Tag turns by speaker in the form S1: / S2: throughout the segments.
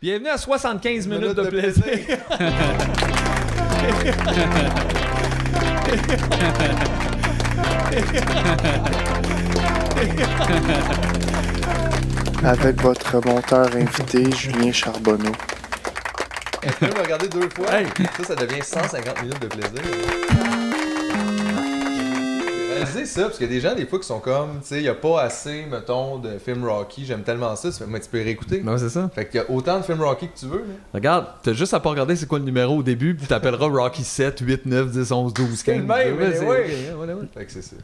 S1: Bienvenue à 75 minutes,
S2: Minute
S1: de,
S2: de
S1: plaisir.
S3: Avec votre monteur invité, Julien Charbonneau.
S2: Elle peut me regarder deux fois.
S1: Hey.
S2: Ça, ça devient 150 minutes de plaisir. Réalisez ça, parce qu'il y a des gens, des fois, qui sont comme, tu sais, il n'y a pas assez, mettons, de films Rocky, j'aime tellement ça, tu fais, mais tu peux réécouter.
S1: Ben, c'est ça.
S2: Fait qu'il y a autant de films Rocky que tu veux. là.
S1: Regarde, t'as juste à pas regarder c'est quoi le numéro au début, puis t'appelleras Rocky 7, 8, 9, 10, 11, 12, 15.
S2: C'est le même,
S1: Ouais,
S2: mais
S1: c'est-
S2: ouais.
S1: ok, ouais, ouais.
S2: Fait que c'est ça.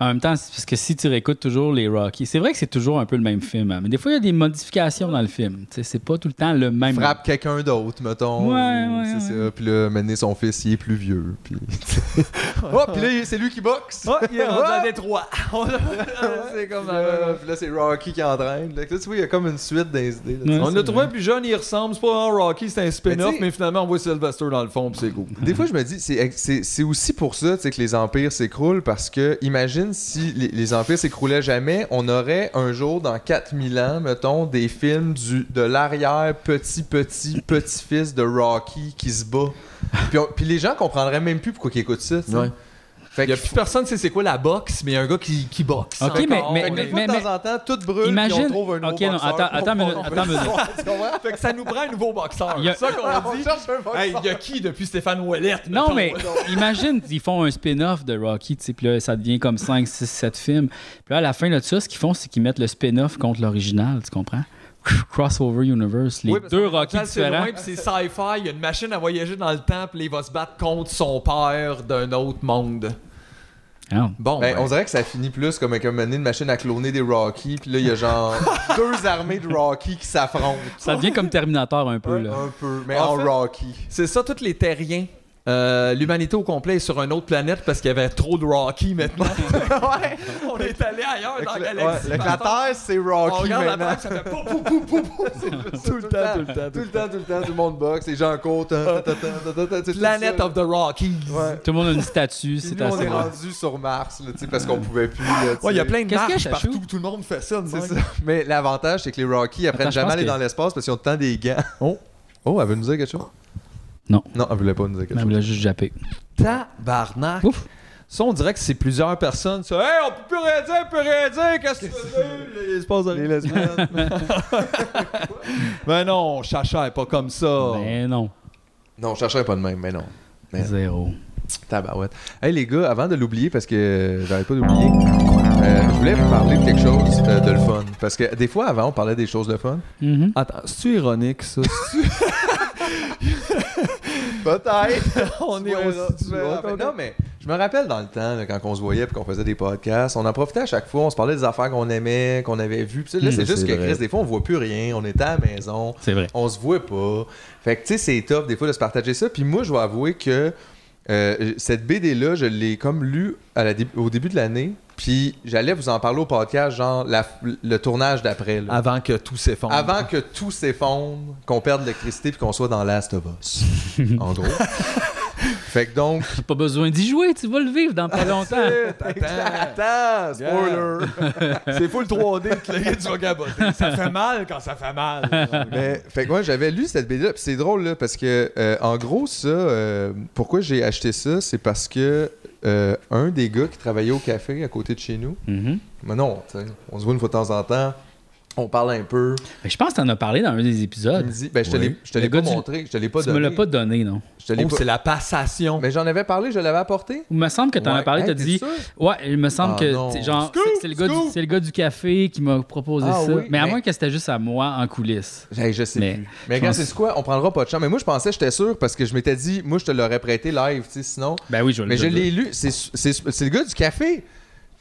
S4: En même temps, c'est parce que si tu réécoutes toujours les Rocky, c'est vrai que c'est toujours un peu le même film, hein, mais des fois, il y a des modifications dans le film. Tu sais, C'est pas tout le temps le même.
S2: Frappe quelqu'un d'autre, mettons.
S4: Ouais,
S2: ou-
S4: ouais,
S2: c'est
S4: ouais.
S2: ça. Puis là, maintenant, son fils, il est plus vieux. Puis. oh, puis là, c'est lui qui boxe.
S1: Ah, il est rendu à
S2: Ah!
S1: Détroit. c'est comme
S2: Puis là, puis là, c'est Rocky qui entraîne. Fait que là, tu vois, il y a comme une suite des idées. là, tu
S4: Ouais.
S2: sais.
S1: On a trouvé un plus jeune, il ressemble. C'est pas un Rocky, c'est un
S2: Mais
S1: spin-off,
S2: tu sais-
S1: mais finalement, on voit Sylvester dans le fond, puis c'est cool.
S2: Des fois, je me dis, c'est- c'est c'est aussi pour ça tu sais, que les empires s'écroulent, parce que imagine si les, les empires s'écroulaient jamais, on aurait un jour, dans 4000 ans, mettons, des films du, de l'arrière petit, petit, petit-fils de Rocky qui se bat. Puis, on- puis les gens comprendraient même plus pourquoi ils écoutent ça. tu sais.
S1: Ouais. Il
S2: Fait
S1: y
S2: que,
S1: a plus personne qui sait c'est quoi la boxe, mais il y a un gars qui, qui boxe.
S4: Ok, mais-
S1: encore.
S4: mais-
S2: fait que des
S1: Fait
S2: fois,
S4: mais-
S2: de
S4: mais-
S2: temps en temps, tout brûle, puis
S4: Imagine-
S2: on trouve un nouveau
S4: ok, non,
S2: boxeur.
S4: attends- attends une minute, attends une minute.
S2: Tu comprends?
S1: que ça nous prend un nouveau boxeur.
S4: Il y a-
S1: C'est ça qu'on
S2: On
S1: dit.
S2: cherche un boxeur.
S1: Hey, il y a qui depuis Stéphane Ouellette?
S4: Non,
S1: mettons?
S4: mais imagine, ils font un spin-off de Rocky, tu sais, puis là, ça devient comme 5, 6, 7 films. Puis là, à la fin de ça, ce qu'ils font, c'est qu'ils mettent le spin-off contre l'original, tu comprends? Crossover Universe, les
S1: Oui, parce
S4: deux
S1: que
S4: Rocky
S1: Jean, c'est
S4: différents.
S1: loin, puis c'est sci-fi, il y a une machine à voyager dans le temps, puis là, il va se battre contre son père d'un autre monde.
S4: Ah.
S1: Bon,
S2: Ben,
S1: ben,
S2: on dirait que ça finit plus comme, comme mener une machine à cloner des Rocky, puis là, il y a genre deux armées de Rocky qui s'affrontent.
S4: Ça devient comme Terminator un peu, là.
S2: Un peu, mais
S1: En
S2: en,
S1: fait-
S2: Rocky.
S1: c'est ça, tous les terriens. Euh, L'humanité au complet est sur une autre planète parce qu'il y avait trop de Rocky maintenant. ouais, on est allé ailleurs dans la
S2: Fait que le-
S1: galaxie.
S2: ouais, le- la Terre, c'est
S1: on
S2: Rocky
S1: regarde la
S2: maintenant.
S1: plaque, ça fait pou, pou, pou, pou, pou.
S2: Tout le temps, tout le temps. Tout le temps, tout le temps, tout le monde boxe, les gens courent. hein, ta, ta, ta, ta, ta, ta, ta,
S1: Planet
S2: tout
S1: of the Rockies.
S2: ça. Ouais.
S4: Tout le monde a une statue,
S2: Puis
S4: c'est
S2: nous, on
S4: assez
S2: est
S4: drôle.
S2: rendu sur Mars, là, tu sais, parce qu'on pouvait plus. là, tu
S1: Ouais, il y a
S2: sais.
S1: plein de
S4: Qu'est-ce que
S1: marches
S4: ça
S1: partout,
S4: choue?
S1: tout le monde fait ça.
S2: C'est
S1: Mike.
S2: ça. Mais l'avantage, c'est que les Rocky, ils apprennent
S4: Attends, je
S2: jamais à
S4: pense
S2: aller
S4: que-
S2: dans l'espace parce qu'ils ont tout le temps des gants.
S1: Oh.
S2: Oh, elle veut nous dire quelque chose?
S4: Non.
S2: Non, elle voulait pas nous dire quelque
S4: Elle
S2: chose.
S4: voulait juste japper.
S1: Tabarnak.
S4: Ouf.
S1: Ça, on dirait que c'est plusieurs personnes. Ça, hey, on peut plus rien dire, on peut rien dire. Qu'est-ce que tu veux? Il se passe rien.
S2: Les lesbiennes.
S1: Mais non, Chacha est pas comme ça.
S4: Mais non,
S2: Non, on chercherait pas de même, Oh. mais non. Merde.
S4: zéro.
S2: Tabarouette. Hey les gars, avant de l'oublier, parce que euh, j'arrête pas d'oublier, euh, je voulais vous parler de quelque chose euh, de le fun. Parce que des fois avant, on parlait des choses de fun.
S4: Mhm.
S1: Attends, c'est-tu ironique, ça?
S2: Peut-être.
S1: on
S2: Ouais, ouais, ouais, Non, mais je me rappelle dans le temps, là, quand on se voyait et qu'on faisait des podcasts, on en profitait à chaque fois, on se parlait des affaires qu'on aimait, qu'on avait vues. Puis ça, là,
S4: Mm.
S2: Mmh, c'est juste
S1: C'est
S2: que
S1: vrai.
S2: Chris, des fois, on voit plus rien, on était à la maison,
S4: C'est vrai.
S2: on se voit pas. Fait que, tu sais, c'est top des fois de se partager ça. Puis moi, je vais avouer que euh, cette BD-là, je l'ai comme lue à la dé- au début de l'année. Puis j'allais vous en parler au podcast, genre la f- le tournage d'après. là.
S1: Avant que tout s'effondre.
S2: Avant que tout s'effondre, qu'on perde l'électricité puis qu'on soit dans Last of Us. en gros. fait que donc.
S4: T'as pas besoin d'y jouer, tu vas le vivre dans pas longtemps.
S2: Attends, spoiler!
S1: C'est full 3D, que le gars, tu vas caboter. Ça fait mal quand ça fait mal.
S2: Mais, fait que moi, j'avais lu cette BD-là, puis c'est drôle, là, parce que, euh, en gros, ça, euh, pourquoi j'ai acheté ça, c'est parce que euh, un des gars qui travaillait au café à côté de chez nous,
S4: Mhm.
S2: mais non, tu sais, on se voit une fois de temps en temps, on parle un peu,
S4: Mais Je pense que t'en as parlé dans un des
S2: il me
S4: épisodes.
S2: dit, ben, je te
S1: Oui.
S2: l'ai- je te
S4: Le
S2: l'ai pas
S4: gars du-
S2: montré, je te l'ai pas
S4: Tu me
S2: donné.
S4: l'as pas donné, non?
S2: Je te l'ai
S1: Oh,
S2: pas-
S1: c'est la passation.
S2: Mais j'en avais parlé, je l'avais apporté.
S4: Il me semble que t'en
S2: Ouais.
S4: as parlé,
S2: Hey,
S4: t'as
S2: t'es
S4: dit.
S2: sûr?
S4: Ouais, il me semble
S2: Ah
S4: que
S2: non.
S4: t'sais, genre
S1: Scoop,
S4: c'est- c'est le gars du
S1: scoop.
S4: c'est le gars du café qui m'a proposé
S2: Ah
S4: ça.
S2: oui,
S4: mais, à
S2: mais-
S4: moins que c'était juste à moi en coulisses.
S2: Hey, je sais
S4: Mais-
S2: plus. Mais regarde,
S4: je pense-
S2: c'est quoi? On prendra pas de chance. Mais moi, je pensais, j'étais sûr, parce que je m'étais dit, moi, je te l'aurais prêté live, tu sais, sinon.
S4: Ben oui, je vais
S2: Mais
S4: le
S2: je
S4: dire.
S2: l'ai lu, c'est c'est- c'est le gars du café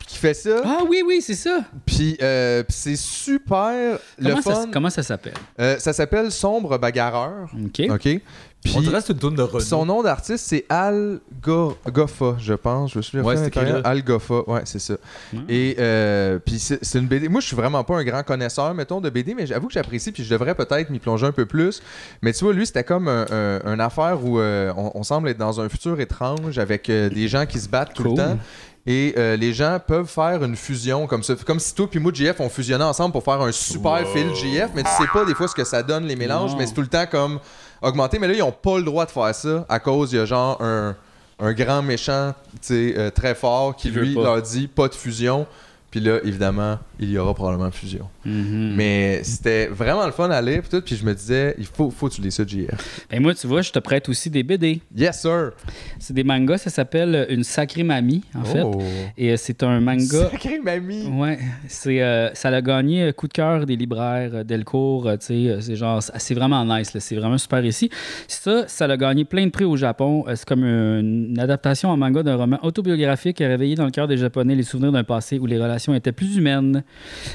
S2: qui fait ça.
S4: Ah oui oui, c'est ça.
S2: Puis, euh, puis c'est super le
S4: Comment ça
S2: fun.
S4: s- comment ça s'appelle
S2: Euh, ça s'appelle Sombre Bagarreur.
S4: OK.
S2: OK. Puis
S1: On dirait que c'est une tourne de Renault.
S2: son nom d'artiste, c'est Al Go- Goffa, je pense. Je me souviens
S1: Ouais,
S2: plus
S1: c'est
S2: encore.
S1: écrit Hmm. là.
S2: Al Goffa, ouais, c'est ça.
S4: Ah.
S2: Et euh, puis c'est c'est une BD. Moi, je suis vraiment pas un grand connaisseur, mettons, de BD, mais j'avoue que j'apprécie, puis je devrais peut-être m'y plonger un peu plus. Mais tu vois, lui, c'était comme un, un- une affaire où euh, on, on semble être dans un futur étrange avec euh, des gens qui se battent tout
S4: Cool.
S2: le temps. Et euh, les gens peuvent faire une fusion comme ça. Comme si toi puis moi, JF, on fusionnait ensemble pour faire un super fil JF, mais tu sais pas des fois ce que ça donne, les mélanges,
S4: Non.
S2: mais c'est tout le temps comme augmenté. Mais là, ils ont pas le droit de faire ça à cause, il y a genre un, un grand méchant tu sais, euh, très fort qui,
S5: Qui veut
S2: lui
S5: pas.
S2: leur dit pas de fusion. Puis là, évidemment, il y aura probablement fusion.
S4: Mm. Mhm.
S2: Mais c'était vraiment le fun à lire, puis tout. Puis je me disais, il faut, faut que tu lis ça, JF.
S4: Et Ben moi, tu vois, je te prête aussi des BD.
S2: Yes, sir!
S4: C'est des mangas, ça s'appelle euh, Une sacrée mamie,
S2: Oh.
S4: en fait. Et euh, c'est un manga.
S2: Sacré mamie!
S4: Ouais, c'est euh, ça l'a gagné euh, coup de cœur des libraires euh, Delcourt, euh, tu sais, euh, c'est genre c'est c'est vraiment nice là, c'est vraiment super ici. Ça ça l'a gagné plein de prix au Japon, Euh, c'est comme une, une adaptation en manga d'un roman autobiographique qui a réveillé dans le cœur des japonais les souvenirs d'un passé où les relations étaient plus humaines.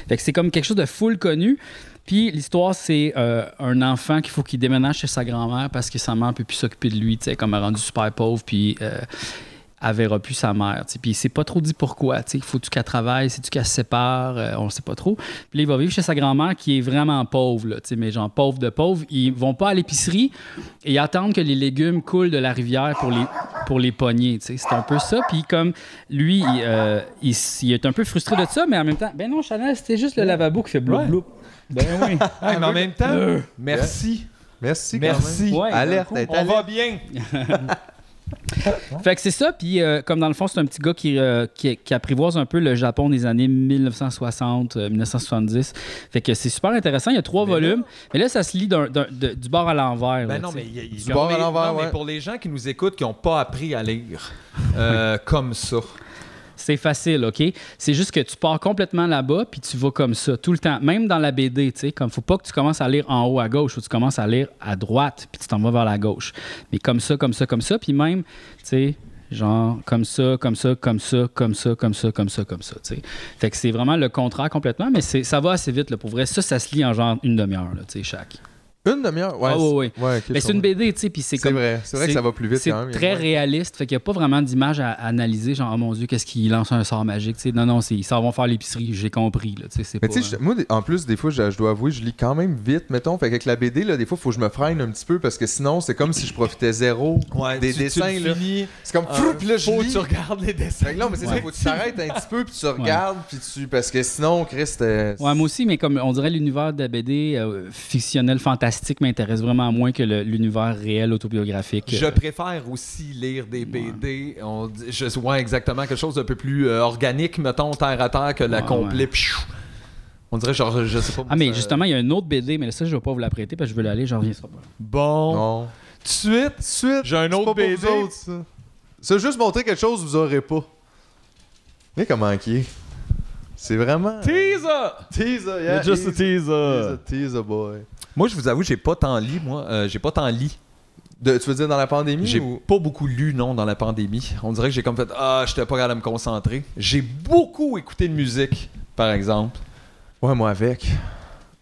S4: Fait que c'est comme quelque chose de full connu. Puis l'histoire, c'est euh, un enfant qu'il faut qu'il déménage chez sa grand-mère parce que sa mère peut plus s'occuper de lui, tu sais, comme elle est rendue super pauvre, puis euh, elle verra plus sa mère. tu sais. Puis c'est pas trop dit pourquoi. tu sais. Faut-tu qu'elle travaille, c'est-tu qu'elle se sépare, euh, on sait pas trop. Puis là, il va vivre chez sa grand-mère qui est vraiment pauvre, là, tu sais, mais genre pauvre de pauvre. Ils vont pas à l'épicerie et ils attendent que les légumes coulent de la rivière pour les, pour les pogner. tu sais. C'est un peu ça. Puis comme lui, il, euh, il s- il est un peu frustré de ça, mais en même temps, ben non, Chanel, c'était juste le lavabo qui fait bloup
S1: Ouais.
S4: bloup. Ben oui.
S1: Ah, mais en même temps, merci.
S2: Merci, quand même.
S1: Merci.
S4: Ouais,
S2: Alerte, elle est
S1: On
S2: alerte.
S1: va bien.
S4: Fait que c'est ça, puis euh, comme dans le fond, c'est un petit gars qui, euh, qui, qui apprivoise un peu le Japon des années 1960, euh, 1970. Fait que c'est super intéressant, il y a trois volumes, mais là, ça se lit d'un- d'un- de- du bord à l'envers. là,
S1: Ben non,
S4: tu
S1: mais,
S4: sais.
S1: il- il-
S2: Du bord à
S1: mais-
S2: l'envers,
S1: non, mais
S2: ouais.
S1: pour les gens qui nous écoutent qui n'ont pas appris à lire euh, comme ça.
S4: C'est facile, OK? C'est juste que tu pars complètement là-bas, puis tu vas comme ça, tout le temps. Même dans la BD, tu sais, comme faut pas que tu commences à lire en haut à gauche, faut que tu commences à lire à droite, puis tu t'en vas vers la gauche. Mais comme ça, comme ça, comme ça, puis même, tu sais, genre comme ça, comme ça, comme ça, comme ça, comme ça, comme ça, comme ça, tu sais. Fait que c'est vraiment le contraire complètement, mais c'est, ça va assez vite, là, pour vrai. Ça, ça se lit en genre une demi-heure, là, tu sais, chaque.
S2: Une demi-heure? Ouais,
S4: Ah, ouais,
S2: c'est- ouais, ok,
S4: Mais
S2: je
S4: c'est une
S2: comprends.
S4: BD, tu sais, puis c'est
S2: C'est
S4: comme...
S2: vrai, c'est vrai que
S4: c'est-
S2: ça va plus vite
S4: C'est
S2: quand même.
S4: très réaliste, fait qu'il n'y a pas vraiment d'image à, à analyser, genre, oh mon Dieu, qu'est-ce qu'il lance un sort magique, tu sais. Non, non, c'est, ils s'en vont faire l'épicerie, j'ai compris, là, tu sais, c'est
S2: Mais
S4: pas,
S2: tu sais, je- moi, des- en plus, des fois, je, je dois avouer, je lis quand même vite, mettons. Fait qu'avec la BD, là, des fois, faut que je me freine un petit peu parce que sinon, c'est comme si je profitais zéro des
S1: tu- tu
S2: dessins,
S1: le
S2: là.
S1: finis,
S2: C'est comme,
S1: euh,
S2: fou, puis là, je
S1: faut que
S2: lis.
S1: tu regardes les dessins.
S2: Fait que non, mais c'est ça, faut que tu t'arrêtes un petit peu, puis tu regardes, puis tu... Parce que sinon, Chris, euh, t'es...
S4: euh, Ouais, moi aussi, mais comme on dirait l'univers de la BD euh, fictionnel fantastique m'intéresse vraiment moins que le- l'univers réel autobiographique.
S1: Je
S4: Euh,
S1: préfère aussi lire des BD. On dit- je vois exactement quelque chose d'un peu plus euh, organique, mettons, terre à terre, que la
S4: Ouais,
S1: complète. pfiou. On dirait, genre, je sais pas. euh,
S4: Ah,
S2: euh,
S4: mais
S1: ça-
S4: justement, il y a une autre BD, mais ça, je ne vais pas vous la prêter parce que je veux l'aller, j'en reviens pas.
S1: Bon.
S2: Non.
S1: Tout de suite,
S2: Suite,
S1: j'ai un
S2: c'est
S1: autre
S2: pas pour
S1: BD.
S2: vous autres, ça. C'est juste montrer quelque chose que vous aurez pas. Mais comment qui est? C'est vraiment...
S1: Teaser!
S2: Teaser,
S5: You're
S2: yeah.
S5: just a
S2: he's- he's
S5: teaser.
S2: a teaser boy.
S1: Moi, je vous avoue, j'ai pas tant lu, moi. Euh, j'ai pas tant lu.
S2: De- tu veux dire dans la pandémie
S1: J'ai
S2: ou...
S1: pas beaucoup lu, non, dans la pandémie. On dirait que j'ai comme fait Ah, j'étais pas capable de me concentrer. J'ai beaucoup écouté de musique, par exemple.
S2: Ouais, moi avec.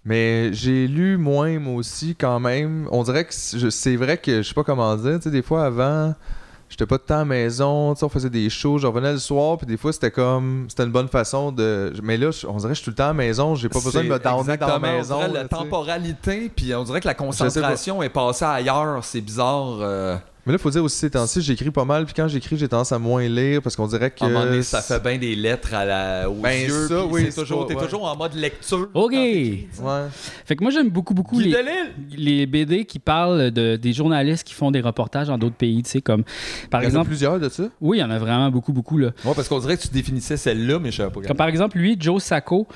S2: Mais j'ai lu moins, moi aussi, quand même. On dirait que c- je- c'est vrai que je sais pas comment dire. Tu sais, des fois avant, j'étais pas de temps à la maison. Tu sais, on faisait des shows. Je revenais le soir. Puis des fois, c'était comme. C'était une bonne façon de. Mais là, je- on dirait que je suis tout le temps à la maison. J'ai pas besoin de me
S1: C'est
S2: downer dans la
S1: exactement,
S2: maison.
S1: On dirait
S2: là,
S1: la
S2: tu sais.
S1: temporalité, puis on dirait que la concentration est passée ailleurs. C'est bizarre. euh,
S2: Mais là, faut dire aussi, ces temps-ci, j'écris pas mal. Puis quand j'écris, j'ai tendance à moins lire parce qu'on dirait que.
S1: à un moment donné, ça fait bien des lettres à la, aux
S2: Ben,
S1: yeux.
S2: ça,
S1: puis
S2: oui,
S1: c'est
S2: c'est
S1: toujours,
S2: pas-
S1: t'es
S2: ouais.
S1: toujours en mode lecture.
S4: OK!
S2: Ouais.
S4: Fait que moi, j'aime beaucoup, beaucoup
S1: Guy
S4: les,
S1: Delisle!
S4: les BD qui parlent de, des journalistes qui font des reportages dans d'autres pays, tu sais, comme
S2: Il
S4: par
S2: y en a
S4: exemple.
S2: plusieurs de ça.
S4: Oui, il y en a vraiment beaucoup, beaucoup, là.
S1: Ouais, parce qu'on dirait que tu définissais celle-là, mais je savais pas.
S4: Comme par exemple, lui, Joe Sacco,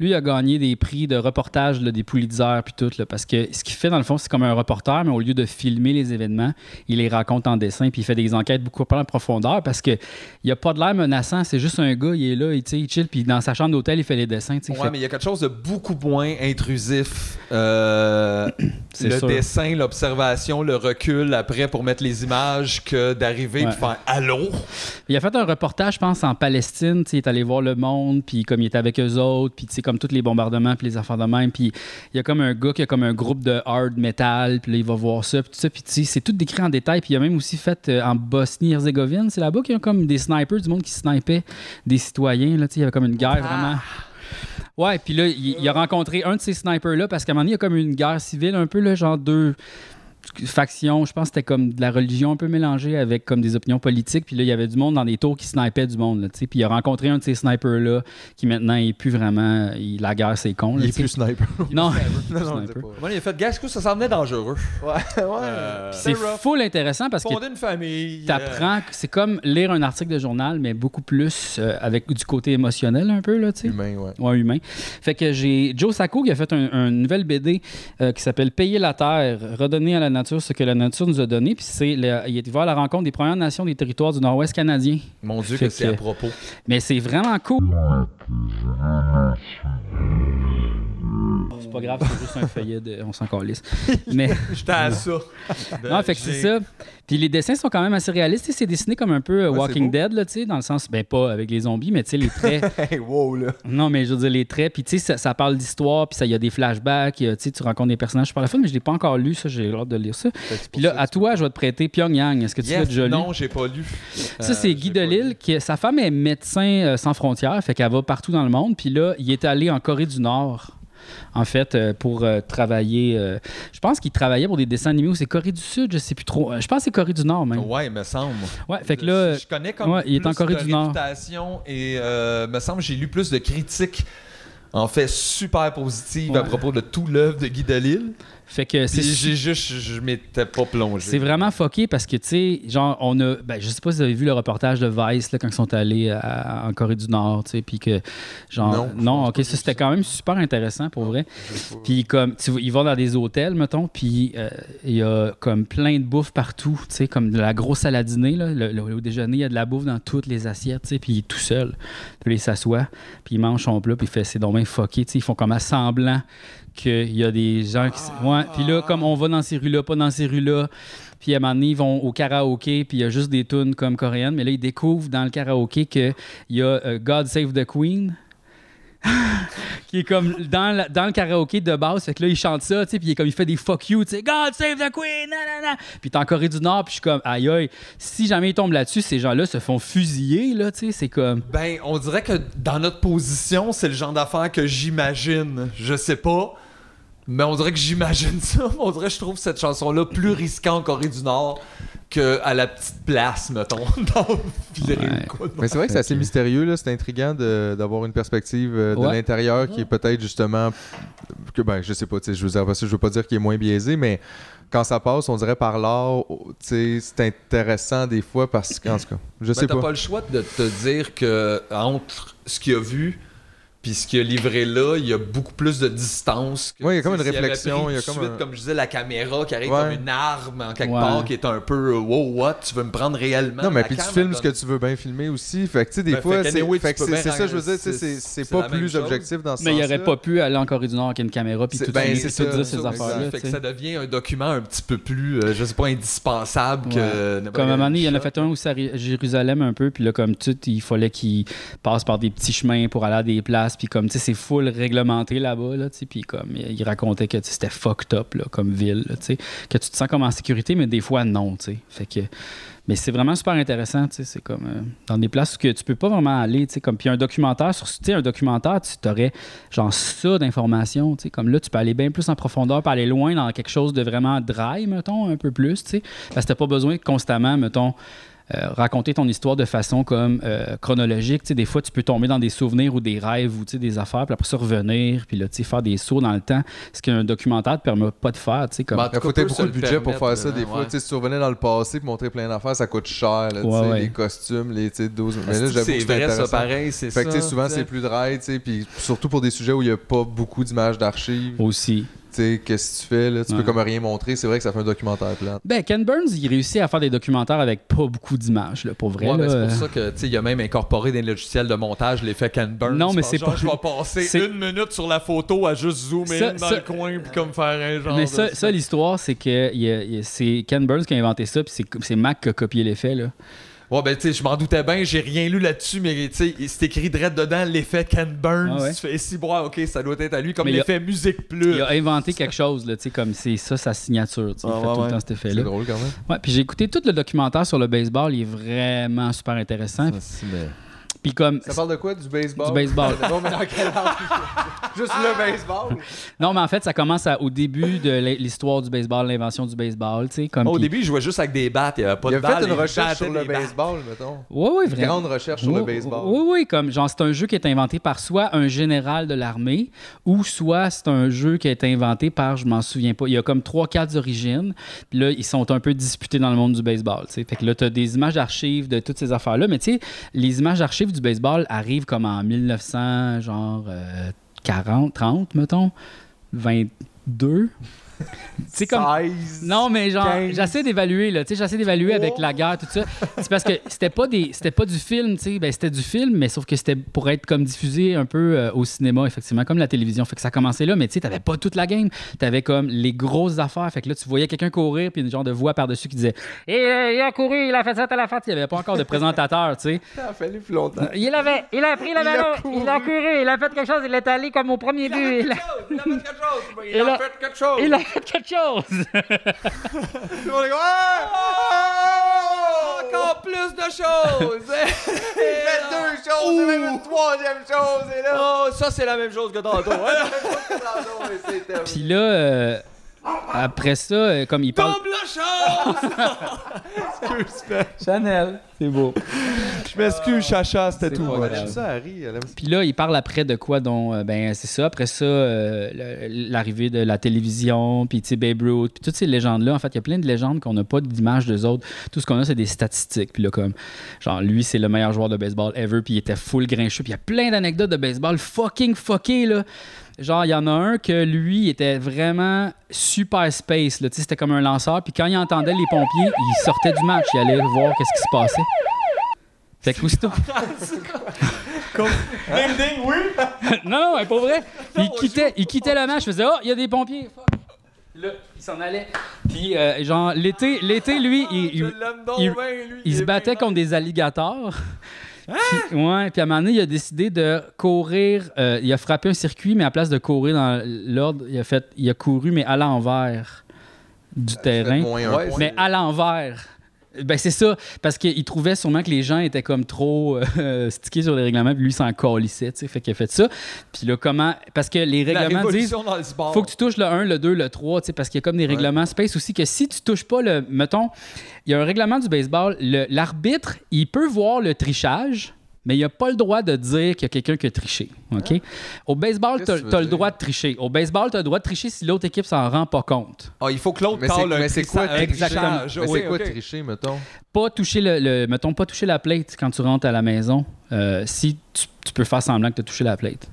S4: lui a gagné des prix de reportage là, des Pulitzer puis tout, là, parce que ce qu'il fait, dans le fond, c'est comme un reporter, mais au lieu de filmer les événements, il les raconte en dessin puis il fait des enquêtes beaucoup plus en profondeur parce que il a pas de l'air menaçant, c'est juste un gars, il est là, il, tu sais, il chill, puis dans sa chambre d'hôtel, il fait les dessins. tu sais,
S1: Ouais,
S4: fait-
S1: mais il y a quelque chose de beaucoup moins intrusif. Euh,
S4: C'est
S1: le
S4: sûr.
S1: dessin, l'observation, le recul après pour mettre les images que d'arriver et
S4: Ouais.
S1: faire Allô?
S4: Il a fait un reportage, je pense, en Palestine. tu sais, Il est allé voir le monde, puis comme il était avec eux autres, puis tu sais, comme tous les bombardements, puis les affaires de même. Puis il y a comme un gars qui a comme un groupe de hard metal, puis là, il va voir ça, puis tout ça. Puis tu sais, c'est tout décrit en détail. Puis il a même aussi fait euh, en Bosnie-Herzégovine. C'est là-bas qu'il y a comme des snipers, du monde qui snipait des citoyens. Là, tu sais, il y avait comme une guerre
S2: Ah.
S4: vraiment. Ouais, puis là, il, il a rencontré un de ces snipers-là parce qu'à un moment donné, il y a comme une guerre civile, un peu, là, genre deux faction, je pense que c'était comme de la religion un peu mélangée avec comme des opinions politiques. Puis là, il y avait du monde dans des tours qui snipait du monde. Là, tu sais. puis il a rencontré un de ces snipers-là qui maintenant est plus vraiment. il- la guerre, c'est con. là,
S2: Il est
S4: tu sais.
S2: plus sniper. non,
S4: Non,
S2: non,
S4: Sniper.
S2: on dit
S1: Moi, il a fait gars, est-ce que ça s'en venait dangereux.
S2: pas. Ouais, ouais.
S1: Euh,
S4: c'est
S1: rough.
S4: full intéressant parce que
S1: Fonder une famille. euh,
S4: t'apprends. que C'est comme lire un article de journal, mais beaucoup plus euh, avec du côté émotionnel un peu. Là, tu sais.
S2: Humain, ouais.
S4: Ouais, humain. Fait que j'ai Joe Sacco qui a fait un, une nouvelle BD euh, qui s'appelle Payer la terre, redonner à la nature ce que la nature nous a donné. Puis c'est le- il est vers la rencontre des Premières Nations des territoires du Nord-Ouest canadien.
S1: Mon Dieu,
S4: Fait
S1: que c'est
S4: que-
S1: à propos.
S4: Mais c'est vraiment cool. C'est pas grave, c'est juste un feuillet de. On s'en calisse. Mais.
S1: J'étais à ça.
S4: Non, fait que c'est
S1: Euh, J'ai-
S4: ça. Puis les dessins sont quand même assez réalistes. Tu sais, C'est dessiné comme un peu euh,
S2: Ouais, c'est
S4: Walking
S2: beau.
S4: Dead, là, tu sais, dans le sens, ben pas avec les zombies, mais tu sais, les traits.
S2: Hey, wow, là.
S4: Non, mais je veux dire, les traits, puis tu sais, ça, ça parle d'histoire, puis ça, il y a des flashbacks, il y a, tu sais, tu rencontres des personnages par la fun, mais je l'ai pas encore lu, ça, j'ai hâte de lire ça. Puis là, à toi, je vais te prêter Pyongyang. Est-ce que tu l'as
S1: Yes,
S4: déjà lu?
S1: Non, j'ai pas lu.
S4: Ça,
S1: Euh,
S4: c'est Guy
S1: j'ai pas
S4: Delisle,
S1: lu.
S4: qui, sa femme est médecin euh, sans frontières, fait qu'elle va partout dans le monde. Puis là, il est allé en Corée du Nord, en fait, euh, pour euh, travailler. euh, je pense qu'il travaillait pour des dessins animés ou c'est Corée du Sud, je sais plus trop. Euh, Je pense que c'est Corée du Nord, même.
S1: Ouais, me semble.
S4: Ouais, fait que
S1: Oh, Je-
S4: là,
S1: je connais comme
S4: ouais, il est
S1: plus
S4: en Corée
S1: de
S4: du Nord.
S1: réputation et euh, me semble que j'ai lu plus de critiques en fait super positives à
S4: Ouais.
S1: propos de tout l'œuvre de Guy Delisle.
S4: fait que
S1: Puis
S4: c'est
S1: j'ai juste je m'étais pas plongé.
S4: C'est vraiment foqué parce que, tu sais, genre, on a. Ben, je sais pas si vous avez vu le reportage de Vice, là, quand ils sont allés euh, à- en Corée du Nord, tu sais, puis que, genre.
S2: Non,
S4: Non,
S2: je pense
S4: ok,
S2: pas
S4: ça,
S2: que
S4: c'était quand même super intéressant pour vrai. Puis, comme, tu vois, ils vont dans des hôtels, mettons, puis euh, il y a comme plein de bouffe partout, tu sais, comme de la grosse saladinée, là. Le, le- au déjeuner, il y a de la bouffe dans toutes les assiettes, tu sais, puis il est tout seul. Puis là, il s'assoit, puis il mange son plat, puis il fait, c'est donc bien foqué, tu sais, ils font comme à semblant qu'il y a des gens qui. s-
S2: Ah.
S4: Ouais, puis là, comme on va dans ces rues-là, pas dans ces rues-là. Puis à un moment donné, ils vont au karaoké, puis il y a juste des tunes comme coréennes. Mais là, ils découvrent dans le karaoké qu'il y a euh, God Save the Queen. qui est comme dans, la- dans le karaoké de base. Fait que là, il chante ça, tu sais, puis il, est comme, il fait des fuck you, tu sais, God save the queen, nanana. Puis t'es en Corée du Nord, puis je suis comme, aïe aïe, si jamais ils tombent là-dessus, ces gens-là se font fusiller, là, tu sais, c'est comme.
S1: Ben, on dirait que dans notre position, c'est le genre d'affaires que j'imagine. Je sais pas. Mais on dirait que j'imagine ça. On dirait que je trouve cette chanson-là plus risquée en Corée du Nord que à la petite place, mettons, dans Villeray ou
S4: Ouais.
S1: quoi.
S2: Mais c'est vrai que c'est assez mystérieux, là. C'est intriguant de- d'avoir une perspective euh, de
S4: Ouais.
S2: l'intérieur qui est peut-être justement. que ben, je sais pas, tu sais, je veux dire, parce que je veux pas dire qu'il est moins biaisé, mais quand ça passe, on dirait par l'art, oh, tu sais, c'est intéressant des fois parce qu'en tout cas, je
S1: Ben,
S2: sais
S1: t'as
S2: pas.
S1: pas le choix de te dire que entre ce qu'il a vu puis ce qu'il a livré là, il y a beaucoup plus de distance. que,
S2: Ouais, il y a
S1: tu sais,
S2: comme une
S1: s'il avait
S2: réflexion,
S1: pris
S2: il y a
S1: tout de
S2: comme
S1: suite,
S2: un-
S1: comme je disais, la caméra qui arrive
S2: Ouais.
S1: comme une arme en quelque
S4: Ouais.
S1: part qui est un peu euh, wow what, tu veux me prendre réellement
S2: Non, mais
S1: La
S2: puis tu
S1: cam,
S2: filmes
S1: elle
S2: ce que
S1: donne-
S2: tu veux bien filmer aussi. Fait que, tu sais, des
S1: Ben,
S2: fois,
S1: fait
S2: c'est
S1: qu'anyway,
S2: fait
S1: tu
S2: que
S1: peux
S2: c'est-
S1: bien
S2: c'est ça, je veux dire, tu
S1: c'est-
S2: sais, c'est c'est
S1: c'est
S2: pas
S1: la même
S2: plus
S1: chose.
S2: objectif dans ce
S4: Mais il
S2: sens-là.
S4: aurait pas pu aller en Corée du Nord avec une caméra, puis
S2: C'est-
S4: tout,
S2: ben,
S4: puis
S2: c'est
S4: tout
S2: ça,
S4: dire ces
S2: ça,
S4: affaires-là.
S2: exact.
S1: fait
S4: tu
S1: que
S4: sais.
S1: ça devient un document un petit peu plus, euh, je sais pas, indispensable que.
S4: Ouais.
S1: n'importe
S4: Comme à un
S1: quel
S4: moment donné, il y en a
S1: shot.
S4: fait un aussi à Ri- Jérusalem un peu, puis là, comme tout, il fallait qu'il passe par des petits chemins pour aller à des places, puis comme, tu sais, c'est full réglementé là-bas, là, tu sais, puis comme, il il racontait que tu sais, c'était fucked up, là, comme ville, là, tu sais, que tu te sens comme en sécurité, mais des fois, non, tu sais. Fait que... Mais c'est vraiment super intéressant, tu sais, c'est comme euh, dans des places que tu peux pas vraiment aller, tu sais, comme, puis un documentaire sur, tu sais, un documentaire, tu t'aurais genre ça d'informations, tu sais, comme là, tu peux aller bien plus en profondeur, puis aller loin dans quelque chose de vraiment dry, mettons, un peu plus, tu sais, parce que t'as pas besoin de constamment, mettons, euh, raconter ton histoire de façon comme euh, chronologique. Tu sais, des fois, tu peux tomber dans des souvenirs ou des rêves ou tu sais, des affaires, puis après ça revenir, puis là, tu sais, faire des sauts dans le temps, ce qu'un documentaire te permet pas de faire. tu sais, Comme...
S1: Bah, en tout cas,
S2: Il faut
S1: peut
S2: beaucoup
S1: se
S2: de
S1: le
S2: budget pour faire
S1: permettre,
S2: ça. Des
S1: hein,
S2: fois,
S1: ouais.
S2: tu sais, si tu revenais dans le passé pour montrer plein d'affaires, ça coûte cher. là, tu
S4: Ouais,
S2: sais,
S4: ouais.
S2: Les costumes, les tu sais, 12 Mais là,
S1: Est-ce que
S2: j'avoue que
S1: c'est
S2: c'est
S1: vrai, ça,
S2: intéressant.
S1: pareil, c'est ça.
S2: Fait que tu sais, souvent,
S1: tu sais.
S2: c'est plus dry, tu sais, puis surtout pour des sujets où il n'y a pas beaucoup d'images d'archives.
S4: Aussi.
S2: Tu sais, qu'est-ce que tu fais, là? Tu
S4: Ouais.
S2: peux comme rien montrer. C'est vrai que ça fait un documentaire plat.
S4: Ben, Ken Burns, il réussit à faire des documentaires avec pas beaucoup d'images, là, pour vrai.
S1: Ouais,
S4: là,
S1: mais c'est
S4: euh,
S1: pour ça que tu sais, il a même incorporé dans les logiciels de montage l'effet Canburn.
S4: Non, mais
S1: Genre,
S4: c'est pas-
S1: Je vais passer
S4: c'est-
S1: une minute sur la photo à juste zoomer
S4: Ça-
S1: in dans
S4: ça-
S1: le coin puis comme faire un genre.
S4: Mais
S1: de-
S4: ça, ça, l'histoire, c'est que il y a- il y a- c'est Ken Burns qui a inventé ça, puis c'est, c'est Mac qui a copié l'effet. Là.
S1: Ouais, ben tu sais, je m'en doutais bien, j'ai rien lu là-dessus, mais tu sais, c'est écrit direct dedans l'effet Canburn.
S4: Ah ouais.
S1: Tu fais si bois, ok, ça doit être à lui, comme
S4: Mais il y a-
S1: l'effet musique plus.
S4: Il a inventé quelque chose, là, tu sais, comme c'est ça sa signature. tu sais, Il
S1: Ah,
S4: fait
S1: ouais,
S4: tout le
S1: ouais.
S4: temps cet effet-là.
S2: C'est drôle quand même.
S4: Ouais, puis j'ai écouté tout le documentaire sur le baseball, il est vraiment super intéressant. Puis comme.
S2: Ça parle de quoi Du baseball
S4: Du baseball.
S2: Bon, mais dans quel ordre? Juste le baseball
S4: Non, mais en fait, ça commence à- au début de l'hi- l'histoire du baseball, l'invention du baseball, tu sais. Comme
S1: Moi, Oh, au
S4: puis-
S1: début, il jouait juste avec des battes. Il n'y avait pas
S2: Il
S1: de
S2: a
S1: balles.
S2: fait une
S1: il
S2: recherche
S1: battait
S2: sur le
S1: des battes.
S2: baseball, mettons.
S4: Ouais, ouais,
S2: Une
S4: vraiment.
S2: grande recherche sur le baseball.
S4: Oui, oui, comme genre c'est un jeu qui est inventé par soit un général de l'armée ou soit c'est un jeu qui a été inventé par je m'en souviens pas. Il y a comme trois quatre origines. Puis là, ils sont un peu disputés dans le monde du baseball. tu sais. Fait que là, t'as des images d'archives de toutes ces affaires-là. Mais tu sais, les images d'archives du baseball arrivent comme en 1900, genre euh, 40, 30, mettons, 22. C'est comme
S2: Size.
S4: non, mais genre,
S2: 15.
S4: j'essaie d'évaluer, là. Tu sais, j'essaie d'évaluer avec la guerre, tout ça. C'est parce que c'était pas, des, c'était pas du film, tu sais. Ben, c'était du film, mais sauf que c'était pour être comme diffusé un peu euh, au cinéma, effectivement, comme la télévision. Fait que ça commençait là, mais tu sais, t'avais pas toute la game. T'avais comme les grosses affaires. Fait que là, tu voyais quelqu'un courir, puis une genre de voix par-dessus qui disait Et il a couru, il a fait ça, t'as la fête. Il y avait pas encore de présentateur, tu sais.
S2: Ça a fallu plus longtemps.
S4: Il avait, il a pris la
S2: a
S4: balle,
S2: couru.
S4: il a couru, il a fait quelque chose, il est allé comme au premier but. Il a,
S1: Il a fait quelque chose.
S4: Il a-
S1: fait quelque chose.
S4: il a fait quelque chose.
S2: Tout le monde est comme, Ah!
S1: Encore plus de choses.
S2: Il fait deux choses, et même une troisième chose, et là.
S1: Oh, ça, c'est la même chose que tantôt. hein.
S2: Ah non, mais c'est terminé.
S4: Puis là, euh, après ça, euh, comme il parle.
S1: Tombe la chose.
S4: Chanel, c'est beau.
S1: Je m'excuse, Chacha, c'était
S4: tout, moi.
S2: Elle aime ça, Harry. Elle aime ça.
S4: Puis là, il parle après de quoi dont euh, ben c'est ça. Après ça, euh, le- l'arrivée de la télévision, puis tu sais Babe Ruth, puis toutes ces légendes là. En fait, il y a plein de légendes qu'on n'a pas d'image d'eux autres. Tout ce qu'on a, c'est des statistiques. Puis là, comme genre lui, c'est le meilleur joueur de baseball ever, puis il était full grincheux. Puis il y a plein d'anecdotes de baseball fucking fucké là. Genre, il y en a un que lui il était vraiment super space. là. Tu sais, C'était comme un lanceur. Puis quand il entendait les pompiers, il sortait du match. Il allait voir qu'est-ce qui se passait. Fait que aussitôt-
S1: Ding, ding, oui.
S4: Non, non, mais pour vrai. Il
S1: Non, on
S4: quittait, il quittait le match, il faisait Oh, il y a des pompiers. fuck. Là, il s'en allait. Puis, euh, genre, l'été, l'été lui, il,
S1: Je
S4: il,
S1: l'aime donc
S4: il-
S1: bien, lui.
S4: il se
S1: est bien
S4: battait
S1: Hein?
S4: contre des alligators. Puis, ouais, puis à un moment donné, il a décidé de courir. euh, il a frappé un circuit, mais à place de courir dans l'ordre, il a, fait, il a couru, mais à l'envers du terrain.
S2: Moins un
S1: Ouais,
S2: point.
S4: Mais à l'envers. Ben c'est ça, parce qu'il trouvait sûrement que les gens étaient comme trop euh, stickés sur les règlements, puis lui il s'en calissait, tu sais, fait qu'il a fait ça. Puis là, comment... Parce que les
S1: La
S4: règlements disent...
S1: révolution dans le sport.
S4: Faut que tu touches le 1, le 2, le 3, tu sais, parce qu'il y a comme des règlements space aussi que si tu touches pas le. Mettons, il y a un règlement du baseball, le- l'arbitre, il peut voir le trichage, mais il a pas le droit de dire qu'il y a quelqu'un qui a triché. OK? Au baseball, tu
S2: Hein? Qu'est-ce
S4: as,
S2: que tu veux
S4: le
S2: dire?
S4: droit de tricher. Au baseball, tu as le droit de tricher si l'autre équipe s'en rend pas compte.
S1: Ah, il faut que l'autre
S2: Mais c'est-
S1: parle un
S2: mais c'est quoi,
S1: trichage, un
S4: exactement.
S1: trichage.
S2: Mais
S1: Oui,
S2: c'est quoi
S1: ok.
S2: tricher, mettons?
S4: Pas toucher le, le- Mettons, pas toucher la plate quand tu rentres à la maison euh, si tu, tu peux faire semblant que tu as touché la plate.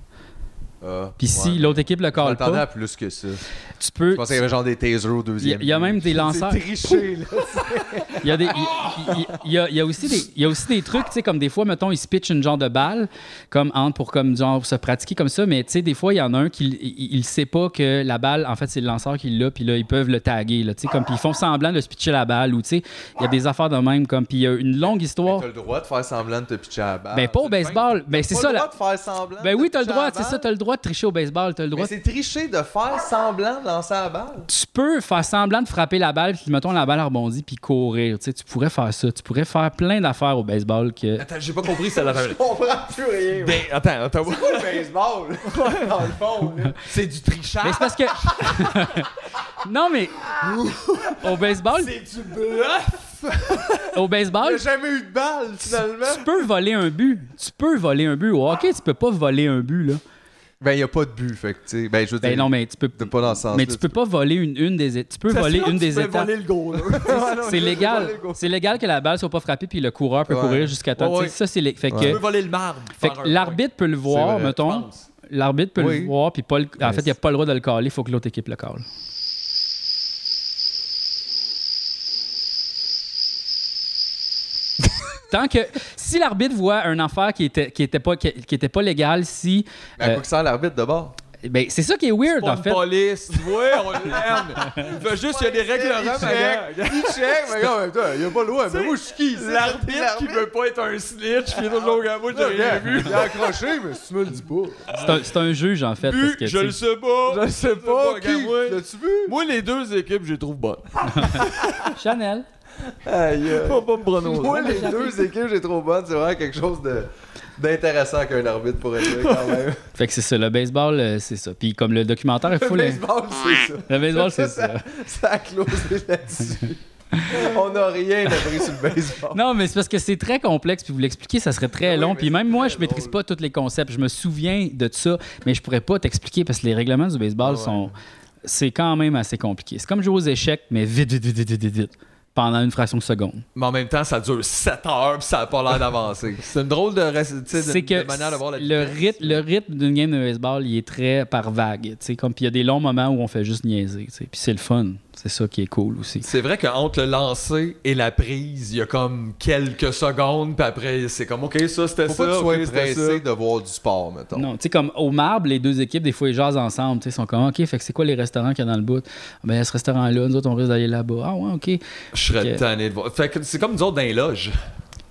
S2: Ah,
S4: Puis
S2: ouais.
S4: si l'autre équipe le
S2: Je
S4: colle
S2: m'attendais à
S4: pas,
S2: plus que ça.
S4: tu peux.
S2: Je pensais qu'il y avait genre des tasers au deuxième.
S4: Il y a même des
S2: C'est
S4: lanceurs.
S2: triché, là.
S4: Il y a des, il, il- il y a, il y a aussi des, il y a aussi des trucs, tu sais, comme des fois, mettons, ils se pitchent une genre de balle, comme entre pour comme genre se pratiquer comme ça, mais tu sais, des fois, il y en a un qui, il, il sait pas que la balle, en fait, c'est le lanceur qui l'a, puis là, ils peuvent le taguer, là, tu sais, comme puis ils font semblant de se pitcher la balle, ou tu sais, il y a des affaires de même, comme puis il y a une longue
S2: Mais
S4: histoire.
S2: T'as le droit de faire semblant de te pitcher à la balle.
S4: Ben pas au
S2: Ben, T'as le
S4: baseball, ben c'est
S2: pas
S4: ça
S2: le
S4: là.
S2: droit de faire semblant.
S4: Ben
S2: de
S4: oui, t'as le
S2: pitcher à
S4: droit,
S2: la
S4: c'est ça,
S2: balle.
S4: t'as le droit de tricher au baseball, t'as le droit.
S2: Mais c'est tricher de faire semblant de lancer la balle.
S4: tu peux faire semblant de frapper la balle, puis mettons la balle rebondit, puis courir. Tu sais, tu pourrais faire ça. Tu pourrais faire plein d'affaires au baseball que.
S1: Attends, j'ai pas compris ça. la
S2: Je comprends plus rien.
S1: Ben, attends, attends.
S2: C'est quoi le baseball? Dans le fond, là.
S1: C'est du trichage.
S4: Mais c'est parce que. non, mais. au baseball,
S1: C'est du bluff.
S4: au baseball
S2: J'ai jamais eu de balle, finalement.
S4: tu peux voler un but. Tu peux voler un but. Au hockey, tu peux pas voler un but, là.
S2: Ben, y a pas de but, fait que, tu sais. Ben, je veux
S4: Ben
S2: dire,
S4: non, mais tu peux.
S2: de pas dans ce sens
S4: Mais tu peux pas voler une, une des. é- Tu peux voler une des étapes.
S1: le goal.
S4: C'est légal. C'est légal que la balle soit pas frappée, puis le coureur peut
S2: Ouais.
S4: courir jusqu'à temps.
S1: Ouais, ouais.
S4: Tu sais, Ça, c'est. les- Fait que.
S1: Tu peux voler le marbre.
S4: Fait
S1: faire
S4: que
S1: un
S4: l'arbitre peut le voir,
S2: vrai,
S1: point, je
S4: mettons.
S1: pense.
S4: L'arbitre peut
S2: Oui.
S4: le voir, puis pas le- en
S2: Mais
S4: fait, il n'y a pas le droit de le caler, il faut que l'autre équipe le cale. Tant que si l'arbitre voit un affaire qui était, qui était pas qui, qui était pas légal, si
S2: Mais à
S4: euh,
S2: quoi que sert l'arbitre de bord?
S4: ben, c'est ça qui est weird
S1: Ben, Pas
S4: en
S1: une
S4: fait.
S1: police. Oui, on l'aime. Il fait juste, il y a des règlements. ma gueule.
S2: Il check, mais gars, il y a pas loin. Mais moi, je suis qui? c'est?
S1: L'arbitre qui veut pas être un snitch, puis toujours au bout, j'ai rien vu.
S2: Il a accroché, mais si tu me le dis pas.
S4: C'est un, c'est un juge en fait. parce
S1: But,
S4: que,
S1: je
S4: tu
S1: le
S4: sais,
S1: sais pas.
S2: Je sais pas, qui?
S1: Gamouin.
S2: L'as-tu vu?
S1: Moi, les deux équipes, je les trouve bonnes.
S4: Chanel.
S2: Aïe. euh,
S1: Faut pas me prononcer.
S2: Moi, les deux équipes, j'ai trop bonnes. C'est vraiment quelque chose de. d'intéressant qu'un arbitre pourrait dire quand même.
S4: Fait que c'est ça, le baseball, euh, c'est ça. Puis comme le documentaire est
S2: Le
S4: full. hein.
S2: baseball, c'est ça.
S4: Le baseball, c'est ça.
S2: Ça a closé là-dessus. On n'a rien appris sur le baseball.
S4: Non, mais c'est parce que c'est très complexe, puis vous l'expliquer, ça serait
S1: Ah
S4: très
S2: Oui,
S4: long.
S2: mais
S4: Puis
S2: c'est
S4: même moi,
S2: très
S4: je maîtrise
S2: drôle.
S4: pas tous les concepts. Je me souviens de ça, mais je pourrais pas t'expliquer parce que les règlements du baseball
S2: Ah ouais.
S4: sont. C'est quand même assez compliqué. C'est comme jouer aux échecs, mais vite, vite, vite, vite, vite, vite, vite, pendant une fraction de seconde.
S1: Mais en même temps, ça dure 7 heures pis ça a pas l'air d'avancer. C'est une drôle de, res- tu sais, de-
S4: C'est que
S1: de manière de voir la
S4: le
S1: vitesse.
S4: rythme, le rythme d'une game de baseball, il est très par vague. tu sais, Comme puis il y a des longs moments où on fait juste niaiser. tu sais. Puis c'est le fun. C'est ça qui est cool aussi.
S1: C'est vrai qu'entre le lancer et la prise, il y a comme quelques secondes, puis après, c'est comme, OK, ça c'était
S2: Faut
S1: ça.
S2: pas que tu sois
S1: ok, c'était
S2: pressé de voir du sport, mettons.
S4: Non, tu sais, comme au marbre, les deux équipes, des fois, ils jasent ensemble. Tu sais, ils sont comme, OK, fait que c'est quoi les restaurants qu'il y a dans le bout? Ah, Ben, ce restaurant-là, nous autres, on risque d'aller là-bas. Ah, ouais, OK.
S1: ça. Je serais
S4: Ok.
S1: tanné de voir. Fait que c'est comme nous autres dans les loges.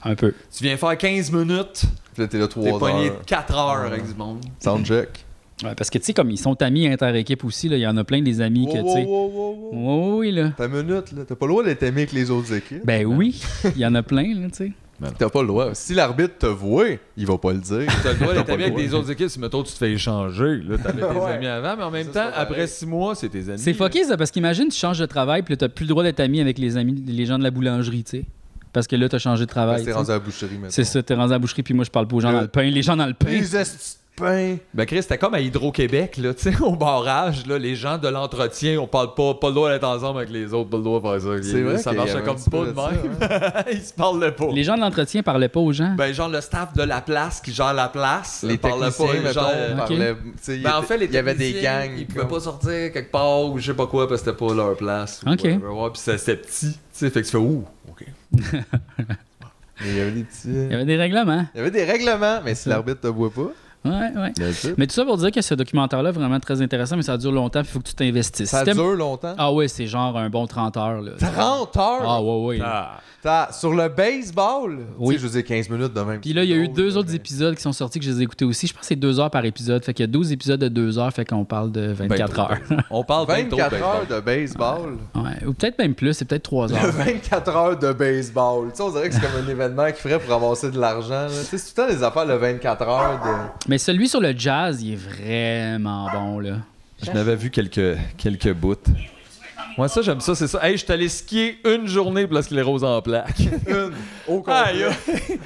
S4: Un peu.
S1: Tu viens faire 15 minutes,
S2: Puis là, t'es là
S1: t'es
S2: 3
S1: poigné
S2: heures.
S1: 4 heures avec du monde.
S2: Soundcheck.
S4: Ouais, parce que, tu sais, comme ils sont amis inter-équipe aussi, là, il y en a plein des amis que,
S2: Wow,
S4: tu sais.
S2: wow, wow, wow, wow.
S4: Ouais, oui, là.
S2: T'as une minute, là. T'as pas le droit d'être aimé avec les autres équipes.
S4: Ben oui, il y en a plein, là, tu sais.
S2: T'as pas le droit. Si l'arbitre te voit, il va pas le dire.
S1: T'as le droit
S2: T'as
S1: d'être
S2: pas
S1: ami
S2: le
S1: avec
S2: droit.
S1: des autres équipes si, mettons, tu te fais échanger. Là, t'avais tes
S2: Ouais.
S1: amis avant, mais en même
S2: Ça, c'est
S1: temps,
S2: pas
S1: après
S2: pareil.
S1: 6 mois, c'est tes amis.
S4: C'est fucké, ça, parce qu'imagine, tu changes de travail, puis là, t'as plus le droit d'être ami avec les amis, les gens de la boulangerie, tu sais. Parce que là, t'as changé de
S2: Parce que
S4: travail.
S2: t'es
S4: tu sais.
S2: rendu à la boucherie, mettons.
S4: C'est ça, t'es rendu à la boucherie, puis moi, je parle pas aux gens
S2: Le-
S4: dans le pain. Les gens dans le pain.
S2: Les estis de pain.
S1: Ben Chris, c'était comme à Hydro-Québec, là, tu sais, au barrage, là, les gens de l'entretien, on parle pas, pas le droit d'être ensemble avec les autres, pas le droit de faire ça.
S2: C'est vrai
S1: ça
S2: qu'il y
S1: marchait
S2: avait un
S1: comme
S2: petit
S1: pas
S2: peu
S1: de
S2: de ça, hein.
S1: même.
S4: hein.
S1: Ils se parlent pas.
S4: Les gens de l'entretien parlaient pas aux gens.
S1: Ben genre le staff de la place qui gère la place,
S2: Les
S1: euh, parlaient
S2: techniciens,
S1: pas,
S2: mettons,
S1: genre, euh,
S4: Ok.
S2: parlaient- tu sais,
S1: ben en fait, les
S2: il y avait des
S1: techniciens,
S2: gangs.
S1: Ils pouvaient pas sortir quelque part ou je sais pas quoi parce que c'était pas leur place. ou
S4: Ok.
S1: whatever. Ouais, puis c'était- c'était petit, tu sais, fait que tu fais ouh, ok.
S2: Mais Il y avait des petits...
S4: Il y avait des règlements.
S2: Il y avait des règlements, mais si l'arbitre te voit pas,
S4: Ouais, ouais.
S2: bien sûr.
S4: Mais tout ça pour dire que ce documentaire-là, vraiment très intéressant, mais ça dure longtemps, il faut que tu t'investisses.
S2: ça
S4: Si t'aimes-
S2: dure longtemps.
S4: Ah ouais, c'est genre un bon 30 heures. Là.
S2: 30 heures!
S4: Ah ouais, ouais.
S1: Ah.
S2: T'as- sur le baseball,
S4: Oui.
S2: oui. je veux dire 15 minutes de même.
S4: Puis là, il y a eu
S2: Drôle,
S4: deux
S2: là,
S4: autres
S2: mais-
S4: épisodes qui sont sortis que je les ai écoutés aussi. Je pense que c'est deux heures par épisode. Fait qu'il y a 12 épisodes de deux heures, fait qu'on parle de 24
S1: Ben,
S4: heures.
S1: On parle
S2: 24
S1: ben,
S2: heures de baseball.
S4: Ouais. Ou peut-être même plus, c'est peut-être trois
S2: Le
S4: heures.
S2: 24 heures de baseball. Tu sais, on dirait que c'est comme un événement qu'ils ferait pour avancer de l'argent. là. Tu sais, c'est tout le temps des affaires le 24 heures de.
S4: Mais celui sur le jazz, il est vraiment bon, là.
S1: Je n'avais vu quelques, quelques bouts. Moi, ça, j'aime ça, c'est ça. Hey, je suis allé skier une journée pour la sclérose en plaques.
S2: Une. Au
S1: Aïe!
S2: complet.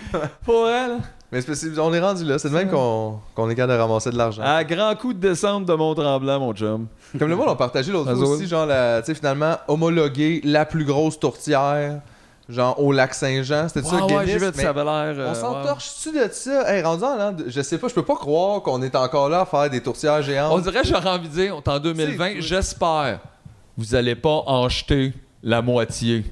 S1: Pour elle,
S2: Mais c'est parce que on est rendu là. C'est de même qu'on qu'on est capable de ramasser de l'argent.
S1: à grand coup de descente de Mont-Tremblant, mon chum.
S2: Comme le monde, on partageait l'autre
S1: Ah,
S2: fois
S1: ouais.
S2: aussi, genre, la- tu sais, finalement, homologuer la plus grosse tourtière, genre, au lac Saint-Jean. C'était ça,
S1: Ouais, ouais,
S2: Guinness?
S1: j'ai vu,
S2: mais
S1: ça avait l'air... euh,
S2: On
S1: ouais.
S2: s'entorche-tu de ça? Hey, rendu en l'an de- je sais pas, je peux pas croire qu'on est encore là à faire des tourtières
S1: On
S2: géantes.
S1: dirait, j'aurais envie de dire, on est en 2020,
S2: C'est-
S1: j'espère vous allez pas en jeter la moitié.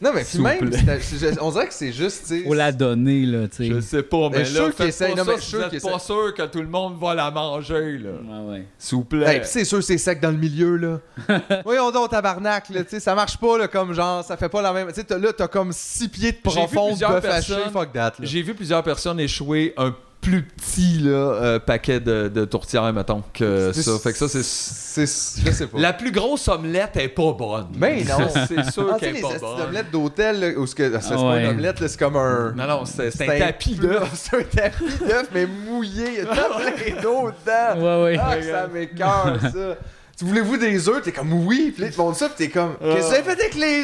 S2: Non, mais
S1: S'il
S2: puis
S1: vous
S2: même,
S1: plaît.
S2: c'est- c'est- je- on dirait que c'est juste, tu sais.
S4: Faut la donner, là, tu sais.
S1: Je sais pas, mais,
S2: je suis
S1: là,
S2: sûr
S1: faites
S2: qu'ils essayent,
S1: pas
S2: non,
S1: ça
S2: mais je
S1: si
S2: suis
S1: vous
S2: sûr
S1: êtes
S2: qu'ils
S1: pas sûr que tout le monde va la manger, là.
S4: Ouais, ouais.
S1: S'il vous
S2: Hey,
S1: plaît.
S2: pis c'est sûr, c'est sec dans le milieu, là. Voyons donc, tabarnak, là, tu sais, ça marche pas, là, comme genre, ça fait pas la même. Tu sais, t'as- là, t'as comme 6 pieds de
S1: J'ai vu
S2: profond,
S1: plusieurs
S2: bœuf haché,
S1: personnes-
S2: fuck that, là.
S1: J'ai vu plusieurs personnes échouer un plus petit là, euh, paquet de, de tourtières, mettons, que
S2: C'est-
S1: ça. Fait que ça, c'est...
S2: c'est. Je sais pas.
S1: La plus grosse omelette est pas bonne.
S2: Mais non.
S1: C'est sûr
S2: Ah, tu sais,
S1: qu'elle est
S2: les
S1: pas
S2: esti
S1: bonne.
S2: d'omelettes d'hôtel, là, où ce que. ah, ça, C'est
S4: Ah
S2: pas
S4: ouais.
S2: une omelette, là, c'est comme un.
S1: Non, non, c'est c'est un
S2: C'est
S1: tapis d'œufs.
S2: C'est un tapis d'œuf, mais mouillé. Il y a tout plein d'eau dedans.
S4: Ouais, ouais.
S2: Ah, que ça m'écoeure, ça. Tu voulez-vous des œufs? T'es comme oui, pis là, ils te montrent ça, pis t'es
S1: Ah.
S2: comme, qu'est-ce que ça fait avec les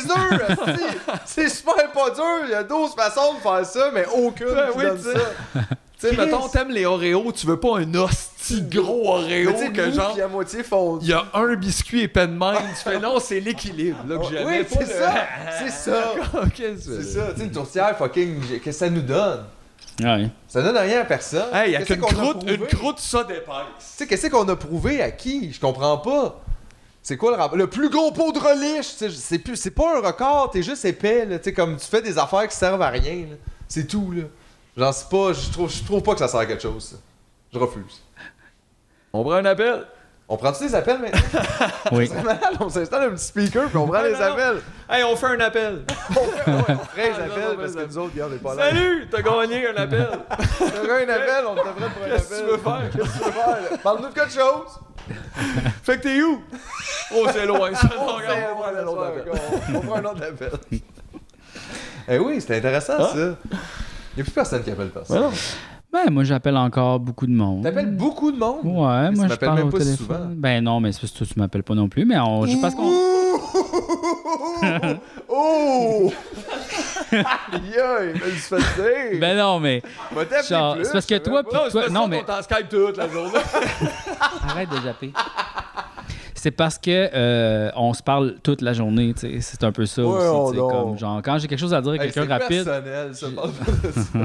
S2: œufs? esti? C'est super pas dur, il y a 12 façons de faire ça, mais aucune
S1: Ben
S2: qui
S1: oui,
S2: donne
S1: tu sais.
S2: ça.
S1: Tu sais,
S2: Chris.
S1: mettons, t'aimes les Oreos, tu veux pas un hostie gros
S2: Mais
S1: Oreo
S2: tu sais,
S1: que
S2: mou,
S1: genre,
S2: pis à moitié fondu.
S1: il y a un biscuit et peine de même. Tu fais non, c'est l'équilibre, là, que j'aimais.
S2: Ah, Oui,
S1: pas
S2: c'est
S1: le-
S2: ça, c'est ça.
S1: Ok, c'est
S2: C'est ça, tu sais, une tourtière, fucking, j'ai- qu'est-ce que ça nous donne?
S4: Ouais.
S2: Ça donne rien à personne.
S1: Hey, avec
S2: Qu'est-ce
S1: une
S2: qu'on a
S1: croûte,
S2: prouvé?
S1: une croûte, ça dépasse.
S2: Tu sais, qu'est-ce qu'on a prouvé à qui? Je comprends pas. C'est quoi le rapport? Le plus gros pot de reliche! tu sais, C'est plus- c'est pas un record, t'es juste épais, là. Tu sais, comme tu fais des affaires qui servent à rien, là. C'est tout, là. Genre, c'est pas... Je trouve, je trouve pas que ça sert à quelque chose, ça. Je refuse.
S1: On prend un appel.
S2: On prend-tu des appels maintenant?
S4: Oui.
S2: C'est malade, on s'installe un petit speaker puis on prend
S1: Non,
S2: les
S1: non, non.
S2: appels.
S1: Hey, on fait un appel.
S2: On fait- ouais, on prend
S1: Ah,
S2: les
S1: non,
S2: appels
S1: non,
S2: parce que
S1: non.
S2: nous autres, gars, on est pas là.
S1: Salut, t'as gagné un appel.
S2: T'aurais un appel, on devrait pour un appel.
S1: Qu'est-ce que tu veux faire?
S2: Qu'est-ce que tu veux faire, là? Parle-nous de quelque chose!
S1: Fait que t'es où? Oh, c'est loin, ça. Non,
S2: On fait-
S1: regarde, on prend un
S2: on
S1: autre appel.
S2: on- on prend un autre appel. Eh oui, c'était intéressant
S1: Hein?
S2: ça. Il n'y a plus personne qui appelle personne.
S1: Ouais, non.
S4: Ben, moi, j'appelle encore beaucoup de monde.
S2: T'appelles beaucoup de monde?
S4: Ouais,
S2: Mais
S4: moi,
S2: tu
S4: je
S2: m'appelles
S4: parle
S2: même
S4: au
S2: pas si
S4: téléphone.
S2: souvent.
S4: Ben non, mais c'est parce que toi, tu m'appelles pas non plus, mais on, je pense qu'on...
S2: Ouh! Oh! Yo, il me se fait dire.
S4: Ben non, mais
S2: Va t'appeler
S4: genre,
S2: plus,
S4: c'est parce que
S2: je sais
S4: toi,
S2: pas.
S4: puis toi... Non, mais
S1: en Skype toute la journée.
S4: arrête de japper. C'est parce que euh, on se parle toute la journée, tu sais. C'est un peu ça
S2: Ouais,
S4: aussi,
S2: on
S4: tu sais,
S2: donc.
S4: comme genre quand j'ai quelque chose à dire à
S2: Hey,
S4: quelqu'un
S2: c'est
S4: rapide,
S2: personnel, ça, parle pas de ça.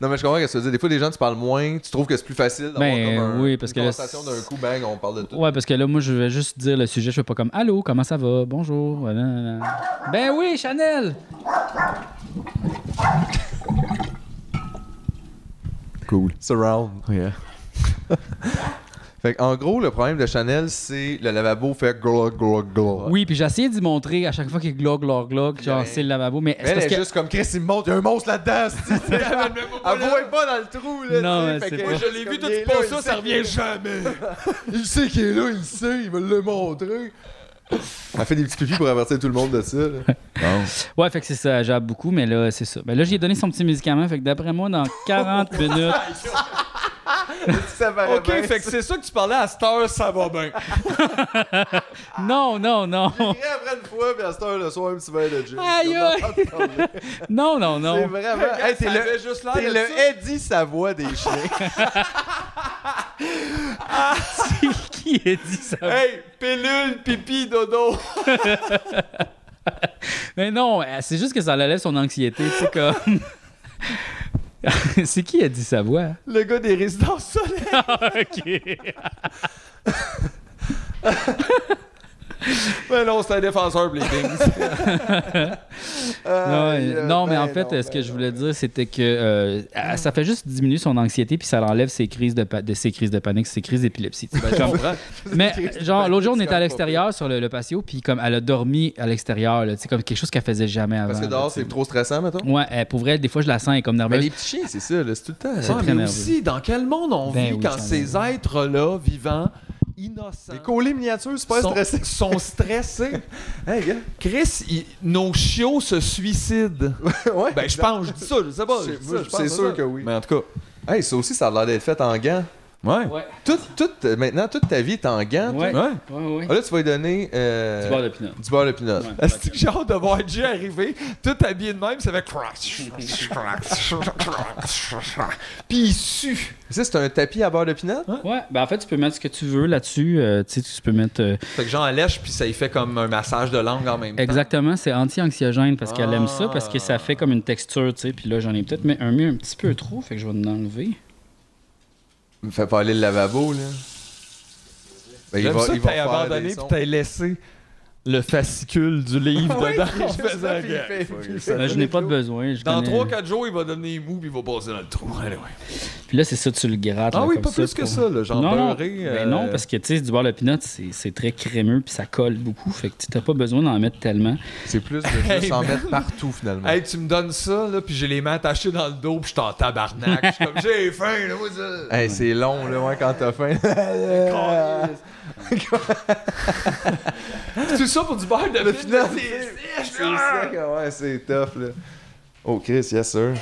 S2: non, mais je comprends ce que tu veux dire. Des fois, les gens, tu parles moins, tu trouves que c'est plus facile d'avoir
S4: Ben,
S2: comme un-
S4: oui, parce
S2: une
S4: que là,
S2: conversation d'un coup, bang, on parle de tout.
S4: Ouais, parce que là, moi, je vais juste dire le sujet. Je fais pas comme Allô, comment ça va? Bonjour. voilà, voilà. Ben oui, Chanel!
S2: Cool. Surround. Yeah. fait que, en gros, le problème de Chanel, c'est le lavabo fait glog, glog, glog.
S4: Oui, puis j'ai essayé d'y montrer à chaque fois qu'il glog, glog, glog, genre
S2: Ouais.
S4: c'est le lavabo, mais
S2: Mais
S4: c'est
S2: Ben, elle
S4: parce
S2: est
S4: que.
S2: juste comme Chris, il me monte, il y a un monstre là-dedans. c'est- c'est- Elle voit pas dans le trou, là.
S4: Non,
S2: tu sais,
S4: mais
S2: fait
S4: c'est
S2: que-
S4: pas-
S1: Je l'ai vu,
S2: Comme
S1: toi, tu
S2: il est là,
S1: penses
S2: il
S1: ça,
S2: sait
S1: ça
S2: qu'il est
S1: revient jamais.
S2: Il sait qu'il est là, il sait, il veut le montrer. Elle fait des petits pipis pour avertir tout le monde de ça. là.
S4: Ouais, fait que c'est ça, j'aime beaucoup, mais là, c'est ça. Ben là, j'ai donné son petit médicament, fait que d'après moi, dans 40 minutes.
S2: ça paraît
S1: ok,
S2: bien,
S1: fait que
S2: ça.
S1: c'est ça que tu parlais à cette heure, ça va bien.
S4: Non, non, non!
S2: J'ai ri après une fois, puis à cette heure, le soir, un petit verre de gin.
S4: Aïe, aïe.
S2: C'est
S4: Non, non, non!
S2: vraiment... Hey, t'es
S1: Ça
S2: le...
S1: avait juste l'air
S2: T'es
S1: de ça.
S2: le Eddie Savoie des chiens.
S4: Qui a dit ça?
S1: Hey, pilule, pipi, dodo.
S4: Mais non, euh, c'est juste que ça l'enlève son anxiété, tu sais, comme. c'est qui a dit sa voix?
S1: Le gars des résidences solaires.
S4: ok!
S1: Mais non, c'est un défenseur, Bladings.
S4: Ouais, Euh, ben non, mais en fait, ce que je voulais dire, c'était que euh, à- ça fait juste diminuer son anxiété, puis ça l'enlève ses crises de, pa- de ses crises de panique, ses crises d'épilepsie. tu sais, ben, comme- mais genre, l'autre jour, on était à l'extérieur sur le, le patio, puis comme elle a dormi à l'extérieur, là, tu sais, comme quelque chose qu'elle faisait jamais avant.
S2: Parce que
S4: là,
S2: dehors,
S4: tu sais.
S2: c'est trop stressant, mettons.
S4: Ouais, euh, pour vrai, des fois, je la sens, elle est comme
S2: Mais
S4: nerveuse.
S2: les petits chiens, c'est ça, là, c'est tout le temps.
S4: C'est
S1: Ouais,
S4: très
S1: mais
S4: nerveux.
S1: aussi, dans quel monde on
S4: Ben
S1: vit
S4: oui,
S1: quand
S4: ça
S1: ces
S4: me-
S1: êtres-là, vivants, innocents,
S2: Des collés miniatures, c'est pas
S1: hein. sont,
S2: stressé.
S1: sont stressés?
S2: Hey, gars.
S1: Chris, il- nos chiots se suicident.
S2: ouais.
S1: Ben, je pense, je dis ça, je sais pas.
S2: C'est-
S1: je dis ça, je pense
S2: c'est
S1: à
S2: sûr
S1: ça.
S2: que oui.
S1: Mais en tout cas,
S2: Hey, ça aussi, ça a l'air d'être fait en gants.
S1: ouais.
S4: Ouais,
S2: Tout, tout, euh, maintenant, toute ta vie est en gants. toi.
S4: ouais, ouais,
S1: Ouais.
S4: ouais.
S2: Ah, là, tu vas lui donner euh,
S4: Tu pars de pinot.
S2: du beurre de pinot.
S4: Ouais.
S1: Est-ce que j'ai hâte de voir Jay arriver, tout habillé de même, ça fait crash, crash, crash, Puis il sue.
S2: Ça, c'est un tapis à beurre de pinot?
S1: Hein?
S4: Ouais, ben en fait, tu peux mettre ce que tu veux là-dessus. euh, tu sais, tu peux mettre. euh,
S1: Fait que j'en lèche, puis ça y fait comme un massage de langue en même temps.
S4: Exactement, c'est anti-anxiogène parce qu'elle aime ça,
S1: Ah.
S4: parce que ça fait comme une texture, tu sais. Puis là, j'en ai peut-être mis un, mis un petit peu trop, fait que je vais l'enlever.
S2: Me fait pas aller le lavabo, là. Ben,
S1: J'aime ça que
S2: va
S1: t'aies
S2: faire des
S1: abandonné, puis
S2: sons.
S1: t'aies laissé le fascicule du livre
S2: Oui,
S1: dedans.
S2: je
S1: Je faisais
S2: sais, puis
S1: gag.
S2: il fait- puis il fait-
S4: Là, Euh, je n'ai pas de besoin. je
S1: Dans
S4: connais-
S1: 3-4 jours, il va devenir mou, puis il va passer dans le trou. Anyway.
S4: Puis là, c'est ça, tu le grattes.
S1: Ah
S4: là,
S1: oui,
S4: comme
S1: pas plus que
S4: pour-
S1: ça, là, genre
S4: non, non,
S1: beurré,
S4: ben
S1: euh,
S4: non, parce que tu sais, du beurre de pinot, c'est c'est très crémeux puis ça colle beaucoup. Fait que tu n'as pas besoin d'en mettre tellement.
S2: C'est plus de juste
S1: Hey,
S2: en
S1: man.
S2: mettre partout, finalement.
S1: Hey, tu me donnes ça, là, puis j'ai les mains attachées dans le dos, puis je suis en tabarnak. Je suis comme, j'ai faim, là, moi, ça.
S2: Hey, c'est long, là, ouais, quand t'as faim. Euh.
S1: Tout ça pour du beurre de pinot,
S2: pinot,
S1: c'est
S2: c'est
S1: Ah!
S2: ça, que- ouais, c'est tough, là. Oh, Chris, yes, sir.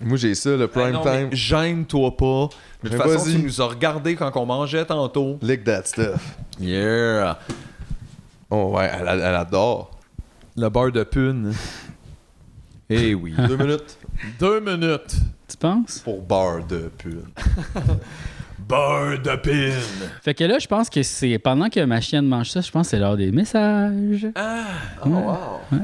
S2: Moi, j'ai ça,
S1: Ah,
S2: le prime time.
S1: Gêne-toi pas. Mais de toute
S2: Mais
S1: façon,
S2: vas-y.
S1: tu nous as regardé quand on mangeait tantôt.
S2: Lick that stuff.
S1: Yeah.
S2: Oh, ouais, elle, elle adore.
S1: Le beurre de pune. Eh oui.
S2: Deux minutes
S1: Deux minutes.
S4: Tu penses?
S2: pour beurre de pune.
S1: Beurre de pune.
S4: Fait que là, je pense que c'est pendant que ma chienne mange ça, je pense que c'est l'heure des messages.
S1: Ah.
S2: Oh, wow.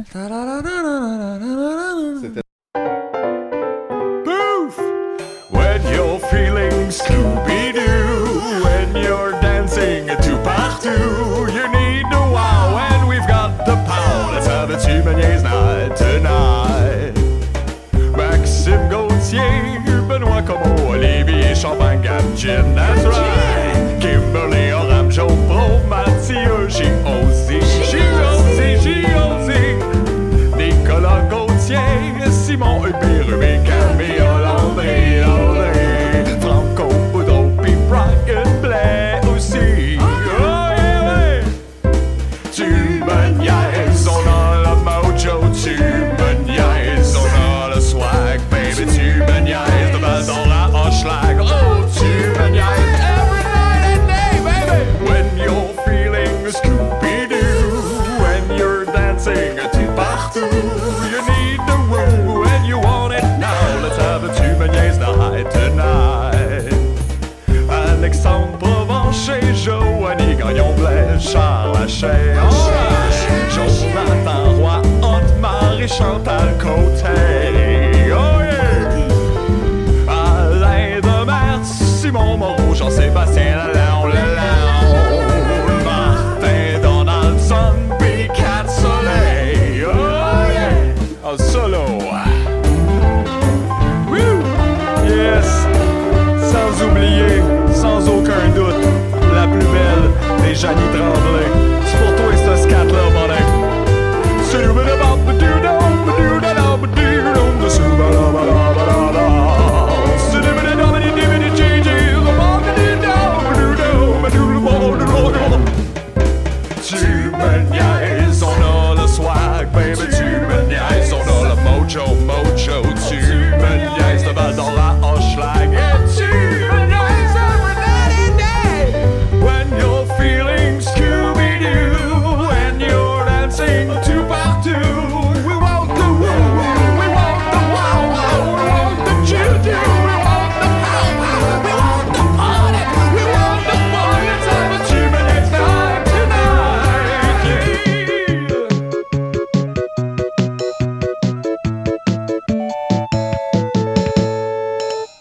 S5: When you're feeling Scooby Doo, when you're dancing to partout, you need the wow, and we've got the power. Let's have a Tumanier's night tonight. Maxime Gauthier, Benoît Como, Olivier Champagne, Gab Gin, that's right. Kimberly Oram, Joe Pro, Mathieu, J.O.C., J.O.C., J.O.C., Nicolas Gauthier, Simon Hubert, Rubé, Camille Hollandry, Hollandry, Franco Boudreau, puis Brian Blais aussi.
S2: Ah,
S5: Oh, yeah, ouais. Tu me niaises, on a le mojo, tu me niaises, on a le swag, baby, tu me partout. You need the woo and you want it now. Let's have a Tumanier's night tonight. Alexandre Provencher, Joanie Gagnon-Blais, Charles Lachaise, Jonathan Roy, Otmar et Chantal Côté. Oh yeah! Alain Demers, Simon Moreau, Jean-Sébastien Lalonde, Lalonde, Martin Donaldson, Picat Soleil. Oh yeah! En solo. Woo! Yes! Sans oublier, sans aucun doute, la plus belle des Janie Tremblay. C'est pour toi ce scat-là, bordel. Tu me niaises, on a le swag, baby, tu me niaises, on a le mojo, mojo, tu me niaises, de Val d'Or à Hochelag, et tu me niaises every night and day. When you're feeling Scooby-Doo, when you're dancing to partout, we want the woo, we want the wow, wow, we want the choo-choo, we want the pow, pow, we want the party, we want the fun, let's have a two-minute time tonight, yeah.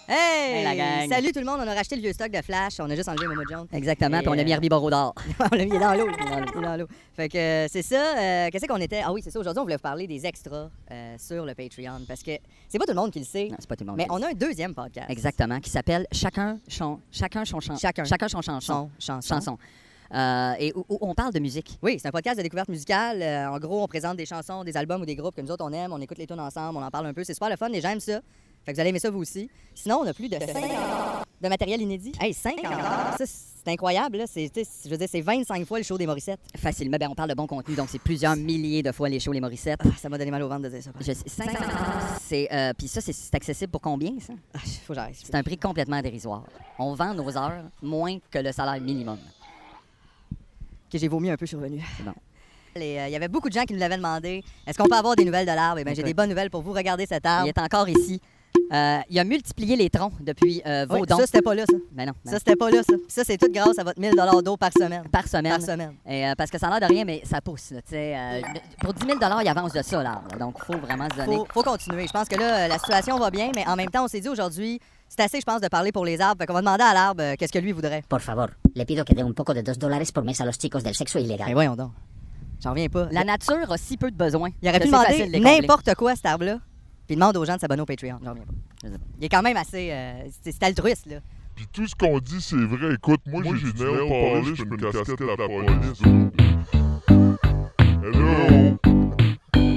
S6: Hey!
S7: Hey, la gang.
S6: Salut tout le monde, on a racheté le vieux stock de Flash, on a juste enlevé Momo Jones.
S7: Exactement,
S6: Et,
S7: puis on a mis
S6: euh,
S7: Herbie Borodard.
S6: on l'a mis dans l'eau, il est dans l'eau, il est dans l'eau. Fait que euh, c'est ça, euh, qu'est-ce qu'on était? Ah oui, c'est ça, aujourd'hui on voulait vous parler des extras euh, sur le Patreon parce que c'est pas tout le monde qui le sait,
S7: Non, c'est pas tout le monde.
S6: mais
S7: qui le
S6: on a un deuxième podcast.
S7: sait. Exactement, qui s'appelle Chacun son Chacun son chan-
S6: Chacun.
S7: Chacun son chanson.
S6: Chanson, chanson.
S7: Chanson. Euh, et où, où on parle de musique.
S6: Oui, c'est un podcast de découverte musicale. Euh, en gros, on présente des chansons, des albums ou des groupes que nous autres on aime, on écoute les tunes ensemble, on en parle un peu. C'est super le fun, les gens aiment ça. Fait que vous allez aimer ça vous aussi. Sinon, on a plus de 50 heures de matériel inédit. Hey, 50 heures! Ça, c'est incroyable, là. C'est, tu sais, je veux dire, c'est 25 fois le show des Morissettes.
S7: Facilement, ben, on parle de bon contenu, donc c'est plusieurs milliers de fois les shows, les Morissettes.
S6: Ah, ça m'a donné mal au ventre de dire ça.
S7: Je sais, 500 c'est euh, puis ça c'est- c'est accessible pour combien ça
S6: Ah, faut que j'arrête.
S7: C'est un prix complètement dérisoire. On vend nos heures moins que le salaire minimum.
S6: que j'ai vomi un peu, je suis revenue.
S7: C'est bon.
S6: Il y avait beaucoup de gens qui nous l'avaient demandé. Est-ce qu'on peut avoir des nouvelles de l'arbre? Eh bien, j'ai
S7: Ok.
S6: des bonnes nouvelles pour vous. Regardez cet
S7: Il
S6: arbre.
S7: est encore ici. Euh, il a multiplié les troncs depuis euh, vos
S6: Oui,
S7: dons.
S6: ça, c'était pas là, ça.
S7: Ben non, ben
S6: Ça,
S7: non.
S6: c'était pas là, ça. Puis ça, c'est tout grâce à votre 1000 d'eau par semaine.
S7: par semaine.
S6: Par semaine.
S7: Et, euh, parce que ça a l'air de rien, mais ça pousse. Là, tu sais, euh, pour 10 000 il avance de ça, là. là. Donc, faut vraiment se donner.
S6: Faut, faut continuer. Je pense que là, euh, la situation va bien, mais en même temps, on s'est dit aujourd'hui, c'est assez, je pense, de parler pour les arbres. Fait qu'on va demander à l'arbre euh, qu'est-ce que lui voudrait.
S8: Por favor, le pido que dé un poco de dos dólares por mes a los chicos del sexo
S6: Ben
S8: ilegal.
S6: voyons donc. J'en reviens pas.
S7: La nature a si peu de besoins.
S6: Il aurait
S7: que
S6: pu
S7: c'est facile
S6: demander
S7: de les combler.
S6: n'importe quoi à cet arbre-là, puis il demande aux gens de s'abonner au Patreon. J'en reviens pas. Il est quand même assez. euh, c'est c'est altruiste, là.
S9: Puis tout ce qu'on dit, c'est vrai. Écoute, moi, j'ai du nerf parler, je peux une casquette à la police. Hello!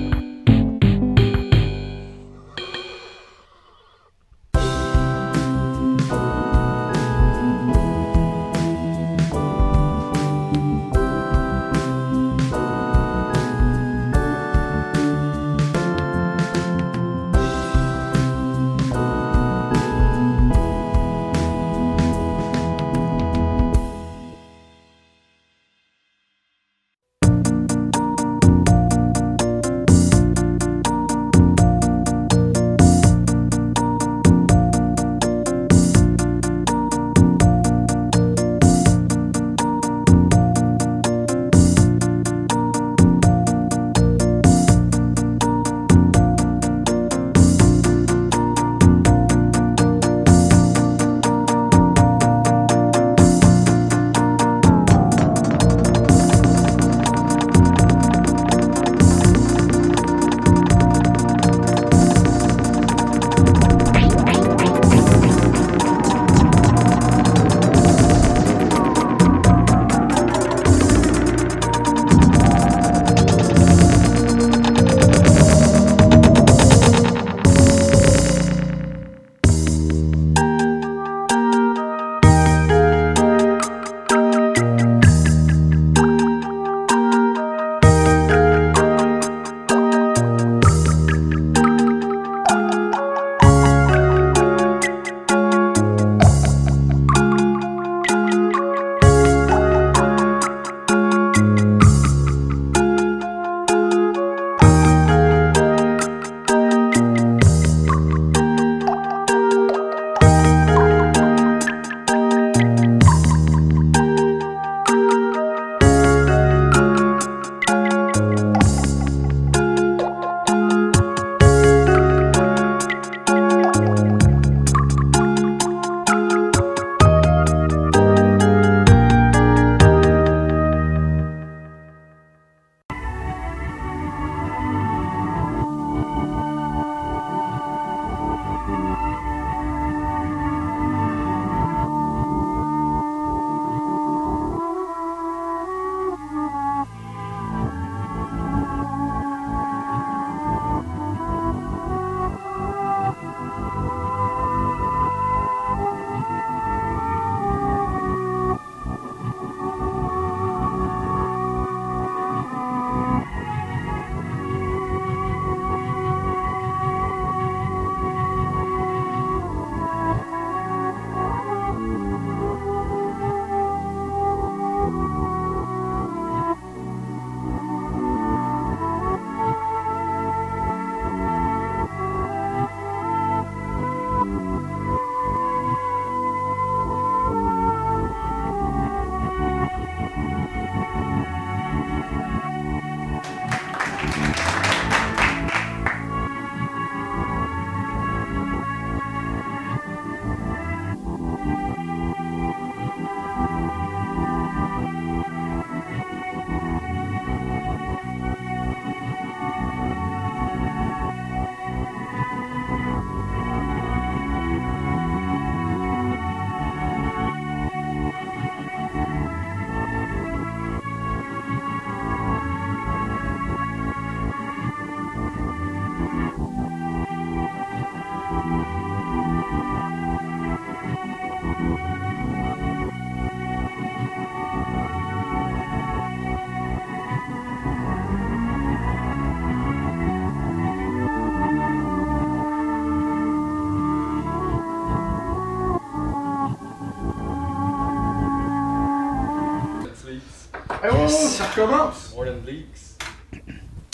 S4: Yes.
S2: recommence!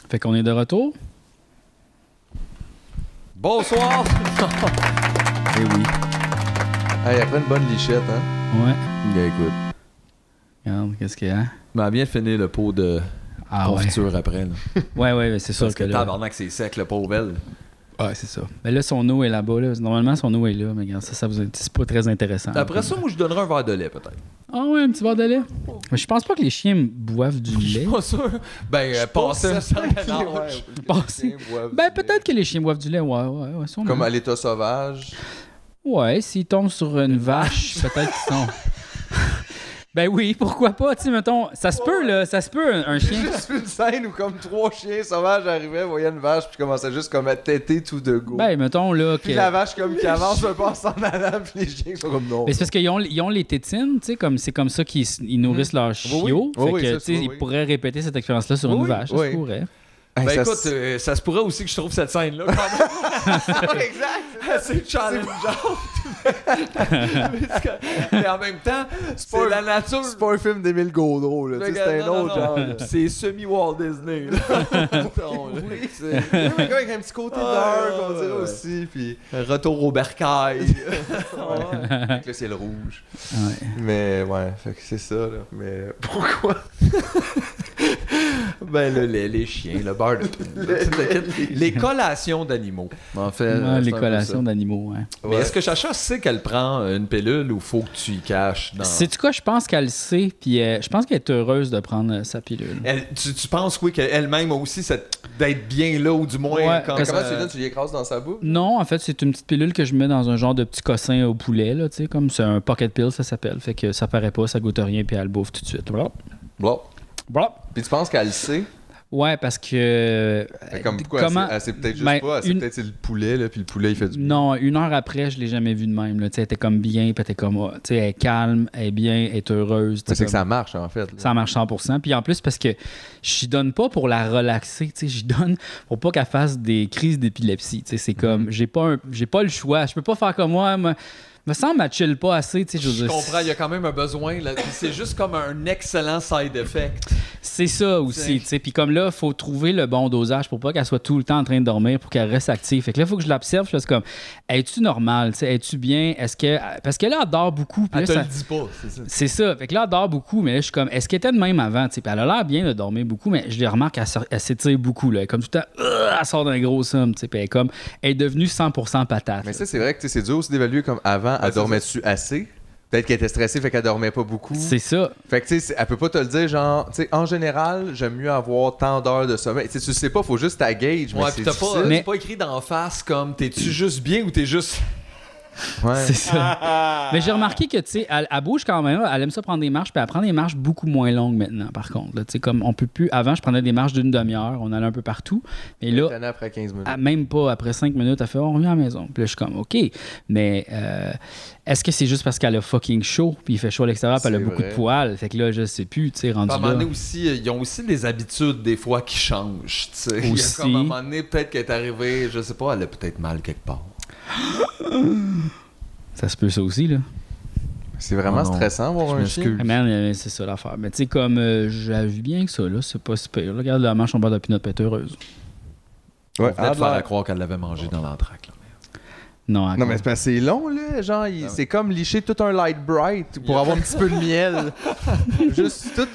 S4: Fait qu'on est de retour.
S1: Bonsoir!
S4: Eh oui.
S2: Hey, après une bonne lichette, hein?
S4: Ouais.
S1: Bien, écoute.
S4: Regarde, qu'est-ce qu'il y a?
S1: m'a bien fini le pot de
S4: Ah ouais.
S1: confiture après. Là.
S4: Ouais, ouais, mais c'est sûr
S1: Parce
S4: que
S1: que,
S4: là.
S1: tabarnak, c'est sec, le pauvre. elle.
S4: Ouais, c'est ça. Mais là, son eau est là-bas. Là. Normalement, son eau est là, mais regarde, ça, ça vous... c'est pas très intéressant.
S2: Ah,
S1: Après ça, moi, je donnerais un verre de lait, peut-être.
S4: Ah ouais, un petit verre de lait. Mais je pense pas que les chiens boivent du
S1: Je
S4: lait.
S1: suis pas sûr. Ben, euh, passer un certain âge.
S4: Passer. Ben, peut-être que les chiens boivent du lait, ouais, ouais, ouais, sûrement.
S2: Comme à l'état sauvage.
S4: Ouais, s'ils tombent sur une vache, peut-être qu'ils sont. ben oui, pourquoi pas, tu sais, mettons, ça se peut, là, ça se peut, un, un chien.
S2: Juste une scène où comme trois chiens sauvages arrivaient, voyaient une vache, puis commençaient juste comme à têter tout de go.
S4: Ben, mettons, là, que.
S2: puis la vache comme qui avance un peu en s'en allant, puis les chiens sont comme non.
S4: Mais c'est parce qu'ils ont, ils ont les tétines, tu sais, comme c'est comme ça qu'ils s- ils nourrissent leurs
S2: Hmm. oui.
S4: chiots. Fait
S2: Oui, oui,
S4: que,
S2: ça,
S4: tu sais,
S2: oui,
S4: ils
S2: oui.
S4: pourraient répéter cette expérience-là sur
S2: Oui,
S4: une
S2: oui,
S4: vache, ça
S2: oui. Euh,
S4: se pourrait.
S2: Hey,
S1: Ben,
S2: ça
S1: écoute,
S2: se-
S1: euh, ça se pourrait aussi que je trouve cette scène-là quand même
S2: exact.
S1: assez challengeante. Parce que- Mais en même temps,
S2: pas
S1: c'est
S2: un-
S1: la nature.
S2: C'est pas un film d'Émile Gaudreau, là. tu sais, C'est un
S1: Non, non,
S2: autre
S1: non.
S2: genre.
S1: Puis C'est semi-Walt Disney. Là. Oui, c'est-
S2: Oui, mais avec un petit côté
S1: Ah,
S2: dark, on dirait
S1: ouais.
S2: aussi, puis
S1: Retour au bercail.
S2: avec le ciel rouge.
S4: Ouais.
S2: Mais ouais, fait que c'est ça, là. Mais pourquoi?
S1: ben, le lait, les chiens, le beurre de pain, là, tout le kit. Les collations d'animaux. En fait,
S4: Ouais,
S1: c'est un peu
S4: les
S1: ça.
S4: collations d'animaux, ouais.
S1: Mais est-ce que Chacha sait qu'elle prend une pilule ou faut que tu y caches dans.
S4: Sais-tu quoi, je pense qu'elle le sait, puis euh, je pense qu'elle est heureuse de prendre euh, sa pilule.
S1: Elle- tu, tu penses, oui, qu'elle-même a aussi cette- d'être bien là, ou du moins. euh,
S4: Ouais,
S1: quand,
S4: que
S2: Comment
S4: ça-
S2: tu donnes, tu l'écrases dans sa bouche?
S4: Non, en fait, c'est une petite pilule que je mets dans un genre de petit cossin au poulet, là, tu sais, comme c'est un pocket pill, ça s'appelle. Fait que ça paraît pas, ça goûte rien, puis elle le bouffe tout de suite. Voilà.
S2: Bon.
S4: Voilà.
S2: Puis tu penses qu'elle le sait?
S4: Ouais, parce que. euh,
S2: Fait comme pourquoi
S4: Ben, comment-
S2: elle sait- elle sait peut-être juste
S4: Ben,
S2: pas, elle sait
S4: une-
S2: peut-être c'est le poulet, là, puis le poulet il fait du
S4: Non, une heure après, je l'ai jamais vue de même. Là. Tu sais, Elle était comme bien, puis elle était comme. ah, tu sais, elle est calme, elle est bien, elle est heureuse. tu
S2: Mais
S4: sais,
S2: C'est que
S4: comme-
S2: ça marche en fait. là.
S4: ça marche 100%. Puis en plus, parce que j'y donne pas pour la relaxer, tu sais, j'y donne pour pas qu'elle fasse des crises d'épilepsie. Tu sais, c'est
S1: Mhm.
S4: comme, j'ai pas, un- j'ai pas le choix. Je peux pas faire comme moi. Me, me semble, elle chill pas assez, tu sais. je veux
S1: Je
S4: dire,
S1: comprends, il y a quand même un besoin. là. C'est juste comme un excellent side effect.
S4: C'est ça
S1: C'est-
S4: aussi, tu sais. Puis comme là, faut trouver le bon dosage pour pas qu'elle soit tout le temps en train de dormir, pour qu'elle reste active. Fait que là, faut que je l'observe. Je fais comme, es-tu normal, tu sais, es-tu bien? Est-ce que. Parce que là, elle dort beaucoup. puis
S1: Elle
S4: là,
S1: te
S4: ça-
S1: le dit pas, c'est ça.
S4: C'est ça. Fait que là, elle dort beaucoup, mais là, je suis comme, est-ce qu'elle était de même avant? tu sais? Puis elle a l'air bien de dormir beaucoup, mais je les remarque, elle, sort- elle s'étire beaucoup. Là. Elle est Comme tout le temps, euh, elle sort d'un gros somme. tu sais. Puis elle est comme, elle est devenue 100% patate.
S2: Mais
S4: là.
S2: ça, c'est vrai que tu sais, c'est dur aussi d'évaluer comme
S1: Ben,
S2: avant, elle dormait-tu assez? Peut-être qu'elle était stressée, fait qu'elle dormait pas beaucoup.
S4: C'est ça.
S2: Fait que tu sais, c'est- elle peut pas te le dire, genre, tu sais, en général, j'aime mieux avoir tant d'heures de sommeil. Tu sais, tu sais pas, faut juste ta
S1: Ouais,
S2: gauge. mais
S1: pis
S2: c'est
S1: t'as pas,
S2: difficile. Mm.
S1: c'est
S4: Mais-
S1: pas écrit d'en face comme t'es-tu juste bien ou t'es juste.
S2: Ouais.
S4: C'est ça. Mais j'ai remarqué que, tu sais, elle, elle bouge quand même. Elle aime ça prendre des marches, puis elle prend des marches beaucoup moins longues maintenant, par contre. là. Tu sais, comme on peut plus. Avant, je prenais des marches d'une demi-heure, on allait un peu partout. Mais là,
S2: T'en as après 15 minutes.
S4: Ah, même pas après cinq minutes, elle fait on revient à la maison. Puis là, je suis comme OK, mais euh, est-ce que c'est juste parce qu'elle a fucking chaud, puis il fait chaud à l'extérieur, puis elle a
S2: C'est
S4: beaucoup
S2: vrai.
S4: de poils, fait que là, je sais plus, tu sais, rendu
S1: À un moment
S4: là.
S1: donné aussi, euh, ils ont aussi des habitudes des fois qui changent. tu sais. Il y a
S4: Aussi.
S1: comme à un moment donné, peut-être qu'elle est arrivée, je sais pas, elle a peut-être mal quelque part.
S4: Ça se peut ça aussi là.
S2: C'est vraiment
S1: Oh non.
S2: stressant, voir un
S1: m'excuse.
S2: chien.
S4: Ah, man, euh, c'est ça l'affaire. Mais tu sais comme euh, j'ai vu bien que ça là, c'est pas si pire. Là, regarde la manche en bas de pinot être heureuse.
S1: On venait de faire à
S2: ah,
S1: croire qu'elle l'avait mangé dans l'entraque. là.
S4: Non,
S2: non,
S4: encore.
S2: mais c'est parce que c'est long, là. Genre,
S1: Ah
S2: il- c'est comme licher tout un light bright pour avoir un petit peu de miel. Juste tout.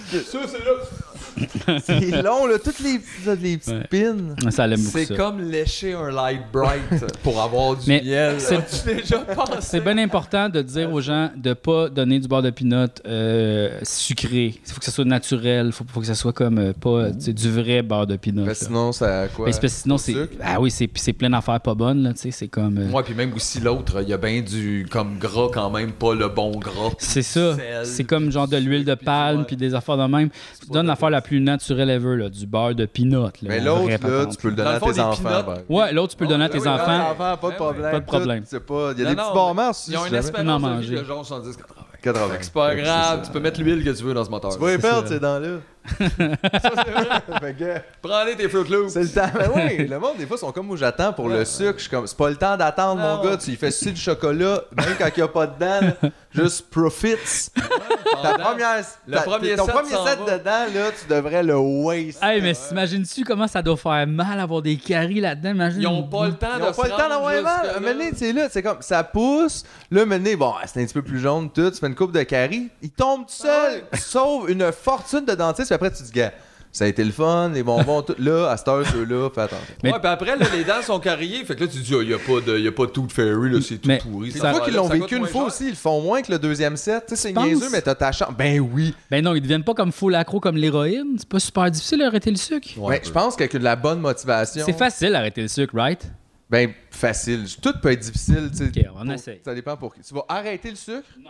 S2: C'est long, là. Toutes les, toutes les petites
S4: Ouais.
S2: pins.
S4: ça l'aime beaucoup
S1: C'est
S4: ça.
S1: comme lécher un light bright pour avoir du
S4: Mais
S1: miel.
S4: c'est-
S1: As-tu déjà pensé?
S4: C'est bien important de dire aux gens de pas donner du beurre de pinot euh, sucré. Il faut que ça soit naturel, faut, faut que ça soit comme euh, pas
S2: Oh.
S4: euh, tu sais, du vrai beurre de pinot.
S2: Mais
S4: là.
S2: sinon, ça. Quoi?
S4: Mais c'est parce que sinon,
S2: Au
S4: c'est.
S2: sucre?
S4: Ah oui, c'est c'est plein d'affaires pas bonnes, là, tu sais. C'est comme. euh,
S1: Moi, puis même aussi l'autre, il y a bien du comme gras quand même, pas le bon gras.
S4: C'est ça.
S1: Sel,
S4: C'est comme genre de l'huile de
S1: puis
S4: palme,
S1: ouais.
S4: puis des affaires de même. Tu donnes l'affaire la plus naturelle ever, là, du beurre de pinot. là,
S2: Mais
S4: la
S2: l'autre,
S4: vraie
S2: là,
S4: patente.
S2: tu peux le
S1: Dans
S2: donner
S1: le
S2: à
S1: fond,
S2: tes
S1: des
S2: enfants.
S1: peanuts.
S2: ben.
S4: Ouais, l'autre, tu peux le donner à
S1: ben
S4: tes
S1: oui,
S2: Ouais,
S4: enfants.
S2: enfants, pas de problème.
S4: Pas de problème.
S2: Tout, c'est pas- Il y a
S1: Non,
S2: des
S1: non,
S2: petits
S1: mais
S2: bons mœurs.
S1: Ils ont
S2: si
S1: une
S2: jamais.
S4: Non,
S1: espérance de vie
S4: manger.
S1: de genre 70-80.
S2: 80.
S1: Fait que c'est pas grave, tu peux mettre l'huile que tu veux dans ce moteur.
S2: Tu vas les perdre, c'est dans là. Fait que,
S1: Prends-les tes Fruit Loops.
S2: C'est le temps. Ben oui, le monde, des fois, sont comme où j'attends pour le sucre. Je suis comme, c'est pas le temps d'attendre,
S1: Non.
S2: mon gars. Tu y fais sucer du chocolat, même quand il n'y a pas dedans. là. Juste profits. Ta
S1: Pendant-
S2: première,
S1: Le
S2: ta-
S1: premier
S2: ton
S1: set
S2: premier
S1: s'en
S2: set
S1: va.
S2: dedans, là, tu devrais le waste.
S4: Hey, mais t'imagines-tu comment ça doit faire mal avoir des caries là-dedans? Imagine.
S1: Ils ont pas le temps
S2: Ils
S1: de
S2: n'ont
S1: se
S2: pas le temps
S1: rendre
S2: d'avoir mal.
S1: jusque-là.
S2: Un moment donné, c'est là, c'est comme, ça pousse. Là, un moment donné, bon, c'est un petit peu plus jaune, tout. Tu fais une coupe de caries. Il tombe tout seul. Tu sauves une fortune de dentiste. Puis après, tu te dis, gars, ça a été le fun, les bonbons, tout. Là, à cette heure, ceux-là, fais attention.
S4: Mais-
S1: Ouais, puis après, là, les dents sont carriées. Fait que là, tu te dis, il n'y a, pas de- y a pas de tooth fairy, là, c'est tout
S4: Mais-
S1: pourri.
S4: Ça-
S2: Une
S1: va,
S2: fois qu'ils
S1: là,
S2: l'ont
S1: ça coûte
S2: vécu une
S1: moins
S2: fois
S1: cher.
S2: aussi, ils le font moins que le deuxième set. Tu sais, c'est
S4: penses?
S2: niaiseux, mais t'as ta chance. Ben oui.
S4: Ben non, ils deviennent pas comme full accro comme l'héroïne. C'est pas super difficile d'arrêter le sucre.
S1: Ouais,
S2: ben, je pense qu'avec de la bonne motivation,
S4: C'est facile d'arrêter le sucre, right?
S2: ben facile. Tout peut être difficile. tu sais.
S4: Ok, on
S2: Pour-
S4: essaye.
S2: Ça dépend pour qui. Tu vas arrêter le sucre,
S4: Non.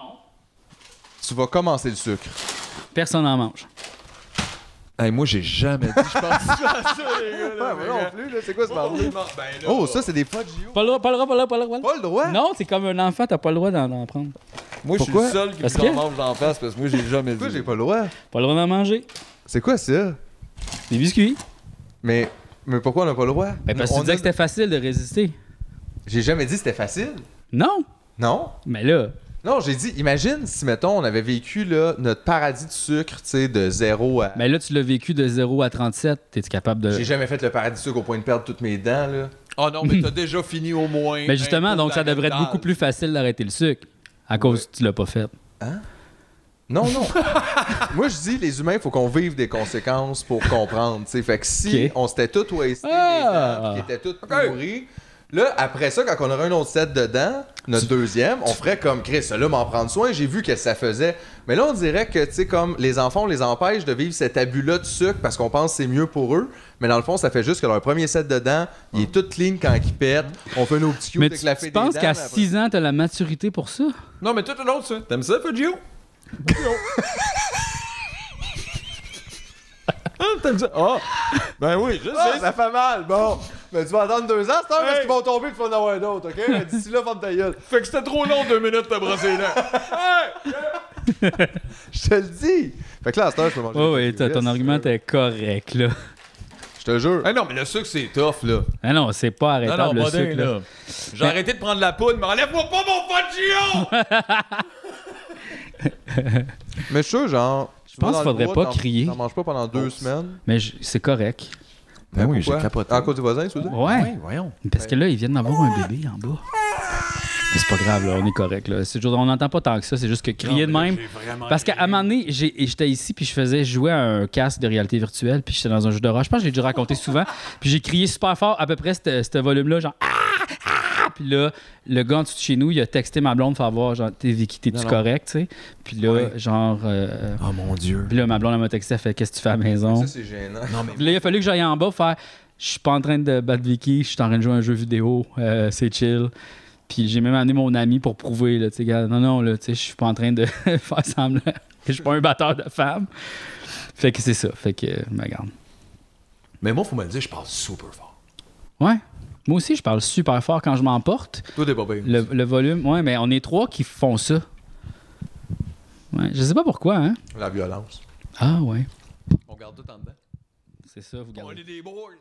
S2: tu vas commencer le sucre.
S4: Personne n'en mange.
S1: Hey, moi, j'ai jamais dit, je pense pas à ça, les gars. là, les gars.
S2: plus, là, c'est quoi ce
S1: Ben, là.
S2: Oh, ça, c'est des Faggio.
S4: Pas le droit, pas le droit, pas le droit, pas le droit.
S2: Pas le droit.
S4: Non, c'est comme un enfant, t'as pas le droit d'en d'en prendre.
S1: Moi, je suis
S2: Pourquoi?
S1: le seul qui
S4: Parce
S1: me
S4: que-
S1: mange d'en face parce que moi, j'ai jamais
S2: Pourquoi j'ai
S1: dit.
S2: pas le droit?
S4: Pas le droit d'en manger.
S2: C'est quoi ça?
S4: Des biscuits.
S2: Mais, mais pourquoi on n'a pas le droit?
S4: Ben, parce que
S2: On
S4: tu disais
S2: a-
S4: que c'était facile de résister.
S2: J'ai jamais dit que c'était facile.
S4: Non.
S2: Non?
S4: Mais là,
S2: Non, j'ai dit, imagine si, mettons, on avait vécu là, notre paradis de sucre, tu sais, de zéro à...
S4: mais là, tu l'as vécu de 0 à 37. T'es-tu capable de.
S2: J'ai jamais fait le paradis de sucre au point de perdre toutes mes dents, là.
S1: Oh non, mais t'as déjà fini au moins.
S4: Mais justement,
S1: un
S4: donc
S1: coup
S4: ça devrait être
S1: d'arrêt
S4: beaucoup plus facile d'arrêter le sucre à cause que tu l'as pas fait.
S2: Non, non. Moi, je dis, les humains, il faut qu'on vive des conséquences pour comprendre. tu sais. Fait que si
S4: Ok.
S2: on s'était tous wastés
S4: Ah.
S2: les dents, qui étaient toutes pourries, là, après ça, quand on aurait un autre set de dents, notre deuxième, on ferait comme Chris, là, m'en prendre soin. J'ai vu que ça faisait. Mais là, on dirait que, tu sais, comme les enfants, on les empêche de vivre cet abus-là de sucre parce qu'on pense que c'est mieux pour eux. Mais dans le fond, ça fait juste que leur premier set de dents, il est tout clean quand ils pètent. On fait nos petits
S4: Ah. Mais
S2: cute
S4: tu,
S2: avec la
S4: tu
S2: fée des
S4: penses
S2: dents,
S4: qu'à
S2: mais après-
S4: 6 ans, t'as la maturité pour ça?
S1: d'âge. Non, mais tout le long, ça. T'aimes ça, Fudgio? Ah, t'aimes ça? Ah! Ben oui, je
S2: Ah,
S1: sais.
S2: ça fait mal, bon. Mais tu vas attendre deux ans, c'est heure parce
S1: Hey.
S2: qu'ils vont tomber et tu vas en avoir un autre, OK? Mais D'ici là, ferme ta gueule.
S1: Fait que c'était trop long, deux minutes, t'as brossé là.
S2: Je te le dis. Fait que là, à cette heure, je peux manger.
S4: Oh,
S2: des
S4: oui, t'as- ton
S2: frites,
S4: argument
S2: si tu veux.
S4: est correct, là.
S2: Je te jure.
S1: non, mais le sucre, c'est tough, là.
S4: Ah non, c'est pas
S1: Non,
S4: arrêtable
S1: non,
S4: le
S1: pas
S4: sucre,
S1: dingue,
S4: là.
S1: là. J'ai arrêté de prendre la poudre, mais enlève-moi pas mon Fudgio!
S2: Mais je suis sûr, genre. Je
S4: pense qu'il faudrait pas crier.
S2: T'en manges pas pendant deux semaines.
S4: Mais je- c'est correct.
S1: Ben oui,
S2: Pourquoi? En cause du voisin, tu veux dire?
S4: Ouais.
S1: voyons.
S4: Parce que là, ils viennent d'avoir un bébé en bas. Mais C'est pas grave, là, on est correct. Là. C'est- on n'entend pas tant que ça, c'est juste que crier de même. Parce qu'à un moment donné, j'ai- j'étais ici, puis je faisais jouer à un casque de réalité virtuelle, puis j'étais dans un jeu d'horreur. Je pense que j'ai dû raconter souvent. Puis j'ai crié super fort, à peu près ce ce volume-là, genre Ah! Ah! Puis là, le gars en dessous de chez nous, il a texté ma blonde, faire voir, genre, t'es Vicky, t'es-tu correct, tu sais? Puis là, genre. euh,
S1: Oh mon dieu.
S4: Puis là, ma blonde, elle m'a texté, elle fait, qu'est-ce que tu fais à la maison?
S2: Ça, c'est gênant.
S4: Puis là, il a fallu que j'aille en bas faire Je suis pas en train de battre Vicky, je suis en train de jouer à un jeu vidéo, euh, c'est chill. Puis j'ai même amené mon ami pour prouver, là, tu sais, gars, non, non, là, tu sais, je suis pas en train de faire semblant que je suis pas un batteur de femmes. Fait que c'est ça, fait que, euh, me regarde.
S1: Mais moi, faut me le dire, je parle super fort.
S4: Ouais. Moi aussi, je parle super fort quand je m'emporte.
S1: Toi, t'es pas bien.
S4: Le, le volume, ouais, mais on est trois qui font ça. Ouais, je sais pas pourquoi, hein.
S2: La violence.
S4: Ah, ouais.
S1: On garde tout en dedans.
S4: C'est ça, vous
S1: On
S4: gardez.
S1: est des boys.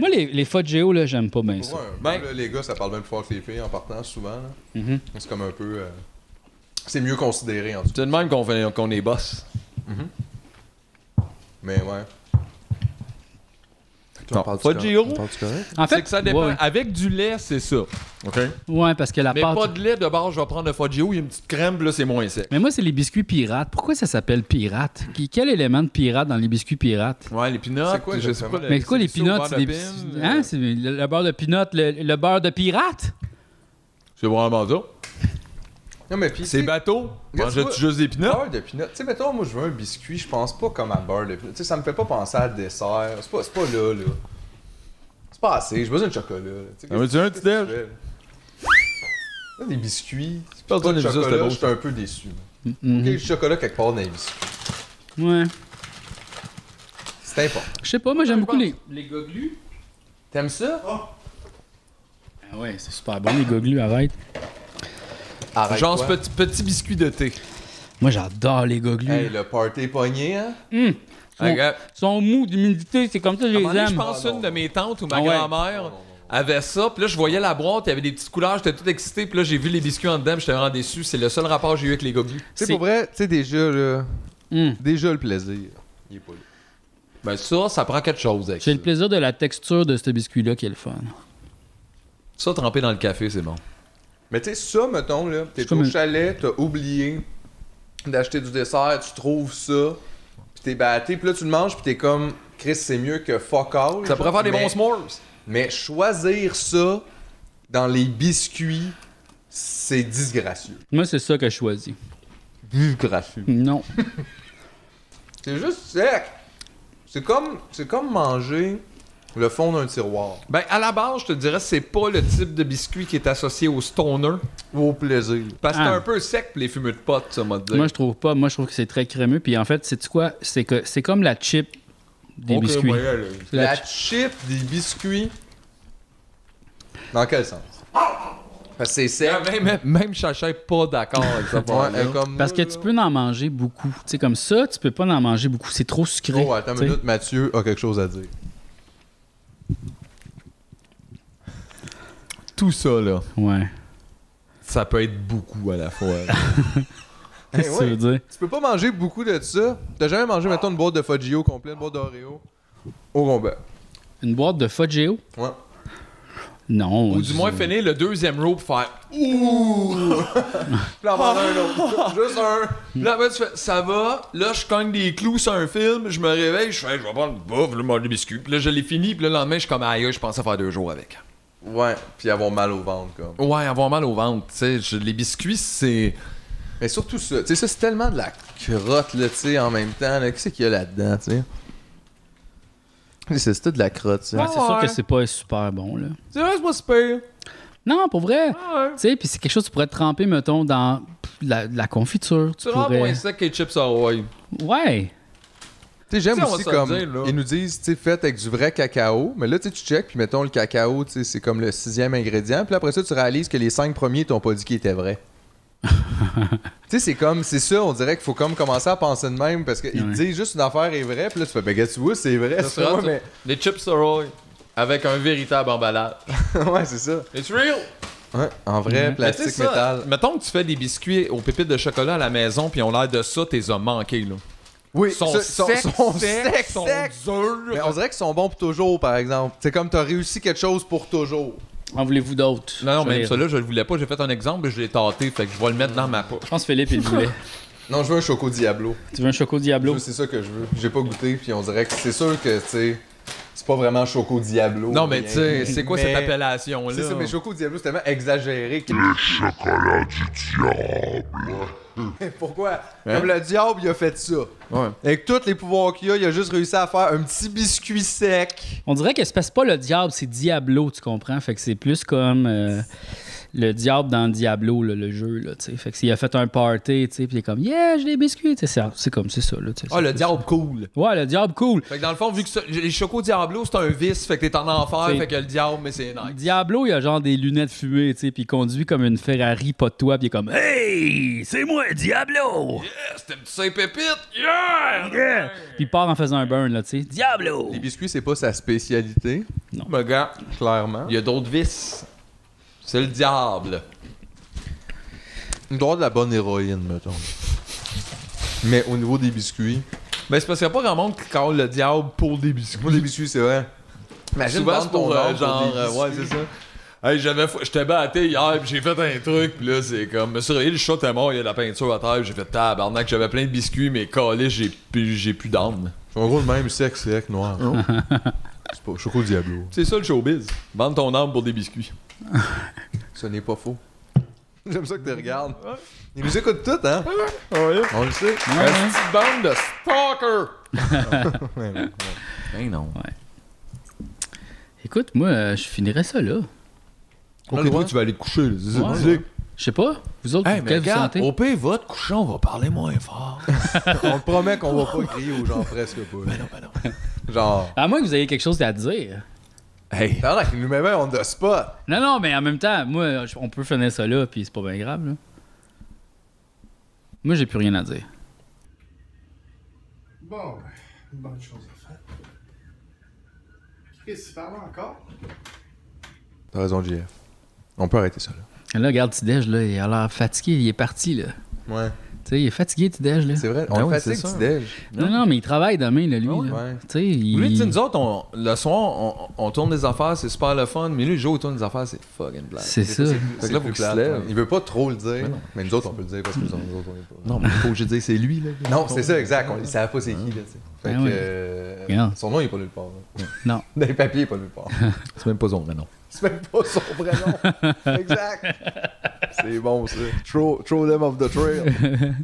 S4: Moi, les, les fautes géo, là, j'aime pas bien ça.
S2: Pour un
S1: Ben-
S2: ben, là, les gars, ça parle même plus fort que les filles en partant, souvent. là.
S4: Mhm.
S2: C'est comme un peu. euh, C'est mieux considéré, en tout cas.
S1: C'est de même qu'on fait- qu'on est boss.
S2: Mais ouais.
S1: Non, pas de Giro.
S4: En
S1: C'est
S4: fait,
S1: que ça dépend.
S4: ouais.
S1: Avec du lait, c'est ça.
S4: Ouais, parce que la
S1: Mais
S4: pâte-
S1: pas de lait de base, je vais prendre le Foggio, il y a une petite crème, puis là, c'est moins sec.
S4: Mais moi, c'est les biscuits pirates. Pourquoi ça s'appelle pirate? Qui- Quel élément de pirate dans les biscuits pirates?
S1: Ouais, les peanuts,
S2: C'est quoi,
S1: je sais
S2: exactement?
S1: pas. le-
S4: Mais c'est quoi les
S1: le saut au
S4: peanuts?
S1: beurre
S4: C'est
S1: de pin,
S4: des petits-
S1: euh,
S4: hein? C'est le, le beurre de peanut, le, le beurre de pirate?
S1: C'est vraiment ça.
S2: Non, mais puis.
S1: C'est
S2: tu sais,
S1: bateau.
S2: Qu'est-ce
S1: Mangeais-tu
S2: que-
S1: juste des peanuts?
S2: Beurre de peanut. Tu sais, mettons, moi, je veux un biscuit, je pense pas comme à beurre de peanut. Tu sais, ça me fait pas penser à dessert. C'est pas, c'est pas là, là. C'est pas assez, j'ai besoin de chocolat. là. Tu sais,
S1: Ah, veux-tu
S2: qu'est-ce-
S1: un petit
S2: qu'est-ce que tu fais, là? Là, Des biscuits. C'est
S1: pense
S2: pas
S1: que
S2: de
S1: les biscuits, c'était
S2: chocolat,
S1: beau,
S2: je suis un peu déçu.
S4: Mhm.
S2: Ok, le chocolat quelque part dans les biscuits.
S4: Ouais.
S2: C'est important.
S4: Je sais pas, moi, j'aime beaucoup les... Les goglus?
S2: T'aimes ça?
S4: Ah ouais, c'est super bon, les goglus, arrête.
S2: Arrête.
S1: Genre ce
S2: quoi.
S1: petit, petit biscuit de thé.
S4: Moi, j'adore les goglus.
S2: Hey, le party pogné, hein?
S4: Hum,
S1: Un
S4: Son,
S1: gars-
S4: son mou d'humidité, c'est comme ça que je
S1: À un
S4: les
S1: moment donné,
S4: aime.
S1: je pense une de mes tantes ou ma
S4: Ah ouais.
S1: grand-mère avait ça. Puis là, je voyais la boîte, il y avait des petites couleurs, j'étais tout excité. Puis là, j'ai vu les biscuits en dedans, puis j'étais vraiment déçu. C'est le seul rapport que j'ai eu avec les goglus.
S2: Tu
S4: C'est-
S2: sais, pour vrai, tu sais, déjà, là,
S4: Hum.
S2: déjà le plaisir. Il est pas là.
S1: Ben ça, ça prend quelque chose avec
S4: J'ai
S1: ça.
S4: le plaisir de la texture de ce biscuit-là qui est le fun.
S1: Ça, trempé dans le café, c'est bon.
S2: Mais tu sais, ça, mettons, là,
S4: C'est
S2: t'es
S4: comme
S2: au
S4: une-
S2: chalet, t'as oublié d'acheter du dessert, tu trouves ça, pis t'es batté, pis là, tu le manges, pis t'es comme, Chris, c'est mieux que fuck all.
S1: Ça pourrait faire des
S2: mais-
S1: bons s'mores.
S2: Mais choisir ça dans les biscuits, c'est disgracieux.
S4: Moi, c'est ça que je choisis.
S2: Disgracieux.
S4: Non.
S2: C'est juste sec. C'est comme, c'est comme manger le fond d'un tiroir.
S1: Ben, à la base, je te dirais, c'est pas le type de biscuit qui est associé au stoner.
S2: Au plaisir.
S1: Parce que
S4: Ah.
S1: c'est un peu sec pour les fumeux de potes, ça, m'a dit.
S4: Moi, je trouve pas. Moi, je trouve que c'est très crémeux. Puis en fait, c'est quoi C'est que c'est comme la chip des
S1: Ok,
S4: biscuits.
S1: ouais, là.
S4: C'est la
S2: La
S4: chi-
S2: chip des biscuits. Dans quel sens? Parce que c'est sec.
S1: Ah, Même, même Chacha est pas d'accord avec ça.
S2: Ouais, euh, comme
S4: Parce que
S2: moi,
S4: tu
S2: là.
S4: peux en manger beaucoup. Tu sais, comme ça, tu peux pas en manger beaucoup. C'est trop sucré.
S2: Oh, attends une
S4: tu sais.
S2: minute, Mathieu a quelque chose à dire.
S1: Tout ça, là,
S4: Ouais.
S1: ça peut être beaucoup à la fois.
S4: Qu'est-ce
S2: Eh
S4: que tu
S2: ouais.
S4: veux dire
S2: Tu peux pas manger beaucoup de ça. T'as jamais mangé, mettons, une boîte de Foggio complète, une boîte d'Oreo au combat.
S4: Une boîte de Foggio
S2: Ouais.
S4: Non.
S1: Ou du
S4: je-
S1: moins, finir le deuxième row pour faire
S2: Puis là, en manger un autre. Juste un.
S1: Là, ben, tu fais, ça va, là, je cogne des clous sur un film, je me réveille, je fais, je vais prendre une bouffe, là, manger des biscuits. Puis là, je l'ai fini, puis là, le lendemain, je suis comme, aïe, aïe, je pensais faire deux jours avec.
S2: Ouais, puis avoir mal au ventre, comme.
S1: Ouais, avoir mal au ventre, tu sais, je- les biscuits, c'est.
S2: Mais surtout ça, tu sais, ça, c'est tellement de la crotte, là, tu sais, en même temps, Ah, là. Qu'est-ce qu'il y a là-dedans, tu sais? Tu sais? C'est tout de la crotte, ça.
S4: Ouais, c'est sûr
S1: Ouais.
S4: que c'est pas super bon, là.
S1: C'est vrai, c'est pas super.
S4: Non, pour vrai.
S1: Ouais.
S4: Tu sais, puis c'est quelque chose que tu pourrais tremper, mettons, dans la, la confiture. Tu
S1: C'est vraiment
S4: pourrais-
S1: moins sec que les chips Hawaii.
S4: Ouais.
S2: Tu sais, j'aime
S1: Tu sais, on
S2: aussi
S1: va se le
S2: comme.
S1: dire, là.
S2: ils nous disent, tu sais, faites avec du vrai cacao. Mais là, tu sais, tu check, puis mettons, le cacao, tu sais, c'est comme le sixième ingrédient. Puis là, après ça, tu réalises que les cinq premiers t'ont pas dit qu'ils étaient vrais. tu sais, c'est comme. C'est ça, on dirait qu'il faut comme commencer à penser de même. Parce qu'ils
S4: Ouais.
S2: te disent juste une affaire est vraie. Puis là, tu fais, ben, gars, tu vois, c'est vrai.
S1: Ça
S2: ça,
S1: sera-
S2: mais...
S1: Les chips Hawaii avec un véritable emballage.
S2: ouais, c'est ça.
S1: It's real!
S2: Ouais, en vrai,
S4: Mhm.
S1: Mais tu
S2: plastique,
S1: sais ça,
S2: métal.
S1: Mettons que tu fais des biscuits aux pépites de chocolat à la maison, puis on l'air de ça, t'es as manqué, là.
S2: Oui,
S1: Ils sont
S2: ça-
S1: secs,
S2: sont
S1: secs,
S2: secs,
S1: sont
S2: secs.
S1: durs.
S2: Mais on dirait qu'ils sont bons pour toujours, par exemple. C'est comme t'as réussi quelque chose pour toujours.
S4: En voulez-vous d'autres
S1: Non, non,
S4: Je
S1: même
S4: les-
S1: ça là, je le voulais pas. J'ai fait un exemple, mais je l'ai tâté, fait que je vais le mettre dans ma poche.
S4: Je pense que Philippe, il le voulait.
S2: Non, je veux un Choco Diablo.
S4: tu veux un choco Diablo
S2: Moi, C'est ça que je veux. J'ai pas goûté, puis on dirait que c'est sûr que, tu sais, c'est pas vraiment Choco Diablo.
S1: Non, mais
S2: rien.
S1: tu sais, c'est quoi cette
S2: Oh, Mais
S1: appellation-là?
S2: C'est ça, mais Choco Diablo, c'est tellement exagéré. que-
S9: Le chocolat du diable.
S2: Pourquoi?
S1: Hein?
S2: Comme le diable, il a fait ça. Avec tous les pouvoirs qu'il a, il a juste réussi à faire un petit biscuit sec.
S4: On dirait que se passe pas le diable, c'est Diablo, tu comprends? Fait que c'est plus comme euh, le diable dans Diablo, là, le jeu, là, tu sais. Fait que s'il a fait un party, tu sais, puis il est comme, yeah, j'ai des biscuits, tu sais, c'est- c'est comme, c'est ça, là, tu sais.
S1: Ah, le diable cool.
S4: Ouais, le diable, cool.
S1: Fait que dans le fond, vu que ça- les Choco Diablo, c'est un vice, fait que t'es en enfer,
S4: C'est-
S1: fait que le diable, mais c'est nice.
S4: Diablo, il a genre des lunettes fumées, tu sais, puis il conduit comme une Ferrari, pas de toit, puis il est comme, hey, c'est moi, Diablo!
S1: Yeah, c'était une petite pépite! Yeah!
S4: Yeah! Puis il part en faisant un burn, là, tu sais. Diablo!
S2: Les biscuits, c'est pas sa spécialité,
S1: Mais gars,
S2: clairement.
S1: il y a d'autres vices. C'est le diable.
S2: Il doit avoir de la bonne héroïne, mettons. Mais au niveau des biscuits,
S1: Mais Ben, c'est parce qu'il y a pas grand monde qui colle le diable pour des biscuits.
S2: Pour les biscuits, c'est vrai.
S1: Souvent, c'est pour euh, genre, euh, ouais, c'est ça. Hey, j'avais, fou- j'étais batté hier, puis j'ai fait un truc, puis là, c'est comme, me suis réveillé, le chat était mort, il y a de la peinture à terre, puis j'ai fait tabarnak, j'avais plein de biscuits, mais calé, j'ai plus, j'ai plus d'âme.
S2: En gros, le même sec, sec, noir. c'est pas Choco Diablo.
S1: C'est ça le showbiz. Vendre ton âme pour des biscuits.
S2: Ce n'est pas faux. J'aime ça que tu regardes. Ils nous écoutent tous, hein? On le sait.
S4: Ouais, ouais.
S1: Petite bande de stalkers!
S2: Ouais, ouais.
S1: Ben non.
S4: Écoute, moi, euh, je finirais ça, là.
S1: Ok, toi, tu vas aller te coucher, là. C'est ça,
S4: Ouais,
S1: tu sais.
S4: ouais. Je sais pas, vous autres,
S1: Hey,
S4: vous,
S1: mais
S4: qu'est-ce que vous
S1: regarde,
S4: sentez?
S1: au pire, va te coucher, on va parler moins fort.
S2: On te promet qu'on va pas crier aux gens presque pas.
S1: ben non, ben non.
S2: Genre.
S4: À moins que vous ayez quelque chose à dire.
S1: Hey.
S2: Pendant qu'ils nous mettaient on the spot.
S4: Non, non, mais en même temps, moi, je- on peut finir ça là, puis c'est pas bien grave, là. Moi, j'ai plus rien à dire.
S10: Bon, ben, une bonne chose à faire. Chris, tu parles encore?
S2: T'as raison, JF. On peut arrêter ça, là.
S4: Là, regarde Tidej, là, il a l'air fatigué, il est parti, là.
S2: Ouais.
S4: Tu sais, il est fatigué, Tidej, là.
S2: C'est vrai, on
S1: Ben
S2: le
S1: oui,
S2: fatigue,
S1: c'est ça.
S2: petit déj.
S4: Non, non, mais il travaille demain, là, lui.
S1: Ouais,
S4: là.
S2: ouais.
S4: Tu sais, il...
S1: Lui, tu sais, nous autres, on- le soir, on, on tourne des affaires, c'est super le fun, mais lui, le jour où il tourne des affaires, c'est fucking blague.
S4: C'est ça.
S2: Fait que là, faut qu'il se lève. Il veut pas trop le dire. Mais, nous autres, on peut le dire parce que nous autres, nous autres, on est pas.
S1: Non, mais faut que je dise, c'est lui, là.
S2: Non, c'est ça, exact. On, ils savent pas c'est qui, là, tu sais. Fait
S4: Ben
S2: que.
S4: oui.
S2: euh,
S4: Regarde.
S2: son nom, il est pas nulle part. là.
S4: Non.
S2: Dans les papiers, il est pas nulle part.
S1: C'est même pas son vrai nom.
S2: C'est même pas son vrai nom. exact. C'est bon, ça. Throw, throw them off the trail.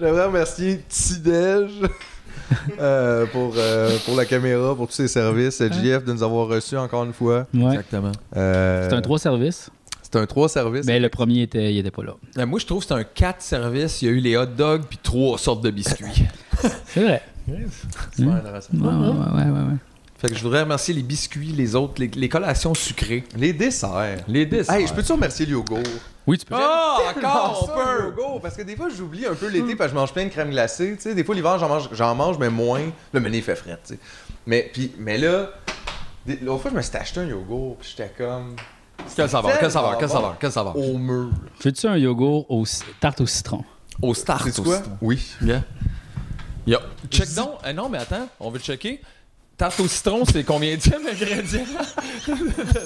S2: J'aimerais remercier Tidej euh, pour, euh, pour la caméra, pour tous ses services. JF de nous avoir reçus encore une fois.
S4: Ouais.
S1: Exactement.
S2: Euh,
S4: C'est un trois services.
S2: C'est un trois services.
S4: Ben, le premier, était, il était pas là.
S1: Euh, moi, je trouve que c'est un 4 services. Il y a eu les hot dogs puis trois sortes de
S2: Euh,
S1: biscuits.
S4: C'est vrai.
S2: C'est super intéressant.
S4: Hein? Ouais, ouais, ouais, ouais, ouais.
S1: fait que je voudrais remercier les biscuits, les autres, les, les collations sucrées.
S2: Les desserts.
S1: Les desserts.
S2: Hey, je peux-tu remercier le yogourt?
S4: Oui, tu peux.
S1: Oh,
S2: Encore
S1: encore, on
S2: ça, le
S1: peut! Hmm.
S2: yogourt, Parce que des fois, j'oublie un peu l'été parce que je mange plein de crème glacée. Tu sais, des fois, l'hiver, j'en mange, j'en mange, mais moins. Le mené, il fait frais, tu sais. Mais, puis, mais là, des- l'autre fois, je me suis acheté un yogourt, puis j'étais comme
S1: Quelle saveur, quelle saveur, quelle
S2: bon.
S1: saveur, quelle saveur.
S2: au mur.
S4: Fais-tu un yogourt au ci- tarte au citron?
S1: Au start
S2: C'est
S1: aussi.
S2: quoi? Oui.
S1: Yeah. Yo. Check donc. Eh non, mais attends, on veut checker. Tarte au citron, c'est combien de ingrédient?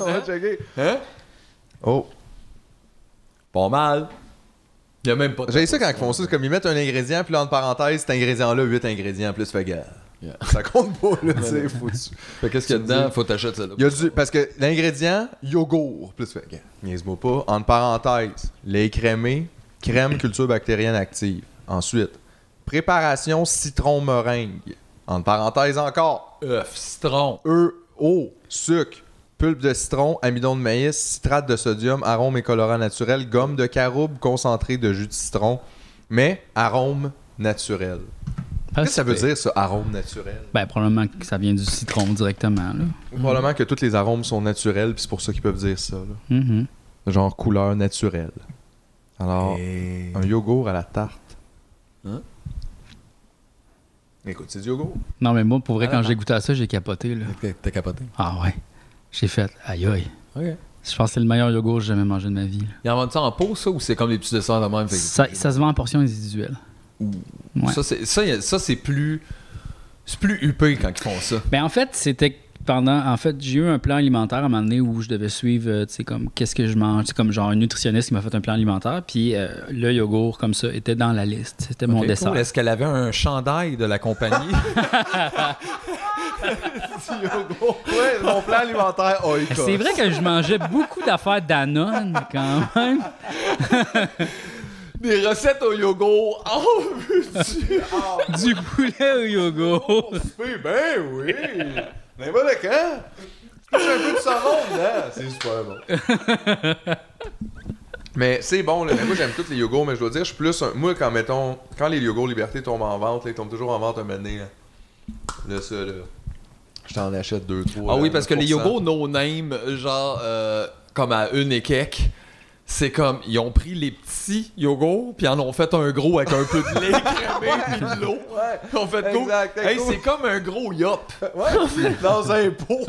S2: On va checker.
S1: Hein?
S2: Oh.
S1: Pas mal. Il y a même pas. de-
S2: J'ai ça quand ils font ça, c'est comme ils mettent un ingrédient, puis là, en parenthèse, cet ingrédient-là, 8 ingrédients, plus fait gaffe.
S1: Yeah.
S2: Ça compte pas, là, tu sais, foutu.
S1: Fait qu'est-ce qu'il y a dedans? Faut t'acheter ça là.
S2: Il y a du. Parce que l'ingrédient, yogourt, plus fait. gaffe. Niaise-moi pas. Entre parenthèses, lait crémé, crème culture bactérienne active. Ensuite, préparation citron meringue. Entre parenthèses encore,
S1: Œuf, citron.
S2: E, eau, sucre, pulpe de citron, amidon de maïs, citrate de sodium, arôme et colorant naturel, gomme de caroube, concentré de jus de citron, mais arôme naturel. Qu'est-ce que ça veut dire, ça, arôme naturel?
S4: Ben, probablement que ça vient du citron directement, là.
S2: Probablement que tous les arômes sont naturels, puis c'est pour ça qu'ils peuvent dire ça. là.
S4: Mhm.
S2: genre couleur naturelle. Alors, un yogourt à la tarte.
S1: Hein?
S2: Écoute, c'est du yogourt.
S4: Non, mais moi,
S2: Ah,
S4: pour vrai, quand j'ai goûté à ça, j'ai capoté, là.
S1: T'as capoté.
S4: Ah ouais. J'ai fait, aïe aïe.
S1: Ok.
S4: Je pense que c'est le meilleur yogourt que j'ai jamais mangé de ma vie. là.
S1: Ils en vendent ça en pot, ça, ou c'est comme des petits desserts de même? fait que-
S4: Ça, ça se vend en portions individuelles. ouais.
S1: Ça, c'est, ça, y a- ça, c'est plus. C'est plus huppé quand ils font ça.
S4: Ben en fait, c'était pendant. En fait, j'ai eu un plan alimentaire à un moment donné où je devais suivre, euh, tu sais, comme qu'est-ce que je mange. C'est comme genre un nutritionniste qui m'a fait un plan alimentaire, puis euh, le yogourt comme ça était dans la liste. C'était mon
S1: Ok,
S4: dessert.
S1: cool. Est-ce qu'elle avait un chandail de la compagnie?
S2: Ouais, mon plan alimentaire, oh, il
S4: C'est vrai que je mangeais beaucoup d'affaires Danone quand même.
S1: Des recettes au yogourt. Oh, veux-tu?
S4: Du poulet au yogourt.
S2: coûte. Ben oui! Ben hein? N'importe quand! J'ai un peu de savon dedans! C'est super bon. mais c'est bon, là. Mais moi, j'aime tous les yogourts, mais je dois dire, je suis plus un... Moi, quand, mettons, quand les yogourts Liberté tombent en vente, là, ils tombent toujours en vente un moment donné, là. Là, ça, là. Je t'en achète deux, trois.
S1: Ah oui,
S2: là,
S1: parce que les
S2: 9%.
S1: yogos no name, genre euh, comme à une et quelques, c'est comme ils ont pris les petits yogos puis en ont fait un gros avec un peu de lait crémé puis de l'eau.
S2: Ouais.
S1: Ils ont fait cool.
S2: Exact,
S1: Hey,
S2: cool.
S1: c'est comme un gros yop,
S2: Ouais, dans un pot.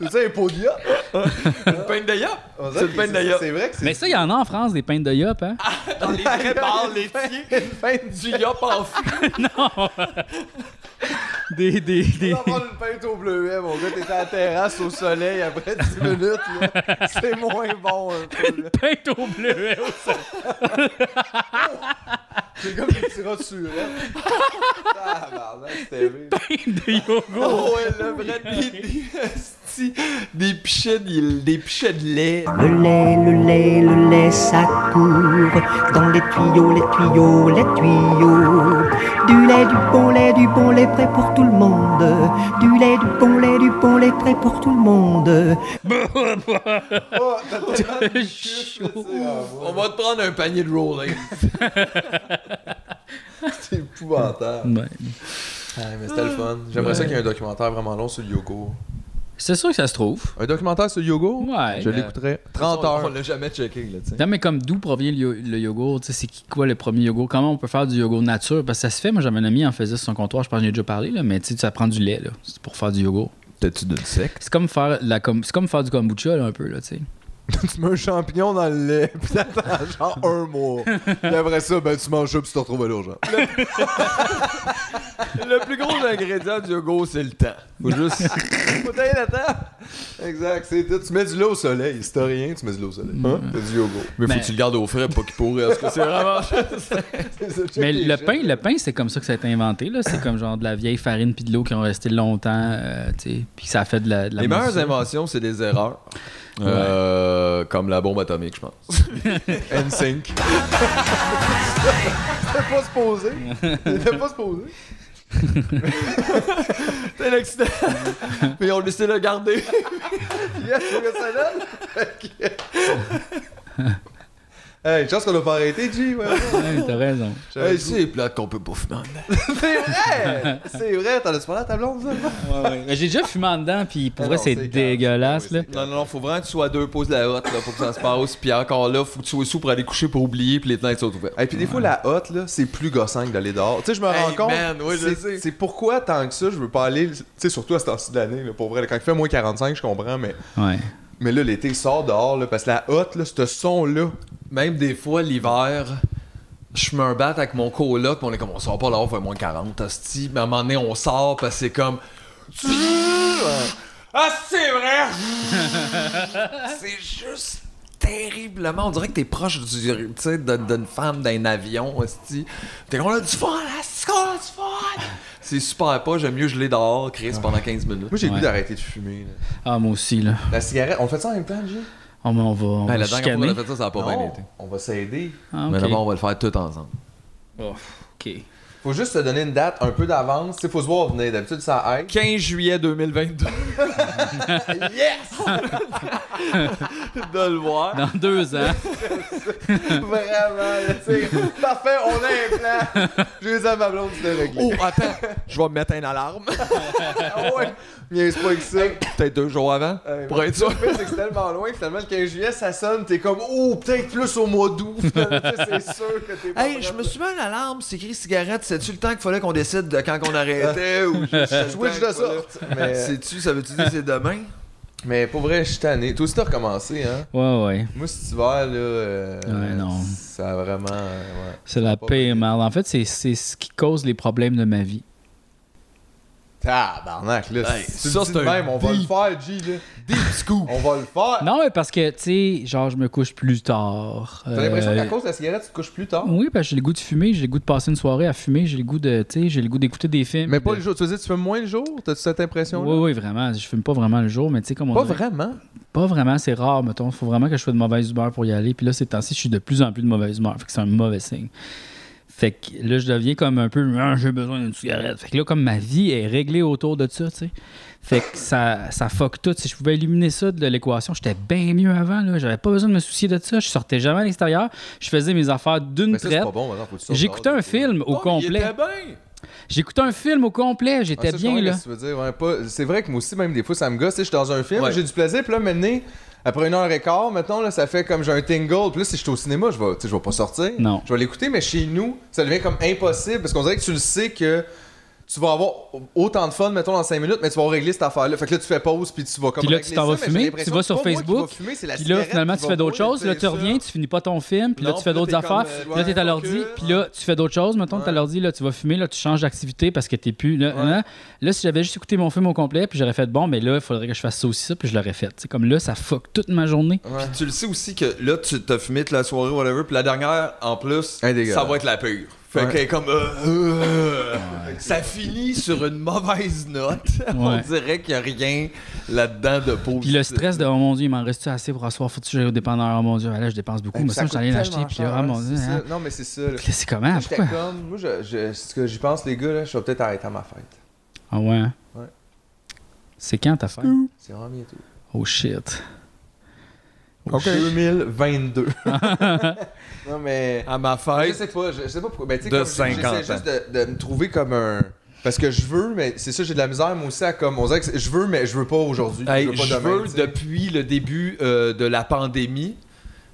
S2: C'est ça, un pot de yacht.
S1: une peine de yop. C'est une peine de yop.
S2: C'est vrai que c'est
S4: Mais ça, il y en a en France, des peintes de yop, hein?
S1: Dans les vrais bars laitiers,
S2: une peinte
S1: du yop en fou.
S4: Des, des, des...
S2: On va une peinte au bleuet, mon gars. T'étais à la terrasse au soleil après 10 minutes. là. C'est moins bon hein. un peu. là.
S4: Peintes au bleuet au
S2: C'est comme des petits rats de hein. surette.
S1: Ah, ben,
S2: Tabarnak, c'était vrai.
S4: de yogourt.
S1: Oh, ouais, le vrai des, des, esti, des pichets de- des pichets de lait.
S8: e
S11: Le lait, le lait, le lait, ça court dans les tuyaux, les tuyaux, les tuyaux. Du lait, du bon lait, du bon lait, prêt pour tout le monde. Du lait, du bon lait, du bon lait, prêt pour tout le monde.
S2: Oh, t'as tellement de
S4: Chaud.
S2: cuisses, là, tu sais, ah, ouais.
S1: On va te prendre un panier de rolling.
S2: C'est épouvantable.
S4: Ouais.
S2: Ah, mais c'était le fun. J'aimerais ça qu'il y ait un documentaire vraiment long sur le yogourt.
S4: C'est sûr que ça se trouve.
S2: Un documentaire sur le yogourt?
S4: Ouais.
S2: Je
S4: Euh,
S2: l'écouterais.
S1: De toute façon,
S2: 30 heures.
S1: On l'a jamais checké, là, tu sais.
S4: Non, mais comme d'où provient le, yo- le yogourt? tu sais, C'est qui- quoi le premier yogourt? Comment on peut faire du yogourt nature? Parce que ça se fait. Moi, j'avais un ami en faisait sur son comptoir. Je pense que j'en ai déjà parlé, là, mais tu sais, ça prend du lait là, c'est pour faire du yogourt.
S2: T'as-tu d'une sec?
S4: C'est comme faire la com- c'est comme faire du kombucha là, un peu. Là, tu sais.
S2: tu mets un champignon dans le lait, puis t'attends genre un mois. Puis après ça, ben tu manges ça, puis tu te retrouves à l'urgence.
S1: Le plus gros ingrédient du yogourt, c'est le temps.
S2: Faut juste.
S1: Faut tailler le temps.
S2: exact, c'est tout. Tu mets du lait au soleil. Si t'as rien, tu mets du lait au soleil. Hein? T'as du yogourt.
S1: Mais,
S4: Mais-
S1: faut que tu le gardes au frais pour qu'il pourrit. Parce que c'est vraiment.
S4: Mais le pain, le pain, c'est comme ça que ça a été inventé. là. C'est comme genre de la vieille farine puis de l'eau qui ont resté longtemps. euh, tu sais, puis ça a fait de la. de la
S1: Les meilleures
S4: moussure.
S1: inventions, c'est des erreurs. Euh, comme la bombe atomique, je pense.
S2: NSYNC. T'es pas supposé. T'es pas supposé.
S1: C'est l'accident. Mais on le laissé le garder.
S2: Yes, c'est que ça donne. Ok. Hey, chance qu'on a pas arrêté, G. ouais.
S4: Ouais, T'as raison.
S2: J'avais le goût.
S1: c'est plate qu'on peut pas fumer.
S2: C'est vrai! C'est vrai, t'en as-tu parlé à ta blonde, ça?
S4: Mais J'ai déjà fumé en dedans, puis pour
S2: Ah
S4: vrai,
S2: non,
S4: c'est
S2: c'est
S4: dégueulasse.
S2: grave.
S4: Là.
S2: Oui,
S1: Non, non, non, faut vraiment que tu sois à deux pauses de la hotte là, pour que ça se passe. Puis encore là, faut que tu sois sous pour aller coucher pour oublier, puis les fenêtres sont ouvertes.
S2: Et puis des fois, la hotte, là, c'est plus gossant que d'aller dehors. Tu sais, je me
S1: Hey,
S2: rends compte.
S1: man, oui, je
S2: c'est-
S1: sais.
S2: c'est pourquoi, tant que ça, je veux pas aller. Tu sais, surtout à cette temps-ci de l'année, là, pour vrai. là, Quand il fait moins 45, je comprends, mais,
S4: Ouais.
S2: mais là, l'été, sort dehors, là, parce que la hotte, là, ce son-là.
S1: Même des fois, l'hiver, je me batte avec mon coloc, puis on est comme, on sort pas dehors, il fait moins 40, hostie. Mais à un moment donné, on sort, parce que c'est comme... Ah, c'est vrai! c'est juste terriblement... On dirait que t'es proche du- tu sais, de- d'une femme d'un avion, hostie. T'es comme, on a du fun, là, c'est qu'on a du fun! C'est super pas, j'aime mieux geler dehors, Chris, pendant 15 minutes.
S2: Moi, j'ai le
S4: Ouais.
S2: goût d'arrêter de fumer. là.
S4: Ah, moi aussi, là.
S2: La cigarette, on fait ça en même temps, Jay?
S4: Oh, mais on va. On
S1: Hey,
S4: va
S1: Ben, la dernière fois qu'on
S4: chicaner.
S1: a fait Ben, ça, ça a pas
S2: Non,
S1: bien été.
S2: on va s'aider.
S4: Ah,
S1: Mais
S4: ok.
S1: d'abord, on va le faire tout ensemble.
S4: Oh, ok.
S2: Faut juste se donner une date un peu d'avance. Il faut se voir venir. D'habitude, ça aide.
S1: 15 juillet 2022. yes! de le voir.
S4: Dans deux ans.
S2: Vraiment, là, tu sais. Parfait, on a un plan. Je les ai à ma blonde, c'était réglé.
S1: Oh, attends, je vais mettre une alarme.
S2: Ah ouais, niaise pas avec ça.
S1: Peut-être deux jours avant,
S2: Hey,
S1: pour être sûr.
S2: Le pire, c'est que c'est tellement loin, finalement, le 15 juillet, ça sonne, t'es comme, oh, peut-être plus au mois d'août, finalement, tu sais, c'est sûr que t'es pas
S1: Hey, je me suis mis une alarme, c'est écrit cigarette, c'est-tu le temps qu'il fallait qu'on décide de quand on
S4: Euh,
S1: arrêtait ou juste-
S2: Switch de sorte. Mais,
S1: Sais-tu, ça veut-tu dire c'est demain?
S2: mais pour vrai, je suis tanné. Toi aussi, t'as recommencé, hein?
S4: Ouais, ouais.
S2: Moi, cet hiver, là, euh,
S4: Ouais, non.
S2: ça a vraiment... euh, ouais.
S4: C'est la
S2: Pas bien.
S4: pire merde. En fait, c'est c'est ce qui cause les problèmes de ma vie.
S2: Tabarnak,
S4: Ben,
S2: là,
S1: Hey,
S2: si tu
S1: ça,
S2: le
S1: c'est
S2: dis de
S1: un
S2: même, on va le
S1: deep-
S2: faire, G, là.
S1: Deep scoop.
S2: On va le faire.
S4: Non, mais parce que, tu sais, genre, je me couche plus tard.
S2: T'as l'impression qu'à
S4: Euh,
S2: cause de la cigarette, tu te couches plus tard?
S4: Oui, parce que j'ai le goût de fumer, j'ai le goût de passer une soirée à fumer, j'ai le goût de, tu sais, j'ai le goût d'écouter des films.
S2: Mais pas
S4: de-
S2: le jour. Tu veux dire, tu fais moins le jour? T'as-tu cette impression-là?
S4: Oui, oui, vraiment. Je fume pas vraiment le jour, mais tu sais, comme on
S2: Pas
S4: dirait-
S2: vraiment.
S4: Pas vraiment, c'est rare, mettons. Faut vraiment que je sois de mauvaise humeur pour y aller. Puis là, ces temps-ci, je suis de plus en plus de mauvaise humeur. Fait que c'est un mauvais signe. Fait que là, je deviens comme un peu, Ah, j'ai besoin d'une cigarette. Fait que là, comme ma vie est réglée autour de ça, tu sais. Fait que ça, ça fuck tout. Si je pouvais éliminer ça de l'équation, j'étais bien mieux avant. là. J'avais pas besoin de me soucier de ça. Je sortais jamais à l'extérieur. Je faisais mes affaires d'une
S2: Mais ça, c'est
S4: traite.
S2: pas bon, maintenant, faut que tu sortes
S4: J'écoutais
S2: dehors, euh,
S4: un
S2: des fois.
S4: film au complet. J'écoutais un film au complet.
S2: Ah,
S4: J'étais
S2: ça, je
S4: bien,
S2: comprends
S4: là.
S2: ce que tu veux dire, ouais, pas- C'est vrai que moi aussi, même des fois, ça me gosse. Tu sais, Je suis dans un film,
S1: Ouais.
S2: j'ai du plaisir, puis là, maintenant, après une heure et quart, maintenant, là, ça fait comme j'ai un tingle. Puis là, si je suis au cinéma, je vais, tu sais, je vais pas sortir.
S4: Non.
S2: Je vais l'écouter, mais chez nous, ça devient comme impossible parce qu'on dirait que tu le sais que. Tu vas avoir autant de fun, mettons, dans 5 minutes, mais tu vas régler cette affaire-là. Fait que là, tu fais pause, puis tu vas comme.
S4: Puis là,
S2: régler
S4: tu t'en
S2: ça,
S4: vas
S2: mais j'ai
S4: fumer,
S2: l'impression
S4: tu vas
S2: que
S4: sur
S2: c'est pas moi qui
S4: Facebook,
S2: va fumer, c'est la
S4: Puis là,
S2: cigarette
S4: finalement,
S2: qui
S4: tu
S2: va
S4: fais d'autres
S2: brûler,
S4: choses. Là, tu
S2: ça.
S4: reviens, tu finis pas ton film. Puis là,
S2: Non,
S4: tu fais
S2: puis là,
S4: d'autres
S2: t'es comme,
S4: affaires.
S2: euh,
S4: Puis là, t'es à
S2: ouais,
S4: l'ordi.
S2: focus.
S4: Puis là, tu fais d'autres choses. Mettons, t'es à
S2: Ouais.
S4: l'ordi. Là, tu vas fumer. Là, tu changes d'activité parce que t'es plus. Là,
S2: Ouais.
S4: là. Là, si j'avais juste écouté mon film au complet, puis j'aurais fait bon, mais là, il faudrait que je fasse ça aussi. ça, Puis je l'aurais fait. C'est comme là, ça fuck toute ma journée.
S2: Ouais.
S1: Tu le sais aussi que là, tu t'as fumé toute la soirée, whatever, puis la dernière, en plus,
S2: Hey, dégueulasse.
S1: ça va être la pire. Fait
S2: Ouais.
S1: qu'elle est comme. euh, euh, Ça finit sur une mauvaise note. On
S4: Ouais.
S1: dirait qu'il n'y a rien là-dedans de positif.
S4: Puis le stress de oh mon dieu, il m'en reste-tu assez pour asseoir Faut-tu que j'aille au dépanneur Oh mon dieu, là, je dépense beaucoup.
S2: Hey,
S4: Mais
S2: puis
S4: ça,
S2: ça
S4: je suis allé
S2: coûte
S4: l'acheter.
S2: tellement
S4: Puis
S2: cher,
S4: ah mon
S2: c'est
S4: dieu.
S2: ça.
S4: hein.
S2: Non, mais c'est ça. là.
S4: Puis là, C'est
S1: Ah,
S4: comment
S2: J'étais
S4: Pourquoi
S2: comme, moi, je, je- ce que j'y pense, les gars, là, je vais peut-être arrêter à ma fête.
S4: Ah ouais. hein?
S2: Ouais.
S4: C'est quand ta fête
S2: C'est vraiment bientôt.
S4: Oh shit. Oh
S2: Ok. 2022. non, mais.
S1: À ma
S2: Je
S1: fête.
S2: sais pas, je sais pas pourquoi. Ben, tu sais,
S1: De
S2: comme, j'-
S1: 50
S2: J'essaie juste de, de me trouver comme un. Parce que je veux, mais c'est ça, j'ai de la misère, moi aussi, à comme. On dirait que c'est- je veux, mais je veux pas aujourd'hui.
S1: Hey,
S2: je veux pas
S1: je
S2: demain.
S1: veux depuis le début euh, de la pandémie.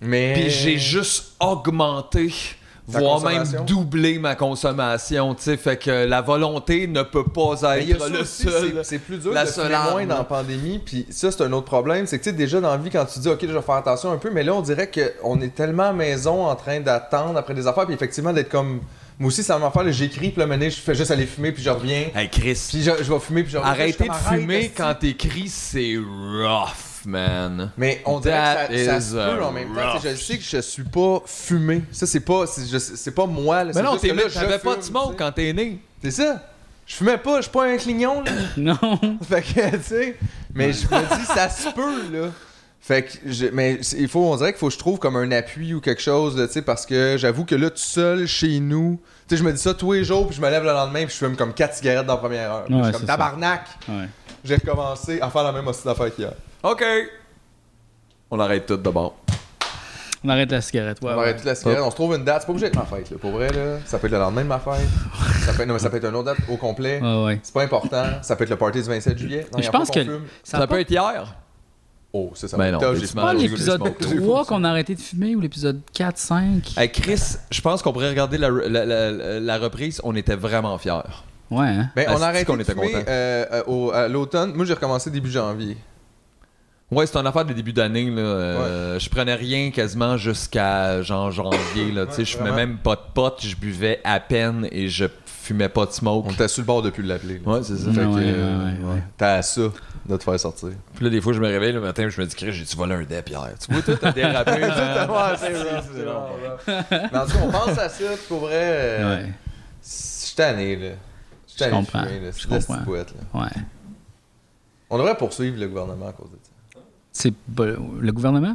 S2: Mais.
S1: Puis j'ai juste augmenté,
S2: Eh. Ta
S1: voire même
S2: consommation?
S1: doublé ma consommation. tu sais. Fait que la volonté ne peut pas
S2: Mais Ben, il y a
S1: haïr
S2: ça
S1: le
S2: aussi,
S1: seul.
S2: c'est- C'est plus dur
S1: la
S2: de
S1: seule
S2: fumer
S1: arme.
S2: moins dans la pandémie. Puis ça, c'est un autre problème. C'est que tu sais, déjà dans la vie, quand tu dis, OK, là, je vais faire attention un peu, mais là, on dirait qu'on est tellement à maison en train d'attendre après des affaires. Puis effectivement, d'être comme. Moi aussi, ça m'a fait, j'écris, puis là, maintenant, je fais juste aller fumer, puis je reviens.
S1: Hey Chris,
S2: Puis je, je vais fumer, puis je reviens.
S1: arrêter
S2: Je
S1: de
S2: suis comme, Arrête,
S1: fumer
S2: esti.
S1: quand t'écris, c'est rough, man.
S2: Mais on dirait
S1: That
S2: que ça, ça
S1: is
S2: se peut en même temps.
S1: rough.
S2: Tu sais, Je sais que je suis pas fumé. Ça, c'est pas, c'est je- c'est pas moi. là.
S1: Mais
S2: C'est
S1: non,
S2: juste
S1: t'es
S2: que là,
S1: là,
S2: je
S1: t'avais pas
S2: fume,
S1: de smoke
S2: tu sais.
S1: quand t'es né.
S2: C'est ça. Je fumais pas, je suis pas un clignon. Là.
S4: Non.
S2: fait que, tu sais. Mais je me dis, ça se peut, là. Fait que, je- mais c'est- il faut, on dirait qu'il faut que je trouve comme un appui ou quelque chose, là, tu sais, parce que j'avoue que là, tout seul, chez nous, tu sais, je me dis ça tous les jours, puis je me lève le lendemain, puis je fume comme 4 cigarettes dans la première heure.
S4: Ouais,
S2: je suis
S4: c'est
S2: comme
S4: ça.
S2: tabarnak,
S4: Ouais.
S2: j'ai recommencé à faire la même hostie d'affaires qu'hier.
S1: OK. On arrête tout d'abord.
S4: On arrête la cigarette. Ouais,
S2: on
S4: ouais.
S2: arrête toute la cigarette, on se trouve une date, c'est pas obligé d'être ma fête, là. Pour vrai, là, ça peut être le lendemain de ma fête, ça peut être, non, mais ça peut être une autre date au complet,
S4: Ouais, ouais.
S2: c'est pas important, ça peut être le party du 27 juillet. Non,
S4: Mais
S2: y
S4: je
S2: a pas
S4: pense
S2: qu'on
S4: que
S2: fume.
S1: Ça,
S4: a
S1: peut
S4: pas-
S1: être hier.
S2: Oh, ça, ça
S1: Ben
S2: va être
S1: non,
S2: tough,
S1: mais
S2: j'ai
S1: tu
S2: pas
S4: pas
S1: manges.
S2: mangé.
S4: l'épisode
S1: J'ai-
S4: 3 qu'on a arrêté de fumer ou l'épisode 4, 5
S1: Hey Chris, je pense qu'on pourrait regarder la, la- la- la reprise. On était vraiment fiers.
S4: Ouais, hein?
S2: Ben,
S1: Ah,
S2: on
S1: c'est-tu
S2: a arrêté
S1: qu'on
S2: de
S1: était
S2: fumer,
S1: content.
S2: euh, euh, au- à l'automne. Moi, j'ai recommencé début janvier.
S1: Ouais, c'est une affaire de début d'année. Là. Euh, Je prenais rien quasiment jusqu'à genre janvier. Là. Tu sais, je fumais
S2: vraiment.
S1: même pas de potes, je buvais à peine et je fumais pas de smoke.
S2: On était sur le bord depuis de l'appeler. là.
S1: Ouais, c'est ça.
S4: Ah Ouais,
S1: Fait que,
S4: ouais,
S1: euh,
S4: ouais, ouais.
S2: T'as à ça de te faire sortir.
S1: Puis là, des fois, je me réveille le matin je me dis, Chris, j'ai-tu volé un dep hier? Tu vois, tout a dérapé. hein? man.
S2: Mais en tout cas, on pense à ça, puis pour vrai. euh,
S4: Ouais.
S2: Je suis tanné, là. Je suis
S4: Je
S2: tanné de
S4: comprends,
S2: fumer, là.
S4: je
S2: C'est de la petite
S4: comprends.
S2: boîte, là.
S4: Ouais.
S2: On devrait poursuivre le gouvernement à cause de ça.
S4: C'est be- le gouvernement?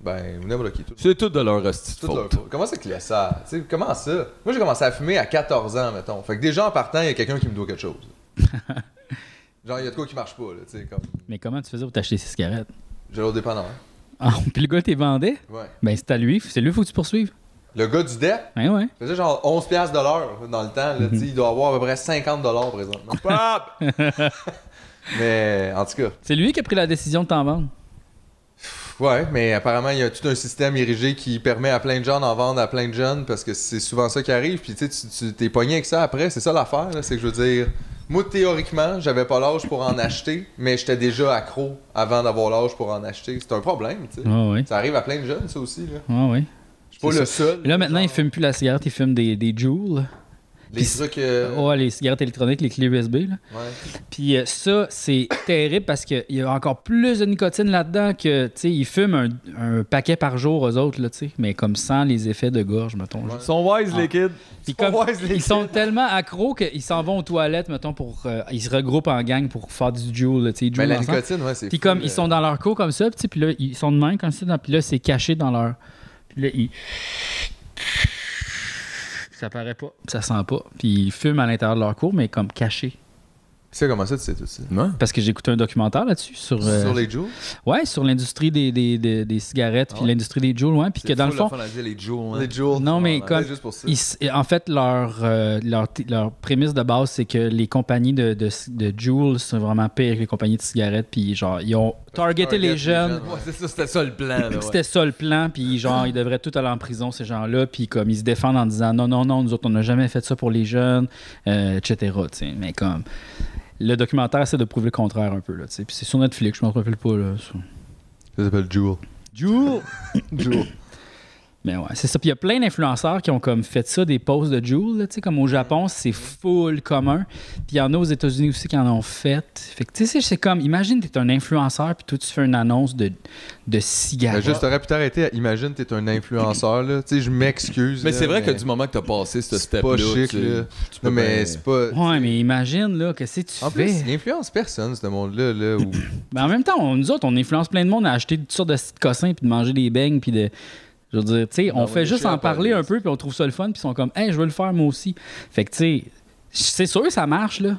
S2: Ben, on a bloqué tout.
S1: C'est tout de leur hostie de
S2: Toute leur
S1: faute.
S2: faute. Comment ça qu'il y a ça? Tu sais, comment ça? Moi, j'ai commencé à fumer à 14 ans, mettons. Fait que déjà, en partant, il y a quelqu'un qui me doit quelque chose. Genre, il y a de quoi qui marche pas, là. Tu sais, comme.
S4: Mais comment tu faisais pour t'acheter ces cigarettes?
S2: J'ai l'autre dépendant.
S4: Ah, puis le gars t'es vendait?
S2: Ouais.
S4: Ben c'est à lui, c'est lui faut que tu poursuives.
S2: Le gars du DEP
S4: Ben ouais.
S2: faisait genre 11$ piastres de l'heure dans le temps. Là, Tu sais, Il doit avoir à peu près 50$ dollars présentement. mais en tout cas,
S4: C'est lui qui a pris la décision de t'en vendre.
S2: ouais, mais apparemment, il y a tout un système érigé qui permet à plein de gens d'en vendre à plein de jeunes parce que c'est souvent ça qui arrive. Puis tu sais, tu- tu t'es pogné avec ça après. C'est ça l'affaire. là, C'est que je veux dire, moi théoriquement, j'avais pas l'âge pour en acheter, mais j'étais déjà accro avant d'avoir l'âge pour en acheter. C'est un problème. tu sais.
S4: Ouais, ouais.
S2: Ça arrive à plein de jeunes, ça aussi. Là.
S4: Ouais, ouais.
S2: Je suis pas
S4: C'est
S2: le seul.
S4: Là maintenant,
S2: genre,
S4: il fume plus la cigarette, il fume des, des joules.
S2: Les trucs. euh,
S4: Ouais, oh, les cigarettes électroniques, les clés USB. Là.
S2: ouais.
S4: Puis euh, ça, c'est terrible parce qu'il y a encore plus de nicotine là-dedans que, tu sais, ils fument un, un paquet par jour aux autres, là, tu sais, mais comme sans les effets de gorge, mettons.
S1: Ils sont wise,
S2: Ah.
S1: les kids.
S4: Puis comme- ils sont tellement accros qu'ils s'en vont aux toilettes, mettons, pour. euh, ils se regroupent en gang pour faire du duel, tu sais,
S2: Mais
S4: duel
S2: la
S4: ensemble.
S2: nicotine, ouais, c'est
S4: Puis
S2: fou, euh,
S4: comme,
S2: là.
S4: ils sont dans leur cours comme ça, tu sais, puis là, ils sont de main comme ça, dans- puis là, c'est caché dans leur. Puis là, ils. Ça paraît pas, ça sent pas. Puis ils fument à l'intérieur de leur cours, mais comme caché.
S2: C'est comment ça, tu sais tout ça?
S4: Parce que j'ai écouté un documentaire là-dessus sur. euh,
S2: Sur les joues?
S4: Ouais, sur l'industrie des, des, des, des cigarettes, puis
S1: Ah ouais.
S4: l'industrie des joules, ouais, puis que dans le fond,
S1: les Joe,
S2: Les joues.
S4: Non, mais
S2: Ouais,
S4: comme-
S2: juste pour ça.
S4: ils s- en fait, leur, euh, leur, t- leur prémisse de base, c'est que les compagnies de, de, de joules sont vraiment pires que les compagnies de cigarettes, puis genre, ils ont targeté
S2: target
S4: les
S2: les
S4: jeunes.
S2: jeunes.
S1: Ah, Ouais, c'est ça, c'était ça le plan. là, ouais.
S4: C'était ça le plan, puis genre, ils devraient tout aller en prison, ces gens-là, puis comme ils se défendent en disant non, non, non, nous autres, on n'a jamais fait ça pour les jeunes, euh, etc. tu sais. Mais comme. Le documentaire, c'est de prouver le contraire un peu, là, tu sais. Puis c'est sur Netflix, je m'en rappelle pas, là. ça.
S2: Ça s'appelle Jewel.
S4: Juul!
S2: Jewel.
S4: Mais ouais, c'est ça. Puis il y a plein d'influenceurs qui ont comme fait ça, des posts de Juul, là, tu sais, comme au Japon, c'est full commun. Puis il y en a aux États-Unis aussi qui en ont fait. Fait que tu sais, c'est comme, imagine, t'es un influenceur, puis toi, tu fais une annonce de, de
S2: Ben,
S4: cigarettes.
S2: juste, t'aurais pu t'arrêter. à- Imagine, t'es un influenceur, là. Tu sais, je m'excuse.
S1: Mais
S2: là,
S1: c'est vrai que du moment que t'as passé ce
S2: C'est
S1: step-là,
S2: pas chic,
S1: tu-
S2: là.
S1: tu peux
S2: Non,
S1: bien-
S2: mais c'est pas.
S4: Ouais, mais imagine, là, que si tu
S2: euh, En
S4: fais.
S2: plus, il influence personne, ce monde-là. Là, où...
S4: Ben, en même temps, on- nous autres, on influence plein de monde à acheter toutes sortes de petits cossins, puis de manger des beignes, puis de. Je veux dire, tu sais, on
S2: D'envoyer
S4: fait
S2: des
S4: juste
S2: chiens
S4: en
S2: à
S4: parler
S2: police.
S4: un peu, puis on trouve ça le fun, puis ils sont comme, hey, je veux le faire moi aussi. Fait que, tu sais, c'est sûr que ça marche, là.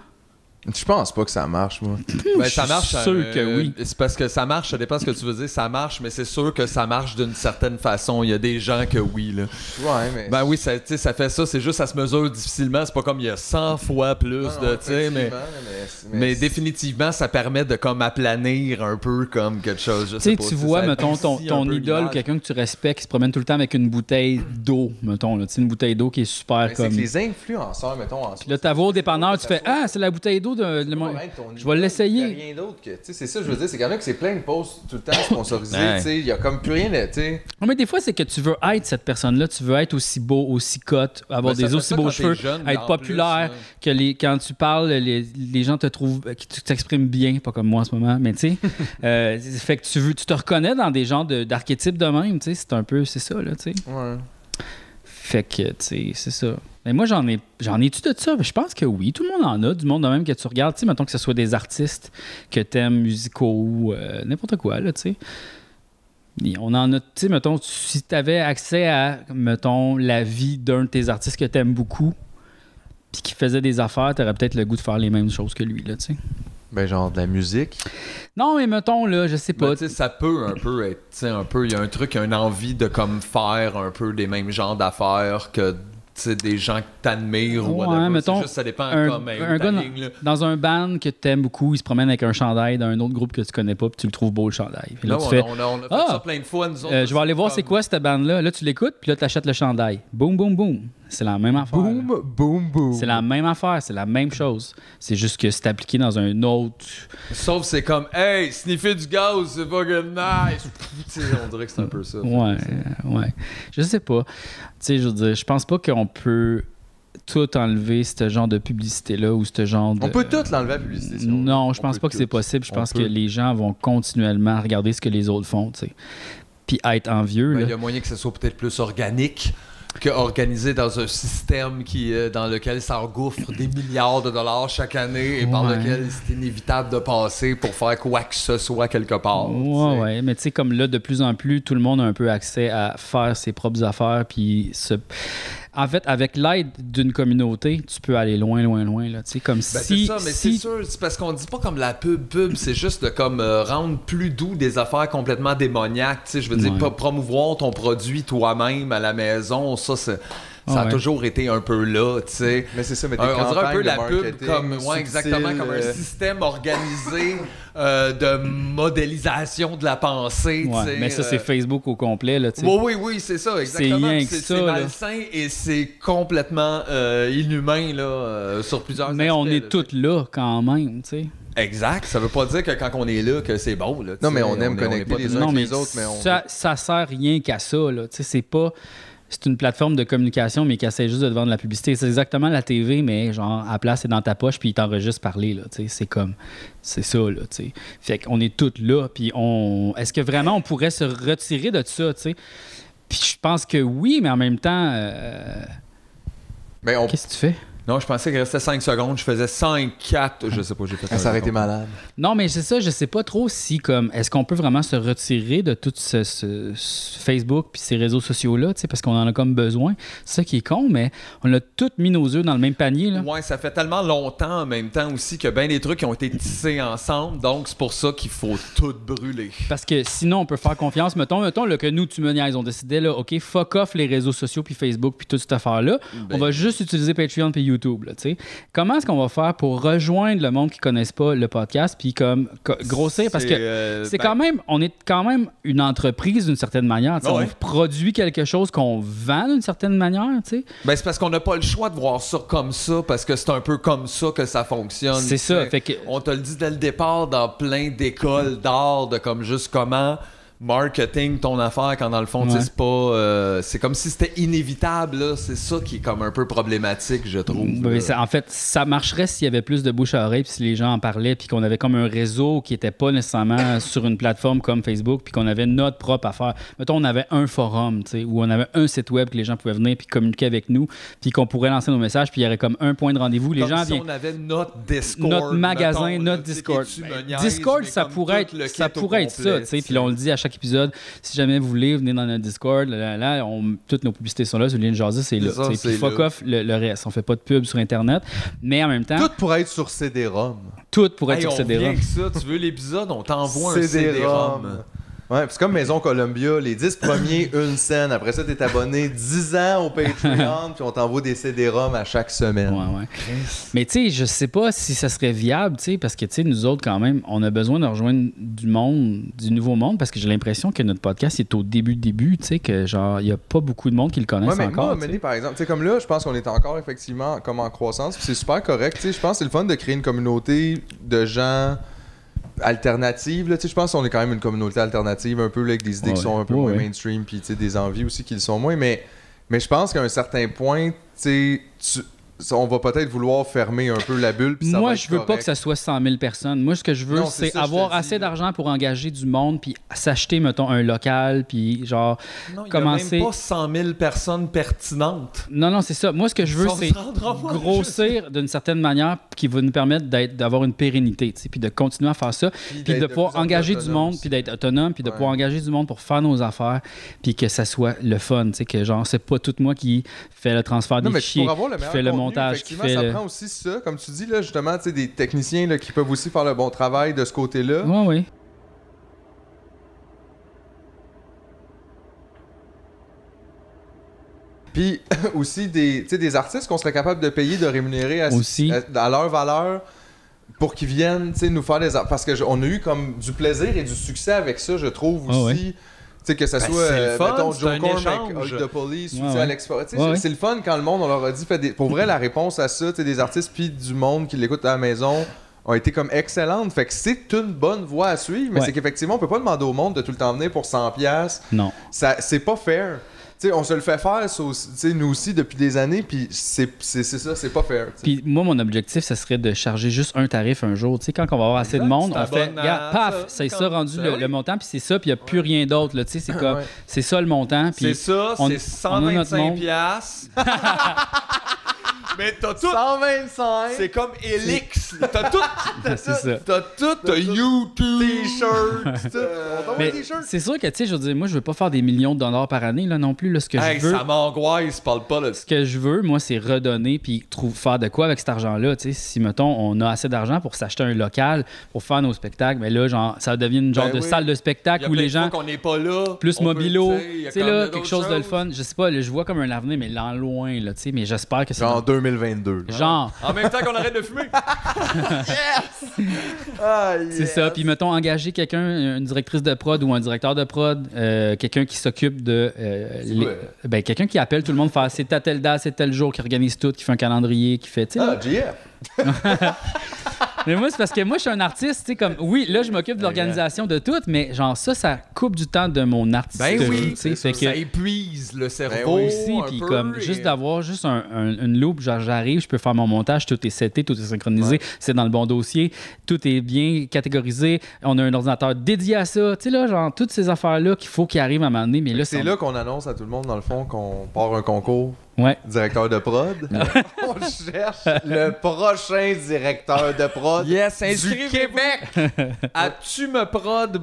S2: Je pense pas que ça marche, moi.
S1: Ben,
S4: Je
S1: ça
S4: suis
S1: marche. euh,
S4: sûr que oui.
S1: C'est parce que ça marche, ça dépend ce que tu veux dire, ça marche, mais c'est sûr que ça marche d'une certaine façon. Il y a des gens que oui, là.
S2: Ouais, mais.
S1: Ben oui, ça, tu sais, ça fait ça, c'est juste, ça se mesure difficilement. C'est pas comme il y a 100 fois plus
S2: Non,
S1: de, tu sais, mais.
S2: Ah, effectivement,
S1: Mais, définitivement, ça permet de comme aplanir un peu comme quelque chose. je
S4: Tu sais,
S1: pas,
S4: tu vois,
S1: ça
S4: mettons, ton,
S1: adoucit un
S4: ton
S1: peu
S4: idole,
S1: l'image.
S4: quelqu'un que tu respectes, qui se promène tout le temps avec une bouteille d'eau, mettons, là, tu sais, une bouteille d'eau qui est
S1: Ben,
S4: super
S2: Mais C'est
S4: comme.
S2: que les influenceurs, mettons, en
S4: Puis là, t'as au dépanneur, tu fais Ah, c'est la bouteille d'eau de. de mon-
S2: Ouais, ton
S4: Je
S2: idole, y
S4: vais
S2: a
S4: l'essayer.
S2: rien d'autre que. Tu sais, c'est ça, je veux dire, c'est quand même que c'est plein de posts tout le temps sponsorisés,
S1: Ouais.
S2: tu sais. Il y a comme plus rien, de- tu sais.
S4: Non, mais des fois, c'est que tu veux être cette personne-là, tu veux être aussi beau, aussi cote, avoir
S1: Ben, ça
S4: des
S1: fait
S4: aussi
S1: ça
S4: beaux
S1: quand
S4: cheveux,
S1: t'es jeune,
S4: être
S1: en
S4: populaire,
S1: plus, ouais.
S4: que les, quand tu parles, les, les gens te trouvent, euh, que tu t'exprimes bien, pas comme moi en ce moment, mais tu sais, euh, fait que tu, veux, tu te reconnais dans des genres de- d'archétypes de, même, tu sais, c'est un peu, c'est ça, là, tu sais.
S2: Ouais.
S4: Fait que, tu sais, c'est ça. Mais moi, j'en ai, j'en ai-tu de ça? Je pense que oui. Tout le monde en a. Du monde de même que tu regardes, tu sais, mettons que ce soit des artistes que t'aimes, musicaux, euh, n'importe quoi, là, tu sais. Et On en a, tu sais, mettons, si t'avais accès à, mettons, la vie d'un de tes artistes que t'aimes beaucoup, puis qui faisait des affaires, t'aurais peut-être le goût de faire les mêmes choses que lui, là, tu sais.
S2: Ben, genre de la musique.
S4: Non, mais mettons, là, je sais
S1: Ben,
S4: pas.
S1: tu sais, ça peut un peu être, tu sais, un peu, il y a un truc, une envie de comme faire un peu les mêmes genres d'affaires que, tu sais, des gens que t'admires ou
S4: Ouais,
S1: whatever. C'est
S4: mettons,
S1: juste, ça dépend
S4: un,
S1: comme, hey, où
S4: un
S1: ta
S4: gars dans,
S1: ligne, là.
S4: dans un band que t'aimes beaucoup, il se promène avec un chandail d'un autre groupe que tu connais pas, puis tu le trouves beau le chandail. Puis là,
S1: Là,
S4: tu
S1: on,
S4: fais,
S1: on a, on a fait
S4: Ah!
S1: ça plein de fois, nous autres.
S4: euh, je vais aller voir
S1: comme-
S4: c'est quoi cette bande-là. Là, tu l'écoutes, puis là, tu achètes le chandail. Boum, boum, boum. C'est la même affaire. là.
S2: Boom, boom, boom.
S4: C'est la même affaire, c'est la même chose. C'est juste que c'est appliqué dans un autre.
S1: Sauf c'est comme, hey, sniffer du gaz, c'est fucking nice. Tu sais, on dirait que c'est un peu ça.
S4: Ouais, euh, ouais. Je sais pas. Tu sais, je veux dire, je pense pas qu'on peut tout enlever ce genre de publicité-là ou ce genre de.
S2: On peut tout l'enlever à la publicité. si on veut.
S4: Non, je
S2: On
S4: pense
S2: peut
S4: pas que
S2: tout.
S4: c'est possible. Je
S2: On
S4: pense que
S2: peut.
S4: les gens vont continuellement regarder ce que les autres font, tu sais. Puis être envieux.
S1: Ben, Il
S4: là.
S1: y a moyen que ce soit peut-être plus organique que organisé dans un système qui, euh, dans lequel ça engouffre des milliards de dollars chaque année et par
S4: Ouais.
S1: lequel c'est inévitable de passer pour faire quoi que ce soit quelque part. tu
S4: Ouais,
S1: sais.
S4: ouais. Mais tu sais, comme là, de plus en plus, tout le monde a un peu accès à faire ses propres affaires. Puis se... En fait, avec l'aide d'une communauté, tu peux aller loin, loin, loin. Là. Tu sais, comme
S1: Ben,
S4: si.
S1: c'est ça, mais c'est
S4: si...
S1: sûr, c'est parce qu'on dit pas comme la pub pub, c'est juste de comme euh, rendre plus doux des affaires complètement démoniaques, tu sais, je veux dire
S4: Ouais.
S1: pas promouvoir ton produit toi-même à la maison, ça c'est- ça
S4: Ouais.
S1: a toujours été un peu là, tu sais.
S2: Mais c'est ça, mais des
S1: Un- on dirait un
S2: campagnes
S1: peu
S2: de
S1: la pub
S2: marketing
S1: comme ouais,
S2: subtiles,
S1: exactement comme un
S2: euh,
S1: système organisé euh, de modélisation de la pensée,
S4: Ouais,
S1: tu sais,
S4: mais ça, c'est
S1: euh,
S4: Facebook au complet. Là, tu sais.
S1: oui, oui, oui, c'est ça, exactement.
S4: rien
S1: Puis
S4: que
S1: C'est
S4: ça,
S1: c'est
S4: là.
S1: malsain et c'est complètement euh, inhumain là, euh, sur plusieurs
S4: mais on
S1: aspects,
S4: est
S1: là.
S4: toutes là quand même. tu sais.
S1: Exact. Ça veut pas dire que quand on est là, que c'est bon. Là,
S2: Non,
S1: tu
S2: mais
S1: sais,
S2: on aime
S1: est-
S2: connecter
S1: est pas
S2: les
S1: tout-
S2: uns.
S4: non, mais
S2: autres, mais on-
S4: ça, ça sert rien qu'à ça. Là. Tu sais, c'est pas. C'est une plateforme de communication, mais qui essaie juste de te vendre la publicité. C'est exactement la TV, mais genre, à place, c'est dans ta poche, puis ils t'enregistrent parler. Là, tu sais. c'est comme. C'est ça, là. tu sais. Fait qu'on est toutes là, puis on. Est-ce que vraiment on pourrait se retirer de ça, tu sais? Puis je pense que oui, mais en même temps. euh,
S2: Mais on.
S4: Qu'est-ce que tu fais?
S1: Non, je pensais qu'il restait 5 secondes. Je faisais 5, 4. Je sais pas, j'ai fait
S2: Ça aurait été
S1: mal.
S2: malade.
S4: Non, mais c'est ça, je sais pas trop si, comme, est-ce qu'on peut vraiment se retirer de tout ce, ce- ce Facebook puis ces réseaux sociaux-là, tu sais, parce qu'on en a comme besoin. C'est ça qui est con, mais on a tout mis nos œufs dans le même panier, là.
S1: Ouais, ça fait tellement longtemps en même temps aussi que ben des trucs ont été tissés ensemble. Donc, c'est pour ça qu'il faut tout brûler.
S4: Parce que sinon, on peut faire confiance. Mettons, mettons là, que nous, tu me niaises, on décidait, là, OK, fuck off les réseaux sociaux puis Facebook puis toute cette affaire-là.
S1: Ben-
S4: on va juste utiliser Patreon puis YouTube, là, tu sais. Comment est-ce qu'on va faire pour rejoindre le monde qui connaissent pas le podcast puis, comme, co- grossir? Parce
S1: C'est,
S4: que
S1: euh,
S4: C'est
S1: ben,
S4: quand même, on est quand même une entreprise d'une certaine manière. tu sais.
S1: Ah ouais.
S4: On produit quelque chose qu'on vend d'une certaine manière. tu sais.
S1: ben, c'est parce qu'on n'a pas le choix de voir ça comme ça, parce que c'est un peu comme ça que ça fonctionne.
S4: C'est
S1: tu
S4: ça,
S1: sais.
S4: fait que-
S1: On te le dit dès le départ dans plein d'écoles d'art, de comme juste comment marketing ton affaire quand dans le fond tu sais,
S4: Ouais.
S1: c'est pas euh, c'est comme si c'était inévitable là. c'est ça qui est comme un peu problématique je trouve
S4: Mais
S1: là.
S4: ben, ça- en fait, ça marcherait s'il y avait plus de bouche à oreille, puis si les gens en parlaient, puis qu'on avait comme un réseau qui n'était pas nécessairement sur une plateforme comme Facebook, puis qu'on avait notre propre affaire. Mettons, on avait un forum, tu sais, où on avait un site web que les gens pouvaient venir puis communiquer avec nous, puis qu'on pourrait lancer nos messages, puis il y aurait comme un point de rendez-vous. Les
S1: Comme
S4: gens
S1: si
S4: viennent-
S1: on avait notre Discord.
S4: notre magasin,
S1: mettons, là,
S4: notre
S1: tu sais,
S4: Discord.
S1: qui est-tu
S4: Ben,
S1: me niaise,
S4: Discord,
S1: mais
S4: ça
S1: comme
S4: pourrait
S1: tout le
S4: être, ça
S1: kit au
S4: pourrait être ça,
S1: complet,
S4: tu sais. Puis là, on le dit à chaque épisode. Si jamais vous voulez, venez dans notre Discord. Là, là, là, on- toutes nos publicités sont là. Celui de Jazzy, c'est là.
S2: Ça,
S4: tu sais.
S2: c'est
S4: Puis fuck
S2: là.
S4: off le, le reste. On fait pas de pub sur Internet. Mais en même temps,
S1: Hein?
S2: Tout pour être sur CD-ROM.
S4: tout, pour être
S1: Hey,
S4: sur
S1: on
S4: CD-ROM.
S1: vient avec ça, tu veux l'épisode, on t'envoie un CD-ROM.
S2: CD-ROM. Ouais, puis c'est comme Maison Columbia, les 10 premiers, une scène. Après ça, t'es abonné 10 ans au Patreon, puis on t'envoie des CD-ROM à chaque semaine.
S4: Ouais, ouais. Mais tu sais, je sais pas si ça serait viable, tu sais, parce que tu sais, nous autres, quand même, on a besoin de rejoindre du monde, du nouveau monde, parce que j'ai l'impression que notre podcast est au début, début, tu sais, que genre, il y a pas beaucoup de monde qui le connaissent
S2: Ouais, mais
S4: Hein, encore.
S2: moi,
S4: tu sais.
S2: Amélie, par exemple, tu sais, comme là, je pense qu'on est encore effectivement comme en croissance, puis c'est super correct. Tu sais, je pense que c'est le fun de créer une communauté de gens alternatives. là. Tu sais, je pense qu'on est quand même une communauté alternative, un peu là, avec des idées
S4: Ouais.
S2: qui sont un peu
S4: Ouais,
S2: moins
S4: ouais.
S2: mainstream, puis tu sais, des envies aussi qui le sont moins. Mais, mais je pense qu'à un certain point, tu sais, tu- ça, on va peut-être vouloir fermer un peu la bulle. puis ça
S4: Moi,
S2: va être
S4: je veux pas
S2: correct.
S4: que ça soit 100 000 personnes. Moi, ce que je veux,
S2: Non, c'est
S4: c'est
S2: ça, je te
S4: avoir
S2: dis,
S4: assez
S2: là.
S4: d'argent pour engager du monde, puis s'acheter, mettons, un local, puis genre,
S1: Non, il y a
S4: commencer.
S1: même pas 100 000 personnes pertinentes.
S4: Non, non, c'est ça. Moi, ce que je veux,
S1: Ça, on
S4: c'est
S1: se rendra pas,
S4: grossir d'une certaine manière qui va nous permettre d'être- d'avoir une pérennité, tu sais, puis de continuer à faire ça, puis,
S2: d'être
S4: de
S2: de
S4: pouvoir
S2: plus en plus
S4: engager du
S2: autonome
S4: monde,
S2: aussi.
S4: puis d'être autonome, puis de
S2: Ouais.
S4: pouvoir engager du monde pour faire nos affaires, puis que ça soit le fun, tu sais, que genre, c'est pas tout moi qui fait le transfert
S2: Non,
S4: des
S2: mais
S4: fichiers,
S2: pour avoir le
S4: qui
S2: meilleur
S4: fait le
S2: contenu,
S4: montage, qui
S2: effectivement,
S4: fait
S2: ça
S4: le...
S2: prend aussi ça, comme tu dis là, justement, tu sais, des techniciens là, qui peuvent aussi faire le bon travail de ce côté-là.
S4: Ouais, ouais.
S2: Puis aussi des, tu sais, des artistes qu'on serait capable de payer, de rémunérer à,
S4: Aussi.
S2: à- à leur valeur pour qu'ils viennent tu sais, nous faire des... ar- Parce qu'on a eu comme du plaisir et du succès avec ça, je trouve
S4: Ah
S2: aussi.
S4: ouais.
S2: Tu sais, que ça
S1: Ben,
S2: soit
S1: c'est le
S2: euh,
S1: fun,
S2: mettons,
S1: c'est
S2: Joe
S1: un
S2: Corm avec
S1: échange.
S2: Hulk de Police ou
S4: Ouais,
S2: tu sais,
S4: ouais.
S2: Alex Forest. Tu sais,
S4: Ouais,
S2: c'est-
S4: ouais.
S2: C'est le fun quand le monde, on leur a dit, fait des- pour vrai, la réponse à ça, tu sais, des artistes puis du monde qui l'écoute à la maison ont été comme excellentes. Fait que c'est une bonne voie à suivre, mais
S4: Ouais.
S2: c'est qu'effectivement, on peut pas demander au monde de tout le temps venir pour 100 pièces
S4: Non.
S2: ça c'est pas fair. Tu sais, on se le fait faire, ça aussi- tu sais, nous aussi, depuis des années, puis c'est c'est- c'est ça, c'est pas fair. tu sais.
S4: Puis moi, mon objectif, ce serait de charger juste un tarif un jour. Tu sais, quand on va avoir assez de
S1: Exact,
S4: monde,
S1: tu
S4: on fait,
S1: t'abonnes à
S4: regarde, paf,
S1: ça,
S4: c'est ça
S1: quand-
S4: rendu
S1: Ben
S4: le,
S1: oui.
S4: le montant, puis c'est ça, puis il n'y a plus rien d'autre. là, Tu sais, c'est comme,
S2: Ouais.
S4: c'est ça le montant.
S1: C'est
S4: Puis
S1: ça,
S4: on-
S1: c'est
S4: on a notre
S1: 125
S4: monde.
S1: piastres. Mais t'as tout.
S2: 125!
S1: C'est comme Elix. T'as tout. T'as
S4: C'est ça.
S1: tout. T'as tout. T'as YouTube. T-shirt.
S2: tout. On t'envoie
S4: Mais
S2: des shirts.
S4: c'est sûr que, tu sais, je veux dire, moi, je veux pas faire des millions de dollars par année, là, non plus. Là, ce que
S1: Hey,
S4: je veux,
S1: ça m'angoisse, parle pas de ça.
S4: ce que je veux, moi, c'est redonner puis trouve, faire de quoi avec cet argent-là. Tu sais, si, mettons, on a assez d'argent pour s'acheter un local, pour faire nos spectacles, mais là, genre, ça devient une genre
S2: Ben
S4: de
S2: oui.
S4: salle de
S1: Il y a
S4: spectacle où
S1: plein
S4: les
S1: de
S4: gens.
S1: fois qu'on n'est pas là.
S4: plus
S1: on peut,
S4: mobilo,
S1: tu sais, il y
S4: tu
S1: a
S4: sais
S1: quand
S4: là,
S1: même
S4: quelque
S1: d'autres
S4: chose de le
S1: choses.
S4: fun. Je sais pas, là, je vois comme un avenir, mais l'en loin, là, tu sais, mais j'espère que c'est...
S2: Genre 2022.
S4: dans- Genre,
S1: En même temps qu'on arrête de fumer.
S2: Ah, yes.
S4: c'est ça. Puis mettons, engager quelqu'un, une directrice de prod ou un directeur de prod, euh, quelqu'un qui s'occupe de... euh, les-
S2: quoi?
S4: Ben, quelqu'un qui appelle tout le monde, faire c'est à telle date, c'est tel jour, qui organise tout, qui fait un calendrier, qui fait... tu sais, là.
S2: Ah, GF.
S4: Mais moi, c'est parce que moi, je suis un artiste, tu sais, comme... Oui, là, je m'occupe de l'organisation de tout, mais genre ça, ça coupe du temps de mon artiste.
S1: Ben oui,
S4: tu sais,
S1: c'est
S4: fait que...
S1: ça épuise le cerveau.
S2: oui.
S4: aussi,
S1: Ben un
S4: puis
S1: peu,
S4: comme
S1: et-
S4: juste d'avoir juste un, un- une loupe, genre j'arrive, je peux faire mon montage, tout est seté, tout est synchronisé, c'est dans le bon dossier, tout est bien catégorisé, on a un ordinateur dédié à ça, tu sais là, genre toutes ces affaires-là qu'il faut qu'ils arrivent à m'amener, mais là,
S2: C'est
S4: on-
S2: là qu'on annonce à tout le monde, dans le fond, qu'on part un concours
S4: Ouais.
S2: directeur de prod. On cherche le prochain directeur de prod.
S1: Yes, inscrivez Québec à tu me prod.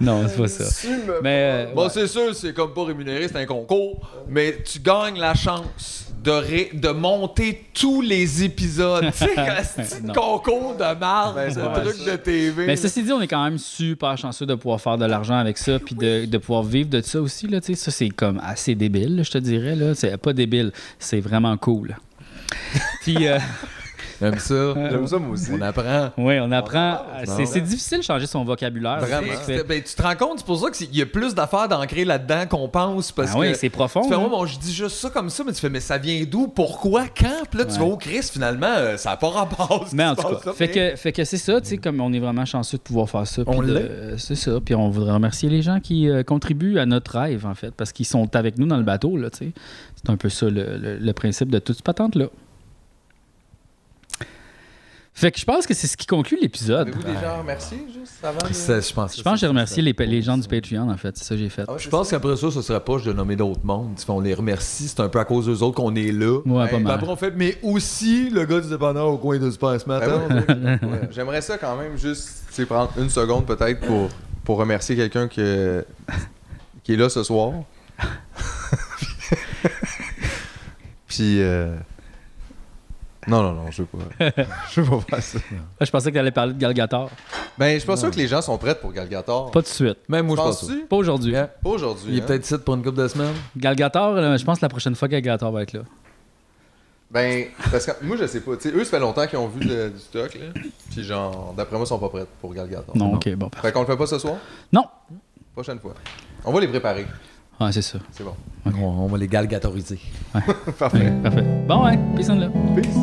S4: Non, c'est pas ça.
S2: Tu me-
S4: Mais euh,
S1: Bon,
S4: ouais.
S1: c'est sûr, c'est comme pas rémunéré, c'est un concours, mais tu gagnes la chance de, ré- de monter tous les épisodes. tu sais, quand c'est un
S4: Non.
S1: concours de marde,
S2: Ben,
S1: ce
S2: ouais,
S1: truc
S2: ça.
S1: de TV.
S4: mais ceci dit, on est quand même super chanceux de pouvoir faire de l'argent avec ça, puis de, de pouvoir vivre de ça aussi. Là, tu sais. ça, c'est comme assez débile, là, je te dirais. là. C'est pas débile, c'est vraiment cool. Puis, euh,
S1: J'aime ça.
S2: J'aime ça, moi aussi.
S1: On apprend.
S4: Oui, on apprend.
S2: non?
S4: C'est c'est difficile de changer son vocabulaire.
S2: Vraiment.
S4: Ah, c'est ce qui
S1: C'est-
S4: fait-
S1: ben, tu te rends compte, c'est pour ça qu'il y a plus d'affaires d'ancrer là-dedans qu'on pense. Parce
S4: Ah oui,
S1: que
S4: c'est profond.
S1: Tu fais,
S4: hein.
S1: ouais, bon, je dis juste ça comme ça, mais tu fais, mais ça vient d'où? Pourquoi? Quand? Puis là, tu
S4: Ouais.
S1: vas au Christ, finalement, euh, ça n'a pas rapport. ce
S4: Mais
S1: qui
S4: en
S1: se
S4: tout
S1: passe
S4: cas,
S1: là,
S4: fait
S1: mais-
S4: que, fait que c'est ça, tu sais, comme on est vraiment chanceux de pouvoir faire ça. puis
S1: On
S4: de-
S1: l'est.
S4: euh, C'est ça. Puis on voudrait remercier les gens qui euh, contribuent à notre rêve, en fait, parce qu'ils sont avec nous dans le bateau, là, tu sais. C'est un peu ça le, le- le principe de toute cette patente-là. Fait que je pense que c'est ce qui conclut l'épisode.
S2: Avez-vous déjà remercié juste avant? de-
S1: C'est- Je pense
S4: Je pense que j'ai remercié les, les gens du Patreon, en fait. C'est ça que j'ai fait.
S2: Ah ouais,
S1: Je
S2: c'est
S1: pense
S2: ça?
S1: qu'après ça, ce serait poche de nommer d'autres mondes. Tu fais, On les remercie, c'est un peu à cause d'eux autres qu'on est là.
S4: Ouais, pas
S2: Hey,
S1: Ben,
S4: mal.
S1: après, on fait, mais aussi le gars du dépanneur au coin de Super hein. ce
S2: Ben
S1: matin.
S2: oui, on dirait que- ouais. J'aimerais ça quand même juste tu sais, prendre une seconde peut-être pour, pour remercier quelqu'un que, qui est là ce soir. Puis. euh, Non, non, non, je veux pas. Je veux pas faire ça.
S4: Ah, je pensais que t'allais parler de Galgator.
S2: Ben, je suis pas sûr que les gens sont prêts pour Galgator.
S4: Pas tout de suite.
S1: Même moi, je pense ça.
S2: Penses-tu?
S4: Pas aujourd'hui.
S1: Yeah.
S2: Pas aujourd'hui.
S1: Il est
S2: hein?
S1: peut-être ici pour une couple de semaines.
S4: Galgator, là, je pense que la prochaine fois que Galgator va être là.
S2: Ben, parce que moi, je sais pas. Tu sais, eux, ça fait longtemps qu'ils ont vu de- du stock, là. Puis, genre, d'après moi, ils sont pas prêts pour Galgator.
S4: Non, ok, bon. parfait.
S2: Fait qu'on le fait pas ce soir?
S4: Non!
S2: Prochaine fois. On va les préparer.
S4: Ah, c'est ça.
S2: C'est bon.
S1: On, on va les galgatoriser.
S2: Parfait.
S4: Parfait. Bon, ouais, peace and love.
S2: Peace.